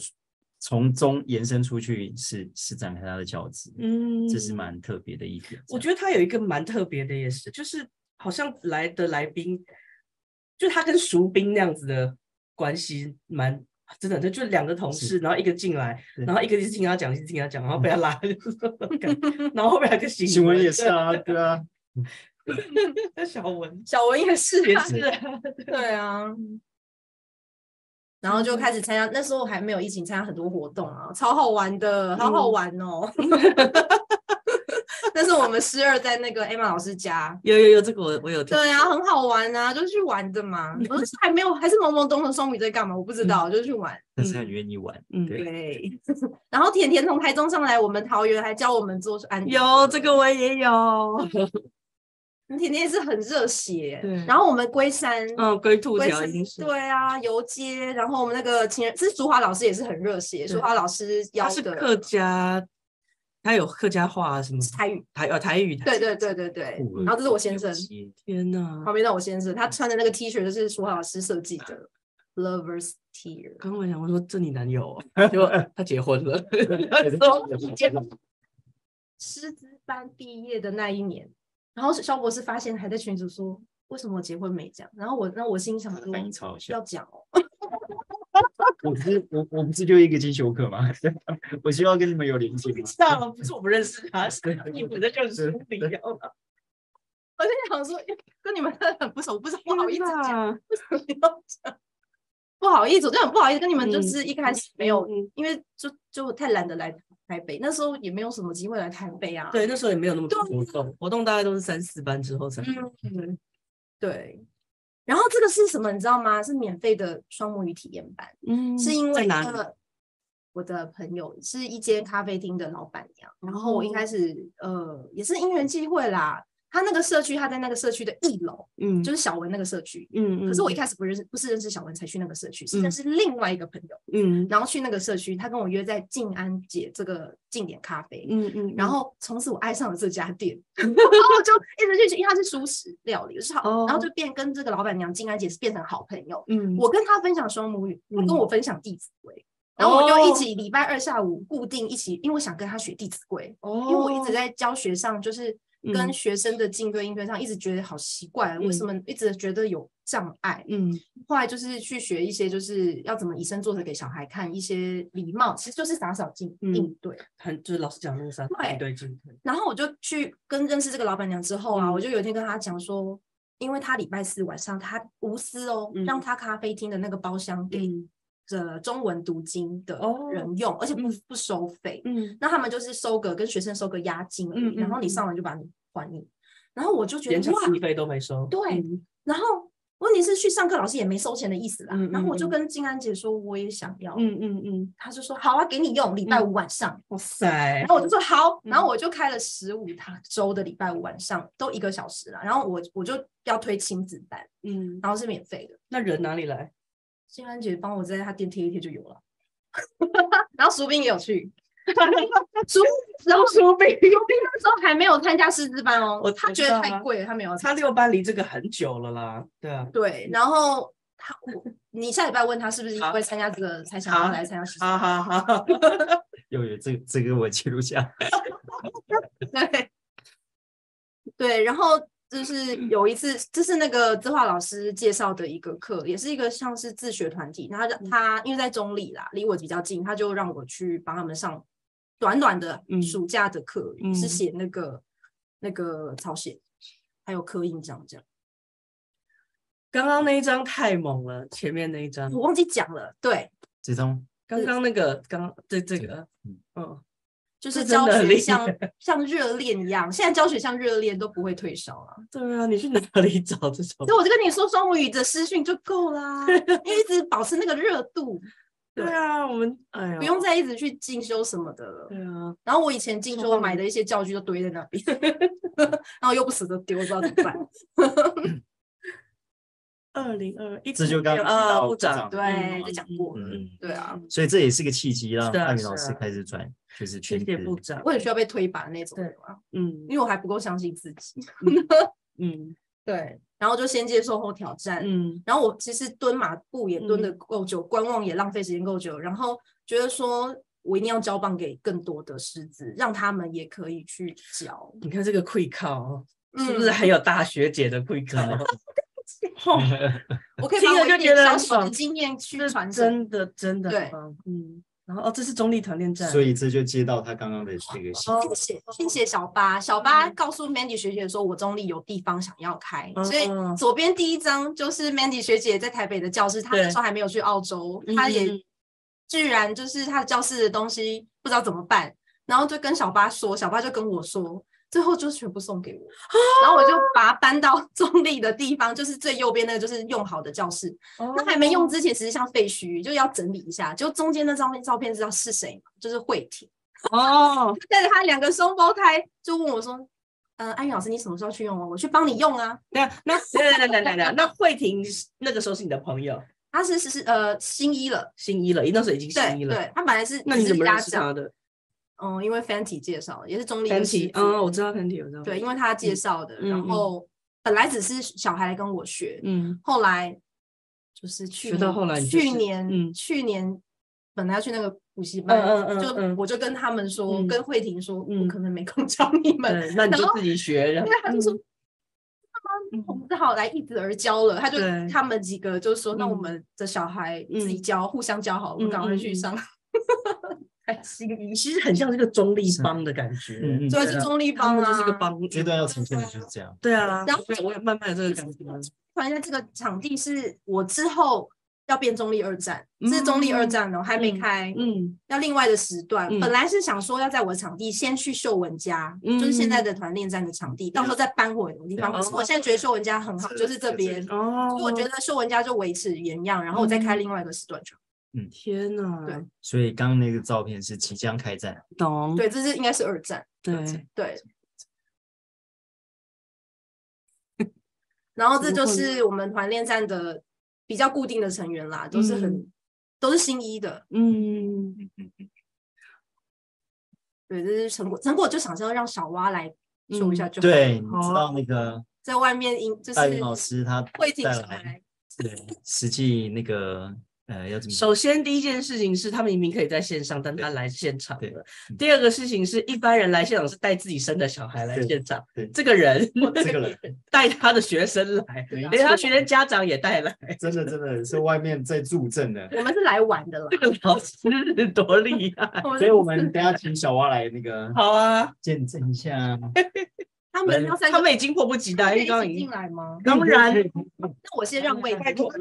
[SPEAKER 2] 从中延伸出去是施展开他的教子，
[SPEAKER 3] 嗯
[SPEAKER 2] 这是蛮特别的一点。
[SPEAKER 3] 我觉得他有一个蛮特别的，也是，就是好像来的来宾，就他跟熟兵那样子的关系蛮。真的，就就两个同
[SPEAKER 2] 是
[SPEAKER 3] 事，然后一个进来，
[SPEAKER 2] 对
[SPEAKER 3] 然后一个就是听他讲，一个听他讲，然后被他拉，就是这种感 觉然后后面还有个
[SPEAKER 2] 得
[SPEAKER 3] 新闻，
[SPEAKER 2] 啊，对啊，
[SPEAKER 3] 对 小文
[SPEAKER 4] 小文也是
[SPEAKER 3] 也
[SPEAKER 4] 啊，
[SPEAKER 3] 是 啊，
[SPEAKER 4] 对啊。然后就开始参加，那时候还没有疫情，参加很多活动啊，超好玩的，好
[SPEAKER 5] 嗯
[SPEAKER 4] 好玩哦。 那是我们十二在那个 Emma 老师家，
[SPEAKER 5] 有有有，这个我我有听。
[SPEAKER 4] 对啊，很好玩啊，就去玩的嘛。我是还没有，还是懵懵懂懂，双鱼在干嘛？我不知道，就去玩。
[SPEAKER 2] 但是很愿意玩，
[SPEAKER 5] 嗯
[SPEAKER 2] 对，
[SPEAKER 4] 对， 然后甜甜从台中上来，我们桃园还教我们做
[SPEAKER 3] 嗯
[SPEAKER 4] 安
[SPEAKER 5] 有这个我也 有，
[SPEAKER 4] 甜甜也是很热血。
[SPEAKER 5] 对
[SPEAKER 4] 然后我们龟山，
[SPEAKER 5] 嗯，龟兔
[SPEAKER 4] 龟
[SPEAKER 5] 条
[SPEAKER 4] 山
[SPEAKER 5] 已经是，
[SPEAKER 4] 对啊，游街，然后我们那个情人，是淑华老师也是很热血，淑华老师邀
[SPEAKER 5] 他是
[SPEAKER 4] 的，
[SPEAKER 5] 客家
[SPEAKER 3] 他有客家话啊什么
[SPEAKER 4] 台语，
[SPEAKER 3] 台呃台语，台
[SPEAKER 4] 对对对对对
[SPEAKER 2] 酷。
[SPEAKER 4] 然后这是我先生，
[SPEAKER 3] 天哪！
[SPEAKER 4] 旁边的我先生，他穿的那个 T 恤就是说好是设计 的 Lovers Tear。
[SPEAKER 3] 刚刚我想我说这你男友、 哦，结果他结婚了，
[SPEAKER 4] 师资班毕业的那一年，然后肖博士发现还在群组说，为什么我结婚没讲？然后我那我心想说，
[SPEAKER 2] 反应超好笑
[SPEAKER 4] 要。讲哦，
[SPEAKER 2] 我不是我我不是就一个进修课吗？ 我希望跟你们有连接
[SPEAKER 3] 不
[SPEAKER 2] 吗。
[SPEAKER 3] 知道，不是我不认识他，是啊你本身就是理由了。
[SPEAKER 4] 我就想说哎跟你们 很不熟，不是不好意思
[SPEAKER 3] 天
[SPEAKER 4] 讲，
[SPEAKER 3] 哪，
[SPEAKER 4] 为什么要讲？不好意思，我就很不好意思跟你们，就
[SPEAKER 3] 嗯
[SPEAKER 4] 是一开始没有，
[SPEAKER 3] 嗯
[SPEAKER 4] 因为就就太懒得来台北，那时候也没有什么机会来台北啊。
[SPEAKER 3] 对，那时候也没有那么多活动，活动大概都是三四班之后才。
[SPEAKER 4] 嗯，对。然后这个是什么，你知道吗？是免费的双母语体验班，
[SPEAKER 3] 嗯
[SPEAKER 4] 是因为
[SPEAKER 3] 在
[SPEAKER 4] 一
[SPEAKER 3] 哪里？
[SPEAKER 4] 个我的朋友是一间咖啡厅的老板娘，然后我一
[SPEAKER 3] 哦
[SPEAKER 4] 开始呃也是因缘际会啦，他那个社区他在那个社区的一楼，
[SPEAKER 3] 嗯，
[SPEAKER 4] 就是是小文那个社区。
[SPEAKER 3] 嗯嗯。
[SPEAKER 4] 可是我一开始不认识，不是认识小文才去那个社区，
[SPEAKER 3] 嗯
[SPEAKER 4] 是认识另外一个朋友，
[SPEAKER 3] 嗯
[SPEAKER 4] 然后去那个社区，他跟我约在静安街这个静点咖啡，
[SPEAKER 3] 嗯嗯，
[SPEAKER 4] 然后从此我爱上了这家店， 然后我就一直去吃，因为它是素食料理，就是好，
[SPEAKER 3] 哦
[SPEAKER 4] 然后就变跟这个老板娘静安姐是变成好朋友。
[SPEAKER 3] 嗯
[SPEAKER 4] 我跟她分享双母语，她跟
[SPEAKER 3] 嗯
[SPEAKER 4] 我分享《弟子规》然后我们就
[SPEAKER 3] 哦
[SPEAKER 4] 一起礼拜二下午固定一起，因为我想跟她学《弟子规》
[SPEAKER 3] 哦
[SPEAKER 4] 因为我一直在教学上，就是跟
[SPEAKER 3] 嗯
[SPEAKER 4] 学生的进对应对上，一直觉得好奇怪，为
[SPEAKER 3] 嗯
[SPEAKER 4] 什么一直觉得有障碍？
[SPEAKER 3] 嗯
[SPEAKER 4] 后来就是去学一些，就是要怎么以身作则给小孩看，一些礼貌，其实就是打扫进
[SPEAKER 3] 嗯
[SPEAKER 4] 应对。
[SPEAKER 3] 很就是老师讲那个啥
[SPEAKER 4] 对
[SPEAKER 3] 对进退，
[SPEAKER 4] 然后我就去跟认识这个老板娘之后啊，
[SPEAKER 3] 嗯
[SPEAKER 4] 我就有一天跟她讲说，因为她礼拜四晚上她无私哦，
[SPEAKER 3] 嗯
[SPEAKER 4] 让她咖啡厅的那个包厢给
[SPEAKER 3] 嗯
[SPEAKER 4] 这中文读经的
[SPEAKER 3] 哦
[SPEAKER 4] 人用，而且不
[SPEAKER 3] 嗯
[SPEAKER 4] 不收费。
[SPEAKER 3] 嗯，
[SPEAKER 4] 那他们就是收个跟学生收个押金而已，
[SPEAKER 3] 嗯嗯
[SPEAKER 4] 然后你
[SPEAKER 3] 嗯
[SPEAKER 4] 上完就把你还你。然后我就觉
[SPEAKER 3] 连
[SPEAKER 4] 得
[SPEAKER 3] 场
[SPEAKER 4] 哇，
[SPEAKER 3] 戏费都没收。
[SPEAKER 4] 对
[SPEAKER 3] 嗯
[SPEAKER 4] 然后问题是去上课老师也没收钱的意思啦。
[SPEAKER 3] 嗯嗯
[SPEAKER 4] 然后我就
[SPEAKER 3] 嗯
[SPEAKER 4] 跟静安姐说我也想要，
[SPEAKER 3] 嗯嗯嗯，
[SPEAKER 4] 她就说好啊，给你用，礼拜五晚上。
[SPEAKER 3] 哇塞
[SPEAKER 4] 然后我就说好，然后
[SPEAKER 3] 嗯
[SPEAKER 4] 我就开了十五堂周的礼拜五晚上都一个小时了，然后我我就要推亲子班，
[SPEAKER 3] 嗯，
[SPEAKER 4] 然后是免费的，
[SPEAKER 3] 那人哪里来？
[SPEAKER 4] 新安姐帮我在她店贴一贴就有了。 然后苏斌也有去，苏然后苏斌，苏斌那时候还没有参加师资班
[SPEAKER 3] 我
[SPEAKER 4] 哦，他
[SPEAKER 3] 我
[SPEAKER 4] 觉
[SPEAKER 3] 知
[SPEAKER 4] 得
[SPEAKER 3] 道
[SPEAKER 4] 太
[SPEAKER 3] 啊
[SPEAKER 4] 贵了，他 没有参
[SPEAKER 3] 他六班离这个很久了啦，对啊，
[SPEAKER 4] 对，然后他我你下礼拜问他是不是因
[SPEAKER 3] 好
[SPEAKER 4] 为参加这个才想要
[SPEAKER 3] 好
[SPEAKER 4] 来参加师资班，
[SPEAKER 3] 哈哈哈。
[SPEAKER 2] 有有这个这个我记录下来。
[SPEAKER 4] 对，对，然后就是有一次，这是那个资化老师介绍的一个课，也是一个像是自学团体。然后
[SPEAKER 3] 嗯
[SPEAKER 4] 他他因为在中立啦，离我比较近，他就让我去帮他们上短短的
[SPEAKER 3] 嗯
[SPEAKER 4] 暑假的课，是
[SPEAKER 3] 嗯
[SPEAKER 4] 写那个那个草写，还有刻印章这样。
[SPEAKER 3] 刚刚那一张太猛了，前面那一张，
[SPEAKER 4] 我忘记讲了，对，
[SPEAKER 2] 这张
[SPEAKER 3] 刚刚那个，刚对这个
[SPEAKER 2] 嗯，
[SPEAKER 3] 嗯，
[SPEAKER 4] 就是
[SPEAKER 3] 这真
[SPEAKER 4] 教
[SPEAKER 3] 的很
[SPEAKER 4] 学
[SPEAKER 3] 厉
[SPEAKER 4] 像 像热恋一样，现在教学像热恋都不会退烧了。
[SPEAKER 3] 对啊，你去哪里找这种
[SPEAKER 4] 所以？我就跟你说，双母语的私讯就 够啦，因为一直保持那个热度，
[SPEAKER 3] 对啊，我们哎呀，
[SPEAKER 4] 不用再一直去进修什么的了
[SPEAKER 3] 对。啊，
[SPEAKER 4] 然后我以前进
[SPEAKER 3] 超
[SPEAKER 4] 修
[SPEAKER 3] 棒
[SPEAKER 4] 买
[SPEAKER 3] 的
[SPEAKER 4] 的一些教具都堆在那边， 然后又不舍得丢，不知道怎 么办。
[SPEAKER 3] 二零二一
[SPEAKER 2] 这就刚刚提
[SPEAKER 3] 啊，
[SPEAKER 2] 到
[SPEAKER 3] 部长
[SPEAKER 2] 部
[SPEAKER 4] 对，
[SPEAKER 2] 嗯
[SPEAKER 4] 就讲过了。
[SPEAKER 2] 嗯，
[SPEAKER 4] 对啊，
[SPEAKER 2] 所以这也是个契机，让
[SPEAKER 3] 是啊
[SPEAKER 2] 艾米
[SPEAKER 3] 是
[SPEAKER 2] 老师
[SPEAKER 3] 啊
[SPEAKER 2] 开始转，就是
[SPEAKER 3] 谢
[SPEAKER 2] 全职
[SPEAKER 3] 谢部长，
[SPEAKER 4] 我很需要被推把那种
[SPEAKER 3] 对
[SPEAKER 4] 人啊，
[SPEAKER 3] 嗯
[SPEAKER 4] 因为我还不够相信自己。
[SPEAKER 3] 嗯
[SPEAKER 4] 对， 然后就先接受后挑战。
[SPEAKER 3] 嗯
[SPEAKER 4] 然后我其实蹲马步也蹲
[SPEAKER 3] 嗯
[SPEAKER 4] 的够久，观望也浪费时间够久，然后觉得说我一定要交棒给更多的师资，让他们也可以去教。
[SPEAKER 3] 你看这个 quick call 是不
[SPEAKER 4] 嗯
[SPEAKER 3] 是还有大学姐的哦 quick
[SPEAKER 2] 真的
[SPEAKER 3] call？吼
[SPEAKER 4] 我可以
[SPEAKER 3] 听
[SPEAKER 4] 把
[SPEAKER 3] 了
[SPEAKER 4] 我
[SPEAKER 3] 就觉
[SPEAKER 4] 一点
[SPEAKER 3] 得
[SPEAKER 4] 小
[SPEAKER 3] 很
[SPEAKER 4] 小的
[SPEAKER 3] 爽
[SPEAKER 4] 经验去
[SPEAKER 3] 这
[SPEAKER 4] 传承。
[SPEAKER 3] 真的真的
[SPEAKER 4] 对
[SPEAKER 3] 很棒，嗯，然后哦，这是中立团练站，
[SPEAKER 2] 所以这就接到他刚刚的这个
[SPEAKER 3] 哦
[SPEAKER 2] 信。
[SPEAKER 4] 谢谢谢谢小八，小八告诉 Mandy 学姐说，我中立有地方想要开，
[SPEAKER 3] 嗯
[SPEAKER 4] 所以
[SPEAKER 3] 嗯
[SPEAKER 4] 左边第一张就是 Mandy 学姐在台北的教室，她
[SPEAKER 3] 对
[SPEAKER 4] 那时候还没有去澳洲
[SPEAKER 3] 嗯，
[SPEAKER 4] 她
[SPEAKER 3] 嗯
[SPEAKER 4] 也
[SPEAKER 3] 嗯
[SPEAKER 4] 居然就是她的教室的东西不知道怎么办，然后就跟小八说，小八就跟我说。最后就全部送给我，
[SPEAKER 3] 啊
[SPEAKER 4] 然后我就把它搬到 中立的地方，就是最右边那个，就是用好的教室。
[SPEAKER 3] 哦
[SPEAKER 4] 那还没用之前，其实像废墟，就要整理一下。就中间那张照片知道是谁吗？就是慧婷。
[SPEAKER 3] 哦，
[SPEAKER 4] 带着他两个双胞胎，就问我说：“呃，安宇老师，你什么时候去用啊？我去帮你用 啊。
[SPEAKER 3] 那那那那那那那慧婷是那个时候是你的朋友，”
[SPEAKER 4] 他是是是呃新一了，
[SPEAKER 3] 新一了，那时候已经
[SPEAKER 4] 对
[SPEAKER 3] 新一了，
[SPEAKER 4] 对，他本来是
[SPEAKER 3] 那你
[SPEAKER 4] 只是
[SPEAKER 3] 怎么
[SPEAKER 4] 家
[SPEAKER 3] 认识
[SPEAKER 4] 长
[SPEAKER 3] 他的？
[SPEAKER 4] 嗯，因为 Fenty 介绍的，也是中立
[SPEAKER 3] 团
[SPEAKER 4] 的师
[SPEAKER 3] 体，
[SPEAKER 4] 傅
[SPEAKER 3] 嗯，我知道团体，我知道，
[SPEAKER 4] 对，，因为他介绍的，
[SPEAKER 3] 嗯
[SPEAKER 4] 然
[SPEAKER 3] 嗯
[SPEAKER 4] 后本来只是小孩来跟我学，
[SPEAKER 3] 嗯，
[SPEAKER 4] 后来就是去
[SPEAKER 3] 学到
[SPEAKER 4] 年
[SPEAKER 3] 后来你就
[SPEAKER 4] 去
[SPEAKER 3] 是
[SPEAKER 4] 年、
[SPEAKER 3] 嗯
[SPEAKER 4] 去年本来要去那个补习班，
[SPEAKER 3] 嗯嗯嗯嗯
[SPEAKER 4] 就我就跟他们说，
[SPEAKER 3] 嗯
[SPEAKER 4] 跟慧婷说，
[SPEAKER 3] 嗯
[SPEAKER 4] 我可能没空教你们，
[SPEAKER 3] 对，那你就
[SPEAKER 4] 然后
[SPEAKER 3] 自己学，然后
[SPEAKER 4] 因为他就说。
[SPEAKER 3] 嗯
[SPEAKER 4] 那么我们只好来一子而教了，他就
[SPEAKER 3] 对
[SPEAKER 4] 他们几个就说：“那我
[SPEAKER 3] 嗯
[SPEAKER 4] 们的小孩自己
[SPEAKER 3] 嗯
[SPEAKER 4] 教，互相教好，我们
[SPEAKER 3] 嗯
[SPEAKER 4] 赶快
[SPEAKER 3] 嗯
[SPEAKER 4] 去
[SPEAKER 3] 嗯
[SPEAKER 4] 上。
[SPEAKER 6] 哎，你其实很像这个中立帮的感觉，
[SPEAKER 2] 嗯嗯
[SPEAKER 4] 所以
[SPEAKER 6] 对
[SPEAKER 4] 是
[SPEAKER 6] 啊
[SPEAKER 4] 中立
[SPEAKER 3] 他
[SPEAKER 4] 帮
[SPEAKER 3] 们
[SPEAKER 4] 啊，
[SPEAKER 3] 就是个帮，
[SPEAKER 2] 这段要呈现的就是这样。
[SPEAKER 3] 对啊，
[SPEAKER 4] 然后
[SPEAKER 3] 所以我也慢慢有这个感觉了，
[SPEAKER 4] 反正这个场地是我之后要变中立二战，这是中立二战哦，还没开，
[SPEAKER 3] 嗯
[SPEAKER 4] 要另外的时段。
[SPEAKER 3] 嗯
[SPEAKER 4] 本来是想说要在我的场地先去秀文家，
[SPEAKER 3] 嗯
[SPEAKER 4] 就是现在的团练站的场地，到时候再搬回我的地方。
[SPEAKER 3] 对
[SPEAKER 4] 可是我现在觉得秀文家很好，
[SPEAKER 2] 是
[SPEAKER 4] 就是这边，
[SPEAKER 2] 是
[SPEAKER 4] 所
[SPEAKER 3] 哦，
[SPEAKER 4] 以我觉得秀文家就维持原样，然后我再开另外一个时段去。
[SPEAKER 3] 天哪，
[SPEAKER 4] 对
[SPEAKER 2] 所以刚刚那个照片是即将开战，
[SPEAKER 3] 懂，
[SPEAKER 4] 对，这是应该是二战，
[SPEAKER 3] 对，
[SPEAKER 4] 对。 然后这就是我们团练站的比较固定的成员啦，都是很、
[SPEAKER 3] 嗯
[SPEAKER 4] 都是新一的，
[SPEAKER 3] 嗯，
[SPEAKER 4] 对，这是成果。成果就想说让小蛙来说一下就好。
[SPEAKER 2] 对，你
[SPEAKER 3] 好哦
[SPEAKER 2] 知道那个
[SPEAKER 4] 在外面音就是
[SPEAKER 2] 戴云老师他
[SPEAKER 4] 会停
[SPEAKER 2] 带
[SPEAKER 4] 下
[SPEAKER 2] 来
[SPEAKER 4] 来，
[SPEAKER 2] 对实际那个呃要怎么
[SPEAKER 3] 首先第一件事情是他明明可以在线上，但他来现场
[SPEAKER 2] 对
[SPEAKER 3] 了。第二个事情是一般人来现场是带自己生的小孩来
[SPEAKER 2] 对
[SPEAKER 3] 现场
[SPEAKER 2] 对，
[SPEAKER 3] 这个人
[SPEAKER 2] 这个人
[SPEAKER 3] 带他的学生来，
[SPEAKER 2] 对
[SPEAKER 3] 连他学生家长也带来，
[SPEAKER 2] 真的真的是外面在助阵的，
[SPEAKER 4] 我们是来玩 的啦
[SPEAKER 3] 这。个老师是多厉害！
[SPEAKER 4] 我们
[SPEAKER 2] 所以我们等一下请小蛙来那个
[SPEAKER 3] 好啊，
[SPEAKER 2] 见证一下。
[SPEAKER 4] 他们要三个
[SPEAKER 3] 他们已经迫不及待，
[SPEAKER 4] 可
[SPEAKER 3] 因为
[SPEAKER 4] 以一
[SPEAKER 3] 刚刚
[SPEAKER 4] 起
[SPEAKER 3] 已
[SPEAKER 4] 进
[SPEAKER 3] 经
[SPEAKER 4] 来吗？
[SPEAKER 3] 当然
[SPEAKER 4] 那我先让位，
[SPEAKER 3] 拜托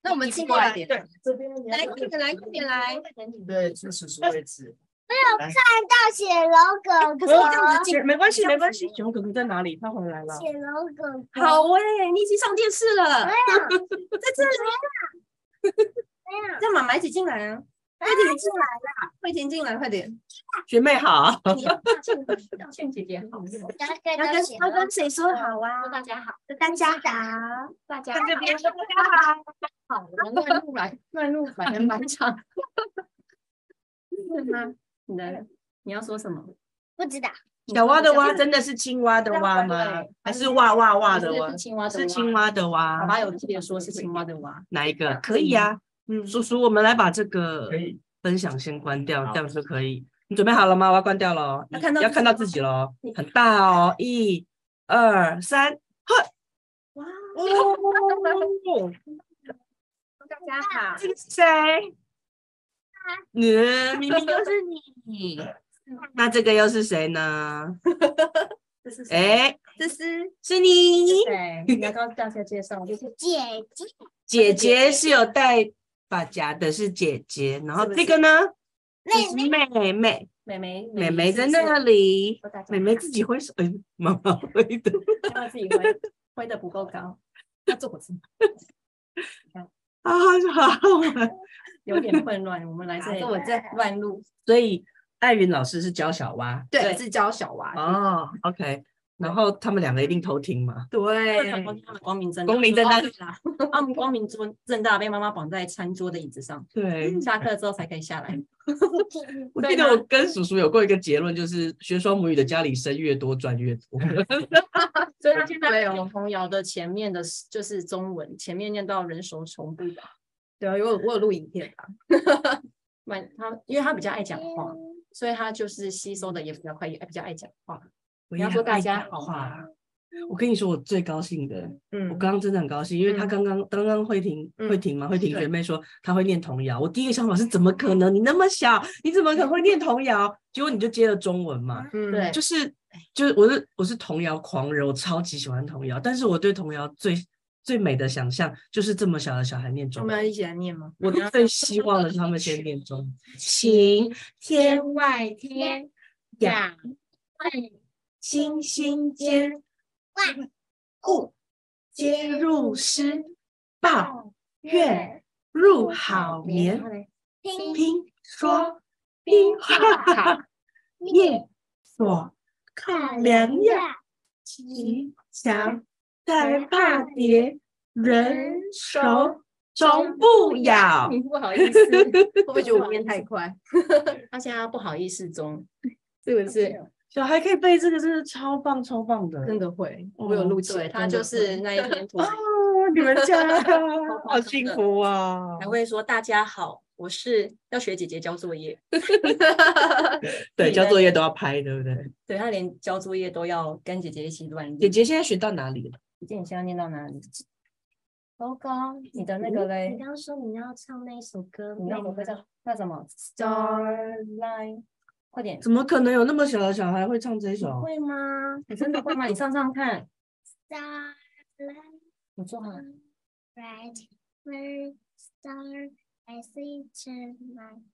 [SPEAKER 4] 那我们进过来点，
[SPEAKER 3] 对，
[SPEAKER 2] 这边你
[SPEAKER 4] 来快点来快点来。
[SPEAKER 2] 对，是叔叔位置。
[SPEAKER 7] 到雪龙哥
[SPEAKER 4] 可
[SPEAKER 7] 哥，
[SPEAKER 4] 是我这样子进，
[SPEAKER 3] 没关系，没关系。熊哥哥在哪里？他回来了。
[SPEAKER 7] 雪龙哥哥，
[SPEAKER 4] 好哎，你已经上电视了，在这里，
[SPEAKER 7] 没有，
[SPEAKER 4] 让妈妈一起进来啊！
[SPEAKER 8] 哎
[SPEAKER 7] 快点进来，
[SPEAKER 4] 慧婷进来，快点！
[SPEAKER 3] 学妹好，
[SPEAKER 4] 你要
[SPEAKER 8] 道歉姐姐好，
[SPEAKER 7] 要
[SPEAKER 8] 哎
[SPEAKER 4] 要跟要跟谁说好啊？
[SPEAKER 8] 嗯大家好，
[SPEAKER 7] 大家好，
[SPEAKER 8] 大家
[SPEAKER 3] 在这边
[SPEAKER 8] 大家好，我乱入来乱入反正蛮长，是吗？你的你要说什么？
[SPEAKER 7] 不知道，
[SPEAKER 3] 小蛙的蛙真的是青蛙的蛙吗？还是哇哇哇的蛙
[SPEAKER 8] 是？青蛙的蛙，
[SPEAKER 3] 是青。蛙的蛙
[SPEAKER 8] 爸。爸有特别说是青蛙的蛙，
[SPEAKER 3] 哪一个？可以啊，嗯，叔叔，我们来把这个
[SPEAKER 2] 可以
[SPEAKER 3] 分享先关掉，
[SPEAKER 2] 好
[SPEAKER 3] 这样就可以。你准备好了吗？我要关掉了哦，
[SPEAKER 4] 要看到
[SPEAKER 3] 要
[SPEAKER 4] 自
[SPEAKER 3] 看
[SPEAKER 4] 己
[SPEAKER 3] 到
[SPEAKER 4] 吗
[SPEAKER 3] 自己喽，很大哦，一、二、三，
[SPEAKER 4] 哇，
[SPEAKER 3] 哦，
[SPEAKER 8] 大家好，
[SPEAKER 3] 这个是谁？嗯，明明就是你。那这个又是谁呢？
[SPEAKER 8] 这 是谁？
[SPEAKER 3] 哎，
[SPEAKER 4] 这是
[SPEAKER 3] 是你
[SPEAKER 8] 对，你要告诉大家介绍，就是
[SPEAKER 7] 姐姐，
[SPEAKER 3] 姐姐是有戴发夹的，是姐姐。然后
[SPEAKER 4] 是不
[SPEAKER 3] 这
[SPEAKER 4] 是
[SPEAKER 3] 个呢，
[SPEAKER 7] 妹
[SPEAKER 3] 就是妹妹，
[SPEAKER 8] 美眉，
[SPEAKER 3] 妹妹在那，里，妹
[SPEAKER 8] 美
[SPEAKER 3] 妹
[SPEAKER 8] 眉
[SPEAKER 3] 自己挥手，哎，妈妈挥的。
[SPEAKER 8] 自己挥挥的不够高，要做我自己
[SPEAKER 3] 啊，好玩。
[SPEAKER 8] 有点混乱，我们来这里，
[SPEAKER 4] 我这
[SPEAKER 8] 乱入，
[SPEAKER 3] 所以艾云老师是教小蛙
[SPEAKER 4] 对，是教小娃，
[SPEAKER 3] 哦，OK。然后他们两个一定偷听嘛？
[SPEAKER 8] 光
[SPEAKER 4] 对，
[SPEAKER 8] 他们光明正大，
[SPEAKER 3] 光明正大
[SPEAKER 8] 哦对啦他们光明正正大被妈妈绑在餐桌的椅子上，
[SPEAKER 3] 对，
[SPEAKER 8] 下课之后才可以下来。
[SPEAKER 3] 嗯我记得我跟叔叔有过一个结论，就是学双母语的家里生越多赚越 多。
[SPEAKER 8] 所以他现在
[SPEAKER 4] 对哦
[SPEAKER 8] 有童谣的前面的是，就是中文，前面念到人手重复的。对啊，有我有录影片啊。 蛮他，因为他比较爱讲话，所以他就是吸收的也比较快，也比较爱讲话。
[SPEAKER 3] 我
[SPEAKER 8] 你要
[SPEAKER 3] 也
[SPEAKER 8] 说
[SPEAKER 3] 很
[SPEAKER 8] 大
[SPEAKER 3] 爱
[SPEAKER 8] 家
[SPEAKER 3] 讲
[SPEAKER 8] 好
[SPEAKER 3] 话
[SPEAKER 8] 吗。
[SPEAKER 3] 我跟你说，我最高兴的，我
[SPEAKER 4] 嗯，
[SPEAKER 3] 刚刚真的很高兴，因为他
[SPEAKER 4] 嗯
[SPEAKER 3] 刚刚刚刚慧婷
[SPEAKER 4] 嗯
[SPEAKER 3] 慧婷嘛，慧婷
[SPEAKER 4] 对
[SPEAKER 3] 学妹说她会念童谣，我第一个想法是怎么可能？你那么小，你怎么可能会念童谣？结果你就接了中文嘛，
[SPEAKER 4] 嗯
[SPEAKER 8] 对
[SPEAKER 3] 就是就是我是我是童谣狂人，我超级喜欢童谣，但是我对童谣最最美的想象就是这么小的小孩念
[SPEAKER 4] 我
[SPEAKER 3] 中
[SPEAKER 4] 们要
[SPEAKER 3] 文。
[SPEAKER 4] 一起来念吗？
[SPEAKER 3] 我最希望的是他们先念中 文，晴天外天呀，星星间
[SPEAKER 7] 万
[SPEAKER 3] 物皆入诗，抱月入好眠，
[SPEAKER 7] 听
[SPEAKER 3] 听说冰化夜所靠良药。吉祥在帕蝶人手中不咬
[SPEAKER 9] 你，不好 意思，
[SPEAKER 4] 会不会觉得我念太 快？
[SPEAKER 9] 大家不好意思中，这个 是
[SPEAKER 3] 小孩可以背这个，真的超棒超棒的，
[SPEAKER 4] 真的会，
[SPEAKER 3] 哦
[SPEAKER 4] 我有录起来
[SPEAKER 9] 对，他就是那一篇图
[SPEAKER 3] 啊，你们家好幸福啊！
[SPEAKER 9] 还会说大家好，我是要学姐姐交作业，
[SPEAKER 3] 对，
[SPEAKER 9] 自己
[SPEAKER 3] 交
[SPEAKER 9] 在
[SPEAKER 3] 作业都要拍，对不对？
[SPEAKER 9] 对他连交作业都要跟姐姐一起乱
[SPEAKER 3] 姐
[SPEAKER 9] 念。
[SPEAKER 3] 姐现在学到哪里了？
[SPEAKER 9] 姐姐，你现在念到哪里？糟糕，你的那个嘞
[SPEAKER 7] 你，刚说你要唱那一首歌，
[SPEAKER 9] 你那
[SPEAKER 7] 我
[SPEAKER 9] 不会
[SPEAKER 4] 嗯
[SPEAKER 9] 叫那什么 Starline，快 点，
[SPEAKER 3] 怎么可能有那么小的小孩会唱这首？
[SPEAKER 9] 会吗？你真的会吗？你唱唱看，
[SPEAKER 7] Starlight,
[SPEAKER 9] 你做好。
[SPEAKER 7] bright red star, I see tonight.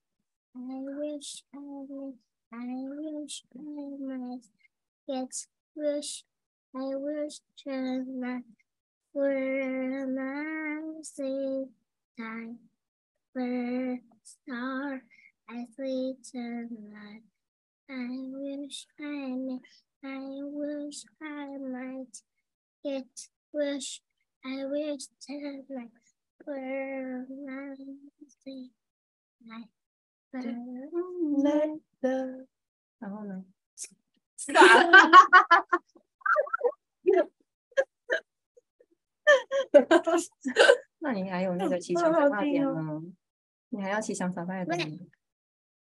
[SPEAKER 7] I wish I may, I wish I might get wish, I wish tonight for my sweet time. Red star, I see tonight. I wish I may, I wish I might get wish. I wish that my were my life.
[SPEAKER 9] 然后呢？ 嗯那你还有那个骑墙
[SPEAKER 3] 好
[SPEAKER 9] 小发
[SPEAKER 3] 听
[SPEAKER 9] 点
[SPEAKER 3] 哦
[SPEAKER 9] 吗？你还要骑墙小发点吗？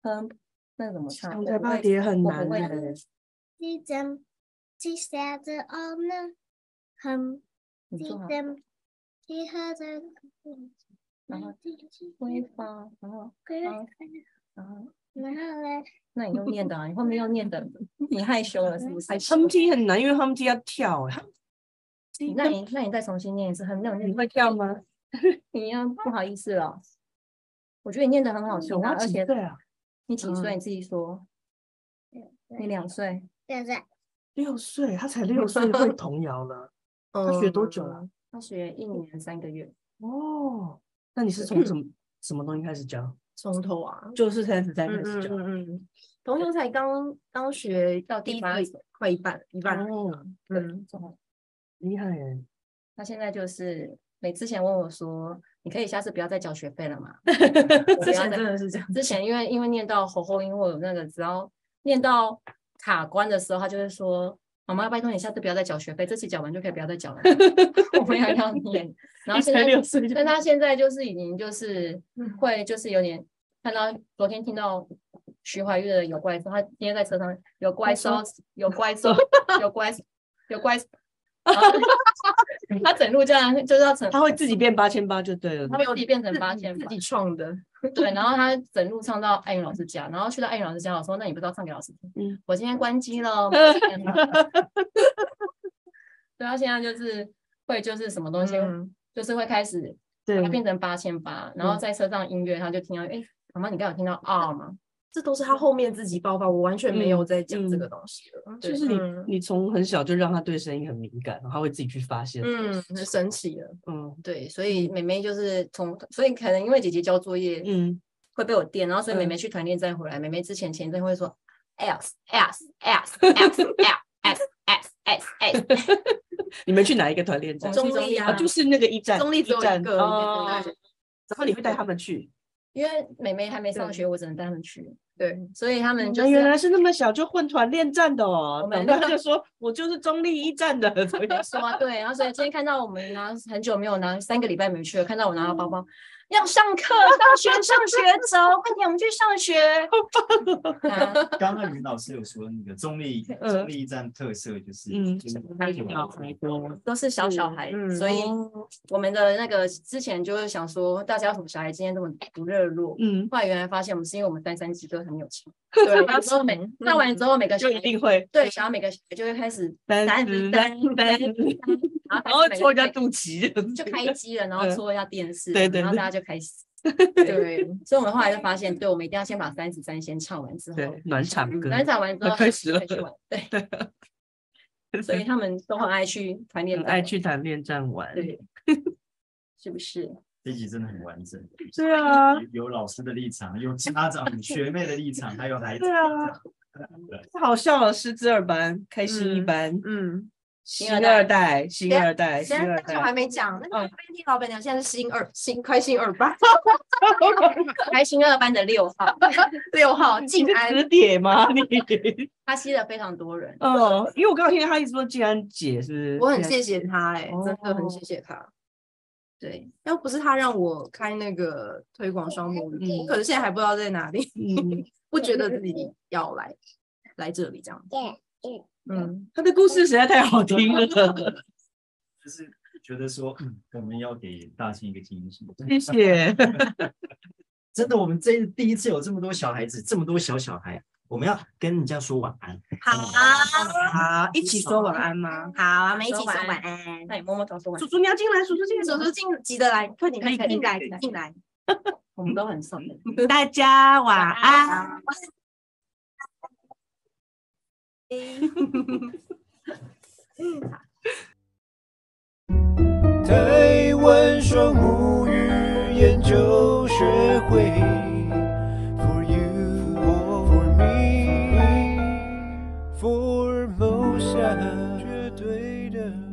[SPEAKER 9] 嗯，那怎么唱？
[SPEAKER 3] 唱
[SPEAKER 9] 我
[SPEAKER 3] 这
[SPEAKER 9] 不
[SPEAKER 3] 八
[SPEAKER 9] 会
[SPEAKER 3] 碟很
[SPEAKER 9] 我
[SPEAKER 3] 难欸
[SPEAKER 9] 不会
[SPEAKER 3] 的，
[SPEAKER 7] Did them, did that on the hum,
[SPEAKER 9] 你啊做
[SPEAKER 7] did them, did
[SPEAKER 9] 好，
[SPEAKER 7] her the
[SPEAKER 9] 然后挥发，然后好然后，
[SPEAKER 7] 然后嘞，
[SPEAKER 9] 那你又 念的啊，你后面又念的，你害羞了是不是？
[SPEAKER 3] 哼 y 很难，因为哼 y 要跳哎。
[SPEAKER 9] 你那你那你再重新念一次，很那种
[SPEAKER 3] 你会跳吗？
[SPEAKER 9] 你要不好意思了。我觉得你念的很好听
[SPEAKER 3] 小花
[SPEAKER 9] 啊，而
[SPEAKER 3] 几
[SPEAKER 9] 且
[SPEAKER 3] 岁啊？嗯
[SPEAKER 9] 你几岁？你自己说。你两岁？
[SPEAKER 7] 对对，
[SPEAKER 3] 六岁，他才六岁会童谣了。他学多久了？
[SPEAKER 9] 嗯？他学一年三个月，
[SPEAKER 3] 哦，那你是从什么什么东西开始教？
[SPEAKER 4] 从头啊，
[SPEAKER 3] 就是开始在开
[SPEAKER 4] 嗯
[SPEAKER 3] 始
[SPEAKER 4] 嗯
[SPEAKER 3] 教。
[SPEAKER 4] 嗯嗯，童谣才刚刚学到第一
[SPEAKER 9] 八
[SPEAKER 4] 个快一半一半，
[SPEAKER 3] 哦，
[SPEAKER 4] 嗯，
[SPEAKER 9] 做好
[SPEAKER 3] 厉害耶！
[SPEAKER 9] 他现在就是每之前问我说，你可以下次不要再缴学费 了嘛？我不
[SPEAKER 4] 之
[SPEAKER 9] 要
[SPEAKER 4] 前
[SPEAKER 9] 再
[SPEAKER 4] 真的是这样，
[SPEAKER 9] 之前因为因为念到喉喉音，我有那个只要念到卡关的时候，他就会说：“妈妈，拜托你下次不要再缴学费，这次缴完就可以不要再缴了。” 我们要要念，然后现在
[SPEAKER 3] 才六岁就
[SPEAKER 9] 但他现在就是已经就是
[SPEAKER 4] 嗯
[SPEAKER 9] 会就是有点看到昨天听到徐怀钰的有怪兽，他今天在车上有怪兽，有怪 兽，有怪兽，有怪兽。然后他整路这样就是要整，
[SPEAKER 3] 他会自己变八千八就对了。
[SPEAKER 9] 他会自己变成
[SPEAKER 4] 自
[SPEAKER 9] 八
[SPEAKER 4] 己
[SPEAKER 9] 千
[SPEAKER 4] 自
[SPEAKER 9] 八。
[SPEAKER 4] 己创的，
[SPEAKER 9] 对，然后他整路唱到艾云老师家，然后去到艾云老师家，我说：“那你不知道唱给老师听？
[SPEAKER 3] 嗯
[SPEAKER 9] 我今天关机 了。我不见了” 对，他现在就是会就是什么东西，
[SPEAKER 4] 嗯，
[SPEAKER 9] 就是会开始
[SPEAKER 3] 对
[SPEAKER 9] 把它，变成八千八，然后
[SPEAKER 3] 嗯
[SPEAKER 9] 在车上音乐，他就听到哎，妈妈，你刚有听到啊吗？
[SPEAKER 4] 这都是他后面自己爆发，我完全没有在讲这
[SPEAKER 3] 嗯
[SPEAKER 4] 个东西了，对
[SPEAKER 3] 就是你
[SPEAKER 4] 嗯
[SPEAKER 3] 你从很小就让他对声音很敏感，然后他会自己去发现。
[SPEAKER 4] 嗯，很神奇的，
[SPEAKER 3] 嗯
[SPEAKER 9] 对，所以妹妹就是从，所以可能因为姐姐交作业
[SPEAKER 3] 嗯，
[SPEAKER 9] 会被我电，然后所以妹
[SPEAKER 3] 嗯
[SPEAKER 9] 妹去团练再回来，妹妹之前前一阵会说 s s s s s s s s，
[SPEAKER 3] 你们去哪一个团练
[SPEAKER 9] 我
[SPEAKER 3] 站
[SPEAKER 9] 们？
[SPEAKER 4] 中
[SPEAKER 9] 去
[SPEAKER 4] 立
[SPEAKER 9] 啊
[SPEAKER 3] 啊，就是那个一站，
[SPEAKER 4] 中立只有一
[SPEAKER 3] 站
[SPEAKER 4] 个
[SPEAKER 3] 哦
[SPEAKER 4] 对对
[SPEAKER 3] 然后你会带他们去？
[SPEAKER 9] 因为妹妹还没上
[SPEAKER 4] 对
[SPEAKER 9] 学，我只能带她们去，
[SPEAKER 4] 对，
[SPEAKER 9] 所以他
[SPEAKER 4] 嗯
[SPEAKER 9] 们就
[SPEAKER 3] 那原
[SPEAKER 9] 是
[SPEAKER 3] 来是那么小就混团练站的哦
[SPEAKER 9] 我，
[SPEAKER 3] 难
[SPEAKER 9] 们那
[SPEAKER 3] 怪他就说我就是中立一站的， 所以
[SPEAKER 9] 说啊，对，然后所以今天看到我们拿很久没有拿三个礼拜没去了，看到我拿到包包
[SPEAKER 3] 嗯
[SPEAKER 9] 要上课，上学上学走，快点我们去上学。啊
[SPEAKER 2] 刚刚云老师有说那个中立
[SPEAKER 3] 嗯
[SPEAKER 2] 中立站特色就是
[SPEAKER 3] 嗯
[SPEAKER 2] 就是
[SPEAKER 3] 多。
[SPEAKER 9] 都是小小孩，
[SPEAKER 4] 嗯
[SPEAKER 9] 所以我们的那个之前就是想说，大家为什么小孩今天这么不热络？
[SPEAKER 3] 嗯，
[SPEAKER 9] 后来原来发现，我们是因为我们三三级都很 有钱，对，然后每上
[SPEAKER 4] 嗯
[SPEAKER 9] 完之后每个小
[SPEAKER 3] 就
[SPEAKER 9] 孩
[SPEAKER 3] 一定会
[SPEAKER 9] 对，然后每个小孩就会开始
[SPEAKER 3] 单
[SPEAKER 9] 单
[SPEAKER 3] 子
[SPEAKER 9] 单
[SPEAKER 3] 嗯单单，
[SPEAKER 9] 单然
[SPEAKER 3] 然后
[SPEAKER 9] 开始每个
[SPEAKER 3] 戳人家肚脐，
[SPEAKER 9] 就 开机了，然后
[SPEAKER 3] 嗯
[SPEAKER 9] 戳一下电视，
[SPEAKER 3] 对对
[SPEAKER 9] 然后
[SPEAKER 3] 对
[SPEAKER 9] 大家就 开始。
[SPEAKER 4] 对，
[SPEAKER 9] 所以我们后来就发现，对，我们一定要先把三十三先唱完之后
[SPEAKER 3] 对，暖场歌，
[SPEAKER 9] 暖场完之后
[SPEAKER 3] 那开始了
[SPEAKER 9] 再去玩。 对，所以他们都很爱去团练
[SPEAKER 3] 很
[SPEAKER 9] 站，
[SPEAKER 3] 爱去团练站玩。
[SPEAKER 9] 对，是不是？
[SPEAKER 2] 这集真的很完整，
[SPEAKER 3] 对啊，
[SPEAKER 2] 有有老师的立场，有家长、有学妹的立场，还有孩子
[SPEAKER 3] 对
[SPEAKER 2] 的立
[SPEAKER 3] 啊
[SPEAKER 2] 场。
[SPEAKER 3] 太好笑了，师资二班，开心一
[SPEAKER 4] 嗯
[SPEAKER 3] 班，
[SPEAKER 4] 嗯，
[SPEAKER 3] 星二代，
[SPEAKER 4] 等
[SPEAKER 3] 星
[SPEAKER 4] 一下
[SPEAKER 3] 二代，星
[SPEAKER 4] 现
[SPEAKER 3] 二
[SPEAKER 4] 在但是我还
[SPEAKER 3] 代，
[SPEAKER 4] 没讲，那个
[SPEAKER 3] 嗯
[SPEAKER 4] 咖啡店老板娘现在是 新二新快新二班，还新二班的六 号， 六号
[SPEAKER 3] 你
[SPEAKER 4] 静
[SPEAKER 3] 是
[SPEAKER 4] 安，
[SPEAKER 3] 磁铁吗？你，
[SPEAKER 4] 他吸了非常多人，
[SPEAKER 3] 嗯，因为我刚刚听到他一直说静安姐，是不是？
[SPEAKER 4] 我很谢谢他、哎、真的
[SPEAKER 3] 哦
[SPEAKER 4] 很谢谢他。对，要不是他让我开那个推广双母语，
[SPEAKER 9] 嗯
[SPEAKER 4] 可是现在还不知道在哪里，
[SPEAKER 3] 嗯，
[SPEAKER 4] 不觉得自己要来来这里这样。嗯，
[SPEAKER 3] 他的故事实在太好听了，
[SPEAKER 2] 就是觉得说，嗯，我们要给大庆一个惊喜。
[SPEAKER 3] 谢谢。
[SPEAKER 2] 真的，我们这第一次有这么多小孩子，这么多小小孩，啊我们要跟人家说晚安。
[SPEAKER 4] 好啊，
[SPEAKER 3] 好，一起说晚安吗？
[SPEAKER 4] 好啊，我们一起
[SPEAKER 9] 说
[SPEAKER 4] 说
[SPEAKER 9] 晚
[SPEAKER 4] 晚安。那你摸摸头说晚
[SPEAKER 3] 叔。叔你要进来，叔叔进来，
[SPEAKER 4] 手术进急得来，快点
[SPEAKER 3] 可以
[SPEAKER 4] 快
[SPEAKER 3] 可以
[SPEAKER 4] 点进
[SPEAKER 3] 可
[SPEAKER 4] 来
[SPEAKER 3] 以
[SPEAKER 4] 进来，
[SPEAKER 3] 我们
[SPEAKER 4] 都很瘦 的。
[SPEAKER 3] 大家晚安。
[SPEAKER 1] 台湾双母语言就学会。For you or for me, for Mosa，绝对的。